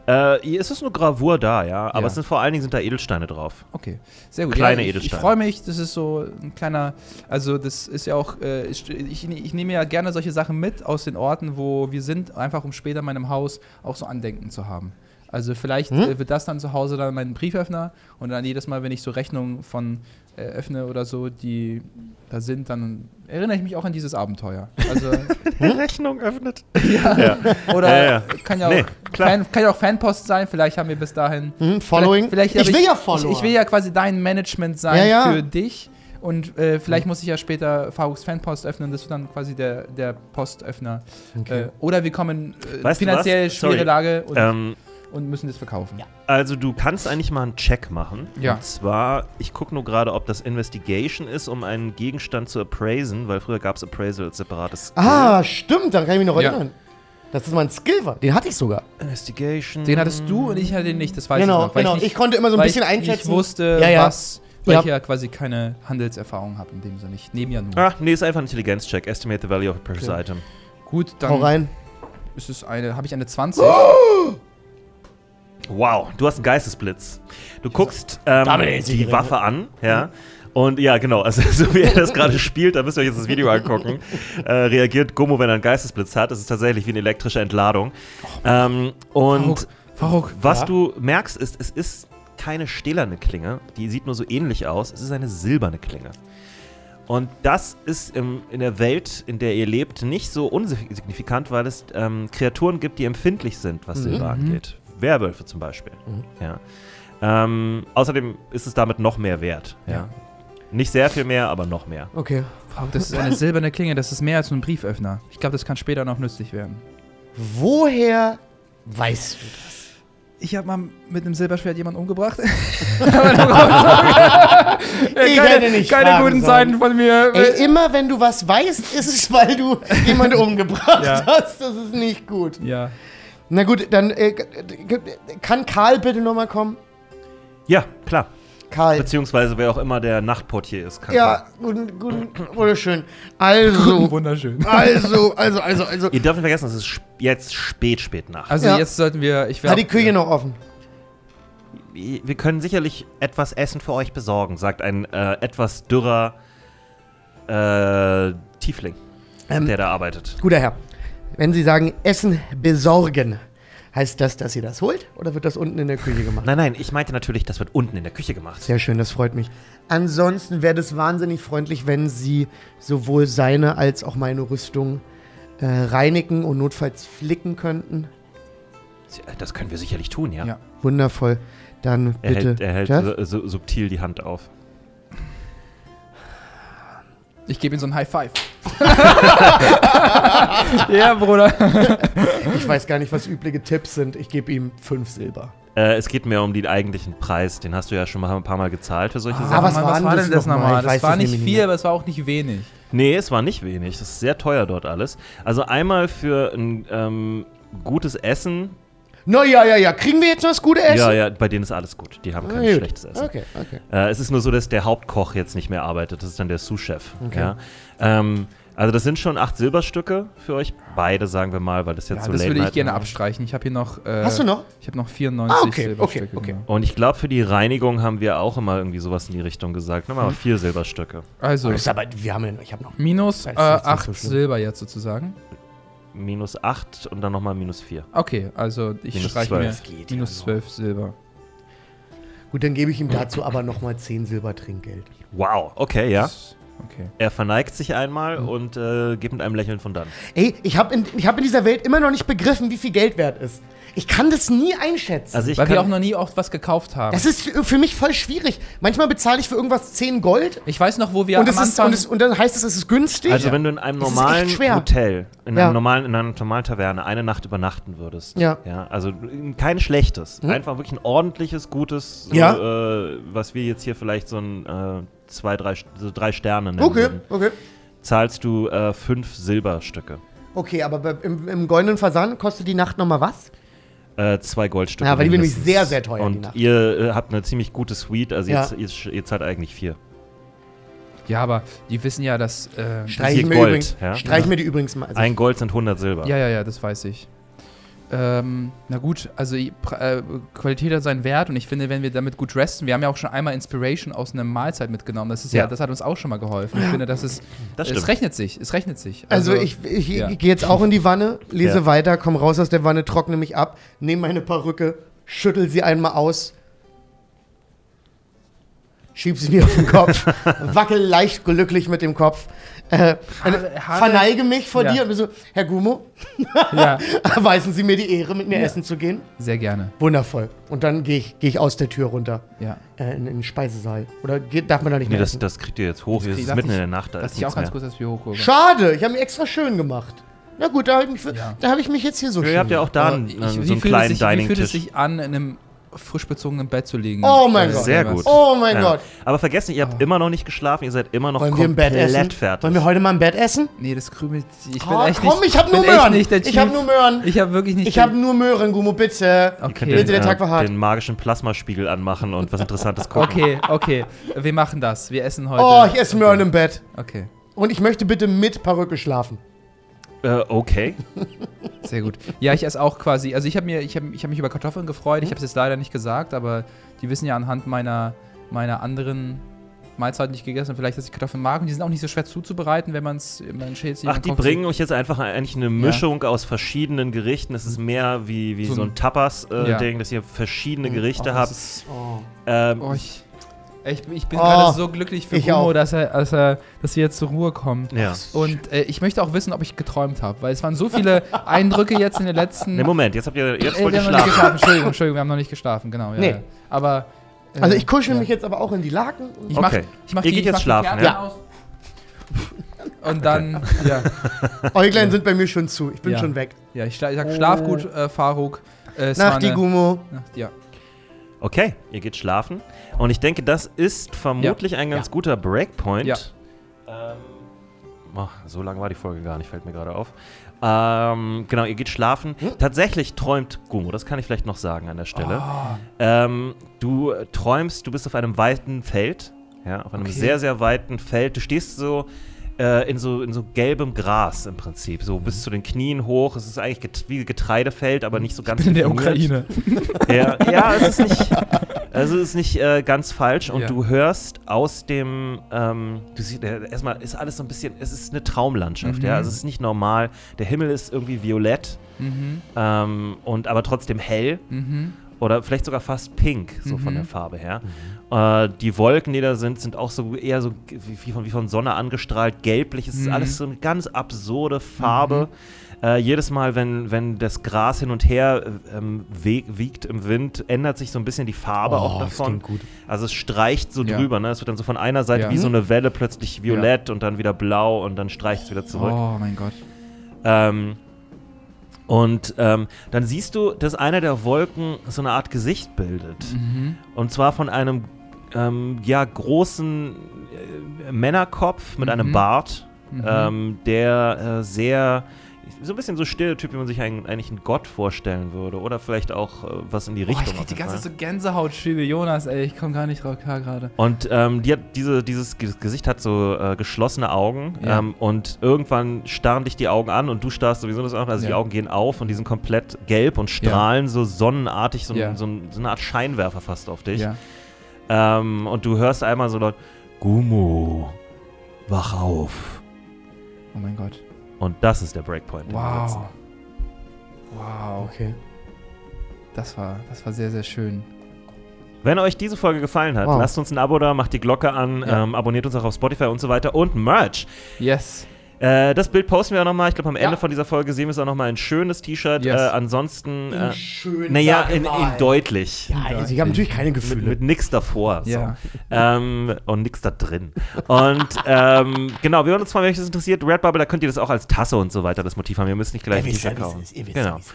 Speaker 1: Äh, hier ist es ist nur Gravur da, ja. Aber
Speaker 2: Ja.
Speaker 1: es sind vor allen Dingen sind da Edelsteine drauf.
Speaker 2: Okay, sehr gut.
Speaker 1: Kleine
Speaker 2: ja, ich, ich
Speaker 1: Edelsteine.
Speaker 2: freue mich, das ist so ein kleiner, also das ist ja auch, äh, ich, ich, ich nehme ja gerne solche Sachen mit aus den Orten, wo wir sind, einfach um später in meinem Haus auch so Andenken zu haben. Also vielleicht
Speaker 1: Hm?
Speaker 2: äh, wird das dann zu Hause dann mein Brieföffner und dann jedes Mal, wenn ich so Rechnungen von äh, öffne oder so, die da sind, dann erinnere ich mich auch an dieses Abenteuer. Also
Speaker 1: Rechnung öffnet.
Speaker 2: ja,
Speaker 1: Ja.
Speaker 2: oder
Speaker 1: Ja, ja.
Speaker 2: kann ja auch
Speaker 1: Nee, klar.
Speaker 2: Fan, kann ja auch Fanpost sein, vielleicht haben wir bis dahin
Speaker 3: Hm, Following?
Speaker 2: Vielleicht, vielleicht,
Speaker 3: ich
Speaker 2: aber
Speaker 3: will ja Follower.
Speaker 2: Ich, ich will ja quasi dein Management sein
Speaker 3: Ja, ja.
Speaker 2: für dich. Und äh, vielleicht muss ich ja später Faruks Fanpost öffnen, das wird dann quasi der, der Postöffner.
Speaker 3: Okay.
Speaker 2: Äh, oder wir kommen äh,
Speaker 1: Weißt du
Speaker 2: finanziell
Speaker 1: was?
Speaker 2: schwere
Speaker 1: Sorry.
Speaker 2: Lage und,
Speaker 1: Ähm,
Speaker 2: und müssen das verkaufen. Ja.
Speaker 1: also du kannst eigentlich mal einen Check machen.
Speaker 2: Ja.
Speaker 1: Und zwar, ich gucke nur gerade, ob das Investigation ist, um einen Gegenstand zu appraisen, weil früher gab es Appraisal als separates.
Speaker 3: ah, stimmt, dann kann ich mich noch
Speaker 2: Ja.
Speaker 3: erinnern. Dass das mein Skill war. Den hatte ich sogar.
Speaker 1: Investigation.
Speaker 2: Den hattest du und ich hatte den nicht, das weiß ich
Speaker 3: genau,
Speaker 2: noch. weil
Speaker 3: genau.
Speaker 2: Ich,
Speaker 3: Ich,
Speaker 2: nicht,
Speaker 3: konnte immer so ein
Speaker 2: weil
Speaker 3: bisschen
Speaker 2: ich
Speaker 3: einschätzen.
Speaker 2: nicht wusste,
Speaker 3: Ja, ja.
Speaker 2: was, weil
Speaker 3: Ja.
Speaker 2: ich ja quasi keine Handelserfahrung habe in dem Sinne. Ich nehme ja nur.
Speaker 1: Ah, nee, ist einfach ein Intelligenzcheck. Estimate the value of a precious
Speaker 3: Okay.
Speaker 1: item.
Speaker 2: Gut,
Speaker 3: Hau
Speaker 2: dann
Speaker 3: rein.
Speaker 2: ist es eine, habe ich eine 20.
Speaker 1: Ah. Wow, du hast einen Geistesblitz. Du guckst ähm,
Speaker 3: Damit hätte ich
Speaker 1: die
Speaker 3: gerechnet.
Speaker 1: Waffe an, ja. Und ja, genau, also so wie er das gerade spielt, da müsst ihr euch jetzt das Video angucken, äh, reagiert Gummo, wenn er einen Geistesblitz hat. Das ist tatsächlich wie eine elektrische Entladung. Ähm, und
Speaker 2: Faruk,
Speaker 1: was
Speaker 3: Ja.
Speaker 1: du merkst, ist, es ist keine stählerne Klinge, die sieht nur so ähnlich aus, es ist eine silberne Klinge. Und das ist im, in der Welt, in der ihr lebt, nicht so unsignifikant, weil es ähm, Kreaturen gibt, die empfindlich sind, was Silber angeht. Werwölfe zum Beispiel. Ja. Ähm, außerdem ist es damit noch mehr wert. Ja.
Speaker 2: Ja.
Speaker 1: Nicht sehr viel mehr, aber noch mehr.
Speaker 3: Okay.
Speaker 2: Faruk, das ist eine silberne Klinge, das ist mehr als nur ein Brieföffner. Ich glaube, das kann später noch nützlich werden.
Speaker 3: Woher weißt du das?
Speaker 2: Ich habe mal mit einem Silberschwert jemanden umgebracht.
Speaker 3: Ich
Speaker 2: keine
Speaker 3: hätte nicht
Speaker 2: keine
Speaker 3: fragen
Speaker 2: guten
Speaker 3: sollen.
Speaker 2: Zeiten von mir. Äh,
Speaker 3: Ey, immer wenn du was weißt, ist es, weil du jemanden umgebracht
Speaker 2: Ja.
Speaker 3: hast. Das ist nicht gut.
Speaker 2: ja.
Speaker 3: Na gut, dann äh, kann Karl bitte nochmal kommen?
Speaker 1: Ja, klar.
Speaker 3: Karl.
Speaker 1: Beziehungsweise wer auch immer der Nachtportier ist, kann
Speaker 3: Ja, guten, guten, wunderschön. Also,
Speaker 2: Wunderschön.
Speaker 3: also, also, also, also.
Speaker 1: Ihr dürft nicht vergessen, es ist sp- jetzt spät, spät Nacht.
Speaker 2: Also
Speaker 3: Ja.
Speaker 2: jetzt sollten wir. Ich wär,
Speaker 3: Hat die Küche noch offen?
Speaker 1: Wir können sicherlich etwas Essen für euch besorgen, sagt ein äh, etwas dürrer äh, Tiefling,
Speaker 3: Ähm.
Speaker 1: der da arbeitet.
Speaker 3: Guter Herr, wenn Sie sagen Essen besorgen, heißt das, dass Sie das holt oder wird das unten in der Küche gemacht?
Speaker 1: Nein, nein, ich meinte natürlich, das wird unten in der Küche gemacht.
Speaker 3: Sehr schön, das freut mich. Ansonsten wäre das wahnsinnig freundlich, wenn Sie sowohl seine als auch meine Rüstung äh, reinigen und notfalls flicken könnten.
Speaker 1: äh, Das können wir sicherlich tun, ja.
Speaker 2: Ja.
Speaker 3: Wundervoll. Dann
Speaker 1: Er
Speaker 3: bitte.
Speaker 1: hält, er hält
Speaker 3: das?
Speaker 1: su- su- subtil die Hand auf.
Speaker 2: Ich gebe ihm so ein High Five. ja,
Speaker 3: Ah,
Speaker 2: Bruder.
Speaker 3: Ich weiß gar nicht, was übliche Tipps sind. Ich gebe ihm fünf Silber.
Speaker 1: Äh, es geht mir um den eigentlichen Preis, den hast du ja schon mal ein paar Mal gezahlt für solche
Speaker 3: Ah,
Speaker 1: Sachen.
Speaker 3: was war denn das noch mal? Ich
Speaker 2: Das
Speaker 3: weiß
Speaker 2: war
Speaker 3: das
Speaker 2: nicht
Speaker 3: nämlich
Speaker 2: viel,
Speaker 3: nicht.
Speaker 2: aber es war auch nicht wenig.
Speaker 1: Nee, es war nicht wenig. Das ist sehr teuer dort alles. Also einmal für ein ähm, gutes Essen.
Speaker 3: Na ja, ja, ja. Kriegen wir jetzt noch das gute Essen?
Speaker 1: Ja, ja, bei denen ist alles gut. Die haben kein
Speaker 3: Na gut.
Speaker 1: schlechtes Essen.
Speaker 3: Okay, okay.
Speaker 1: Äh, es ist nur so, dass der Hauptkoch jetzt nicht mehr arbeitet. Das ist dann der Sous-Chef.
Speaker 3: Okay.
Speaker 1: Ja? Ähm, also das sind schon acht Silberstücke für euch. Beide, sagen wir mal, weil das jetzt
Speaker 2: Ja,
Speaker 1: so
Speaker 2: das würde ich
Speaker 1: Late-Night
Speaker 2: gerne
Speaker 1: war.
Speaker 2: abstreichen. Ich habe hier noch. Äh,
Speaker 3: ne? Hast du noch?
Speaker 2: Ich habe noch 94
Speaker 3: Ah, okay, okay,
Speaker 2: Silberstücke.
Speaker 3: okay.
Speaker 2: genau.
Speaker 1: Und ich glaube, für die Reinigung haben wir auch immer irgendwie sowas in die Richtung gesagt. Nochmal
Speaker 2: Mhm.
Speaker 1: vier Silberstücke.
Speaker 2: Also,
Speaker 3: Das ist aber, wir haben ja noch, ich habe noch.
Speaker 2: minus
Speaker 3: Das
Speaker 2: äh,
Speaker 3: ist jetzt nicht so
Speaker 2: 8
Speaker 3: schlimm.
Speaker 2: Silber jetzt sozusagen.
Speaker 1: Minus acht und dann nochmal minus vier.
Speaker 2: Okay, also ich
Speaker 1: Minus
Speaker 2: streiche mir
Speaker 1: zwölf.
Speaker 2: minus 12 Silber.
Speaker 3: Gut, dann gebe ich ihm dazu aber nochmal zehn Silber Trinkgeld.
Speaker 1: Wow, okay, ja.
Speaker 2: Das- Okay.
Speaker 1: Er verneigt sich einmal
Speaker 2: Mhm.
Speaker 1: und äh, geht mit einem Lächeln von dann.
Speaker 3: Ey, ich habe in, ich hab in dieser Welt immer noch nicht begriffen, wie viel Geld wert ist. Ich kann das nie einschätzen.
Speaker 1: Also ich
Speaker 2: Weil
Speaker 1: kann,
Speaker 2: wir auch noch nie oft was gekauft haben.
Speaker 3: das ist für mich voll schwierig. Manchmal bezahle ich für irgendwas 10 Gold
Speaker 2: Ich weiß noch, wo wir
Speaker 3: und, es
Speaker 2: am
Speaker 3: ist,
Speaker 2: Anfang.
Speaker 3: und, es, und dann heißt es, es ist günstig.
Speaker 1: also wenn du in einem
Speaker 3: Das ist echt
Speaker 1: normalen
Speaker 3: schwer.
Speaker 1: Hotel, in,
Speaker 3: Ja.
Speaker 1: einem normalen, in einer normalen Taverne eine Nacht übernachten würdest.
Speaker 3: Ja. Mhm.
Speaker 1: ja also kein schlechtes, einfach wirklich ein ordentliches, gutes, so,
Speaker 3: Ja.
Speaker 1: äh, was wir jetzt hier vielleicht so ein äh, zwei, drei, so drei Sterne nennen
Speaker 3: okay,
Speaker 1: würden,
Speaker 3: okay.
Speaker 1: zahlst du äh, fünf Silberstücke.
Speaker 3: Okay, aber bei- im, im goldenen Fasan kostet die Nacht nochmal was?
Speaker 1: Äh, zwei Goldstücke.
Speaker 3: Ja, aber die sind nämlich
Speaker 1: mindestens.
Speaker 3: sehr, sehr teuer, die
Speaker 1: Und
Speaker 3: Nacht.
Speaker 1: ihr äh, habt eine ziemlich gute Suite, also
Speaker 3: Ja.
Speaker 1: jetzt, jetzt, ihr zahlt eigentlich vier.
Speaker 2: Ja, aber die wissen ja, dass. Äh,
Speaker 1: Hier
Speaker 3: Streichen wir
Speaker 1: Gold,
Speaker 3: übrigens,
Speaker 1: ja?
Speaker 3: streich
Speaker 2: Ja.
Speaker 3: mir die übrigens mal. Also
Speaker 1: Ein Gold sind 100 Silber.
Speaker 2: ja, ja, ja, das weiß ich. Ähm, na gut, also ich- Pre- äh, Qualität hat seinen Wert und ich finde, wenn wir damit gut resten, wir haben ja auch schon einmal Inspiration aus einer Mahlzeit mitgenommen. Das ist ja,
Speaker 1: Ja.
Speaker 2: das hat uns auch schon mal geholfen. Ich finde, das ist,
Speaker 1: Das
Speaker 2: es
Speaker 1: stimmt.
Speaker 2: rechnet sich, es rechnet sich.
Speaker 3: Also, ich, ich
Speaker 2: ja.
Speaker 3: gehe jetzt auch in die Wanne, lese
Speaker 1: Ja.
Speaker 3: weiter, komme raus aus der Wanne, trockne mich ab, nehme meine Perücke, schüttel sie einmal aus, schieb sie mir auf den Kopf, wackel leicht glücklich mit dem Kopf, äh,
Speaker 2: Haare- Haare-
Speaker 3: verneige mich vor
Speaker 2: Ja.
Speaker 3: dir und bin so, Herr Gumo,
Speaker 2: ja,
Speaker 3: erweisen Sie mir die Ehre, mit mir
Speaker 2: Ja.
Speaker 3: essen zu gehen.
Speaker 2: sehr gerne.
Speaker 3: Wundervoll. Und dann gehe ich, geh ich aus der Tür runter
Speaker 2: Ja,
Speaker 3: äh, in, in den Speisesaal. Oder geht, darf man da nicht
Speaker 1: Nee,
Speaker 3: mehr
Speaker 1: das,
Speaker 3: essen?
Speaker 1: das kriegt ihr jetzt hoch.
Speaker 2: krieg-
Speaker 1: Es ist
Speaker 2: lass
Speaker 1: mitten
Speaker 2: ich-
Speaker 1: in der Nacht, da
Speaker 2: das
Speaker 1: ist
Speaker 2: ist
Speaker 1: nichts
Speaker 2: auch ganz
Speaker 1: mehr.
Speaker 2: kurz, dass wir hochgucken.
Speaker 3: Schade, ich habe mich extra schön gemacht. Na gut, da habe ich, mich für-
Speaker 2: Ja.
Speaker 3: da hab ich mich jetzt hier so schön
Speaker 1: Ihr habt ja auch da
Speaker 2: Aber
Speaker 1: einen,
Speaker 2: ich-
Speaker 1: äh,
Speaker 2: wie
Speaker 1: so einen
Speaker 2: fühlt es
Speaker 1: kleinen
Speaker 2: sich- Wie fühlt es
Speaker 1: Dining-Tisch.
Speaker 2: sich an, in einem frisch bezogenen Bett zu liegen? Äh,
Speaker 3: Oh mein Gott.
Speaker 1: Sehr
Speaker 2: was-
Speaker 1: gut.
Speaker 3: Oh mein
Speaker 1: Ja.
Speaker 3: Gott.
Speaker 1: Aber vergesst nicht, ihr habt immer noch nicht geschlafen, ihr seid immer noch
Speaker 3: Wollen wir im
Speaker 1: komplett
Speaker 3: Bett essen?
Speaker 1: fertig.
Speaker 3: Wollen wir heute mal im Bett essen?
Speaker 2: Nee, das krümelt. Ich bin
Speaker 3: Ah,
Speaker 2: echt
Speaker 3: komm,
Speaker 2: nicht,
Speaker 3: ich hab nur
Speaker 2: bin echt
Speaker 3: Möhren.
Speaker 2: Nicht der
Speaker 3: Ich hab
Speaker 2: Chief.
Speaker 3: nur Möhren.
Speaker 2: Ich habe wirklich nicht.
Speaker 3: Ich habe nur Möhren, Gumo, bitte.
Speaker 1: Ihr könnt
Speaker 2: Okay.
Speaker 1: den,
Speaker 3: Bitte, der Tag war
Speaker 1: äh,
Speaker 3: hart.
Speaker 1: den magischen Plasmaspiegel anmachen und was Interessantes gucken.
Speaker 2: Okay, okay. Wir machen das. Wir essen heute.
Speaker 3: Oh, ich esse Möhren im Bett.
Speaker 2: Okay,
Speaker 3: Und ich möchte bitte mit Perücke schlafen.
Speaker 1: Äh, okay.
Speaker 2: sehr gut. Ja, ich esse auch quasi. Also ich habe mir, ich habe, ich habe mich über Kartoffeln gefreut. Ich
Speaker 3: Mhm.
Speaker 2: habe es jetzt leider nicht gesagt, aber die wissen ja anhand meiner meiner anderen Mahlzeiten, die ich gegessen habe, vielleicht, dass ich Kartoffeln mag. Und die sind auch nicht so schwer zuzubereiten, wenn man es, wenn man schält. sie,
Speaker 1: Ach,
Speaker 2: man
Speaker 1: die
Speaker 2: kocht sie-
Speaker 1: bringen euch jetzt einfach eigentlich eine Mischung aus verschiedenen Gerichten. Es ist mehr wie, wie
Speaker 2: So
Speaker 1: so,
Speaker 2: ein-
Speaker 1: ein Tapas-Ding,
Speaker 2: Ja.
Speaker 1: dass ihr verschiedene
Speaker 3: Mhm.
Speaker 2: Oh,
Speaker 1: Gerichte
Speaker 2: das
Speaker 1: habt.
Speaker 2: ist-
Speaker 3: Oh.
Speaker 1: Ähm,
Speaker 2: Oh, ich, ich, ich bin
Speaker 3: Oh,
Speaker 2: gerade so glücklich für
Speaker 3: ich
Speaker 2: Gumo,
Speaker 3: auch.
Speaker 2: dass er, dass er, dass wir jetzt zur Ruhe kommen.
Speaker 1: ja.
Speaker 2: Und äh, ich möchte auch wissen, ob ich geträumt habe, weil es waren so viele Eindrücke jetzt in den letzten.
Speaker 1: Ne, Moment, jetzt habt ihr jetzt
Speaker 2: Äh,
Speaker 1: wollt
Speaker 2: wir
Speaker 1: ihr
Speaker 2: haben noch nicht
Speaker 1: schlafen.
Speaker 2: geschlafen. Entschuldigung, Entschuldigung, wir haben noch nicht geschlafen, genau. Ja,
Speaker 3: Nee.
Speaker 2: ja. Aber. äh,
Speaker 3: Also ich kuschel
Speaker 2: ja.
Speaker 3: mich jetzt aber auch in die Laken.
Speaker 2: Ich mach,
Speaker 1: Okay.
Speaker 2: ich mach
Speaker 1: Ihr
Speaker 2: die,
Speaker 1: geht
Speaker 2: ich
Speaker 1: jetzt
Speaker 2: mach die
Speaker 1: schlafen,
Speaker 2: Kerzen
Speaker 1: ja?
Speaker 2: aus. Und dann, ja,
Speaker 3: Äuglein sind bei mir schon zu. Ich bin
Speaker 2: Ja.
Speaker 3: schon weg.
Speaker 2: ja, ich, schla- ich sag,
Speaker 3: Oh.
Speaker 2: schlaf gut, äh, Faruk. Äh, es war
Speaker 3: Nach die
Speaker 2: eine-
Speaker 3: Gumo.
Speaker 2: Nacht, ja.
Speaker 1: Okay, ihr geht schlafen. Und ich denke, das ist vermutlich ein ganz
Speaker 3: Ja.
Speaker 1: guter Breakpoint.
Speaker 2: Ja.
Speaker 1: Ähm, oh, so lang war die Folge gar nicht, fällt mir gerade auf. Ähm, genau, ihr geht schlafen.
Speaker 2: Hm?
Speaker 1: Tatsächlich träumt Gumo, das kann ich vielleicht noch sagen an der Stelle.
Speaker 2: Ah.
Speaker 1: Ähm, du äh, träumst, du bist auf einem weiten Feld. Ja, auf einem
Speaker 2: Okay.
Speaker 1: sehr, sehr weiten Feld. Du stehst so. äh, In so, in so gelbem Gras im Prinzip,
Speaker 2: Mhm.
Speaker 1: so bis zu den Knien hoch. Es ist eigentlich get wie Getreidefeld, aber nicht so ganz
Speaker 2: Mhm. In der
Speaker 1: definiert.
Speaker 2: Ukraine.
Speaker 1: Ja, ja es ist nicht, also es ist nicht äh, ganz falsch. Und
Speaker 2: Ja.
Speaker 1: du hörst aus dem, ähm, du siehst, äh, erstmal ist alles so ein bisschen, es ist eine Traumlandschaft,
Speaker 2: Mhm.
Speaker 1: ja. Also es ist nicht normal. Der Himmel ist irgendwie violett,
Speaker 2: Mhm,
Speaker 1: ähm, und aber trotzdem hell
Speaker 2: mhm.
Speaker 1: oder vielleicht sogar fast pink, so von
Speaker 2: Mhm.
Speaker 1: der Farbe her. Äh, die Wolken, die da sind, sind auch so eher so g- wie, wie, von, wie von Sonne angestrahlt, gelblich. Es ist
Speaker 2: Mhm.
Speaker 1: alles so eine ganz absurde Farbe. Äh, jedes Mal, wenn, wenn das Gras hin und her äh, ähm, we- wiegt im Wind, ändert sich so ein bisschen die Farbe auch
Speaker 2: Oh,
Speaker 3: das
Speaker 1: davon.
Speaker 3: klingt gut.
Speaker 1: Also es streicht so
Speaker 2: Ja.
Speaker 1: drüber. Ne? Es wird dann so von einer Seite
Speaker 2: Ja. Mhm.
Speaker 1: wie so eine Welle plötzlich violett und dann wieder blau und dann streicht es wieder zurück.
Speaker 2: Oh mein Gott.
Speaker 1: Ähm, und ähm, dann siehst du, dass einer der Wolken so eine Art Gesicht bildet.
Speaker 2: Mhm.
Speaker 1: Und zwar von einem ähm, ja, großen äh, Männerkopf mit einem
Speaker 2: Mhm.
Speaker 1: Bart,
Speaker 2: Mhm.
Speaker 1: ähm, der äh, sehr, so ein bisschen so Stereotyp, wie man sich einen, eigentlich einen Gott vorstellen würde. Oder vielleicht auch äh, was in die
Speaker 2: Boah,
Speaker 1: Richtung.
Speaker 2: ich krieg
Speaker 1: auf
Speaker 2: die
Speaker 1: jeden
Speaker 2: ganze
Speaker 1: Fall.
Speaker 2: Zeit so Gänsehautschübe, Jonas, ey, ich komm gar nicht drauf klar gerade.
Speaker 1: Und ähm, die hat diese, dieses Ge- Gesicht hat so äh, geschlossene Augen
Speaker 2: Ja.
Speaker 1: ähm, und irgendwann starren dich die Augen an und du starrst sowieso das auch. Also die
Speaker 2: Ja.
Speaker 1: Augen gehen auf und die sind komplett gelb und strahlen so sonnenartig, so, ein-
Speaker 2: Ja.
Speaker 1: so, ein- so eine Art Scheinwerfer fast auf dich.
Speaker 2: Ja.
Speaker 1: Ähm, und du hörst einmal so laut, Gumo, wach auf.
Speaker 2: Oh mein Gott.
Speaker 1: Und das ist der Breakpoint. den wir setzen.
Speaker 2: Wow. Wow.
Speaker 3: Okay.
Speaker 2: Das war, das war sehr, sehr schön.
Speaker 1: Wenn euch diese Folge gefallen hat,
Speaker 3: Wow.
Speaker 1: lasst uns ein Abo da, macht die Glocke an,
Speaker 2: Ja.
Speaker 1: ähm, abonniert uns auch auf Spotify und so weiter und Merch.
Speaker 2: Yes.
Speaker 1: Äh, das Bild posten wir auch nochmal. Ich glaube, am Ende
Speaker 3: Ja.
Speaker 1: von dieser Folge sehen wir es auch nochmal ein schönes T-Shirt.
Speaker 2: Yes.
Speaker 1: Äh, ansonsten, äh,
Speaker 3: Schön.
Speaker 1: naja,
Speaker 3: sag
Speaker 1: in, in
Speaker 3: mal.
Speaker 1: deutlich.
Speaker 3: Ja, also ich habe natürlich keine
Speaker 1: Mit,
Speaker 3: Gefühle.
Speaker 1: mit nix davor. So.
Speaker 2: Ja.
Speaker 1: Ähm, und nix da drin. Und ähm, genau, wir hören uns mal, wenn euch das interessiert. Redbubble, da könnt ihr das auch als Tasse und so weiter, das Motiv haben. Ihr müsst nicht gleich
Speaker 3: Ihr
Speaker 1: ein
Speaker 3: wisst ja,
Speaker 1: T-Shirt
Speaker 3: wie es
Speaker 1: kaufen.
Speaker 3: ist, ihr wisst ja,
Speaker 1: Genau.
Speaker 3: wie es ist.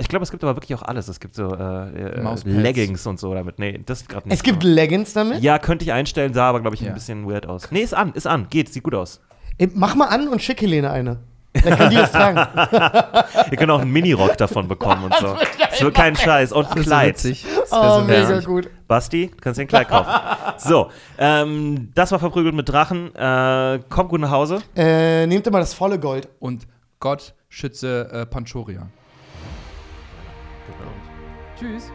Speaker 1: Äh, ich glaube, es gibt aber wirklich auch alles. Es gibt so äh, äh,
Speaker 2: Mauspads.
Speaker 1: Leggings und so damit. Nee, das ist gerade nicht.
Speaker 3: Es gibt
Speaker 1: so.
Speaker 3: Leggings damit.
Speaker 1: Ja, könnte ich einstellen, sah aber, glaube ich,
Speaker 2: Ja.
Speaker 1: ein bisschen weird aus. Nee, ist an, ist an, geht, sieht gut aus.
Speaker 3: Ey, Mach mal an und schick Helene eine. Dann kann die es tragen.
Speaker 1: Ihr könnt auch einen Minirock davon bekommen und so. Das wird kein Scheiß. Und ein
Speaker 2: Das
Speaker 1: Kleid.
Speaker 2: ist so witzig. Das wär
Speaker 3: Oh,
Speaker 2: so
Speaker 3: mega
Speaker 2: witzig.
Speaker 3: gut.
Speaker 1: Basti, du kannst dir ein Kleid kaufen. So, ähm, das war verprügelt mit Drachen. Äh, kommt gut nach Hause.
Speaker 3: Äh, nehmt immer das volle Gold.
Speaker 2: Und Gott schütze äh, Panchoria.
Speaker 1: Genau.
Speaker 2: Tschüss.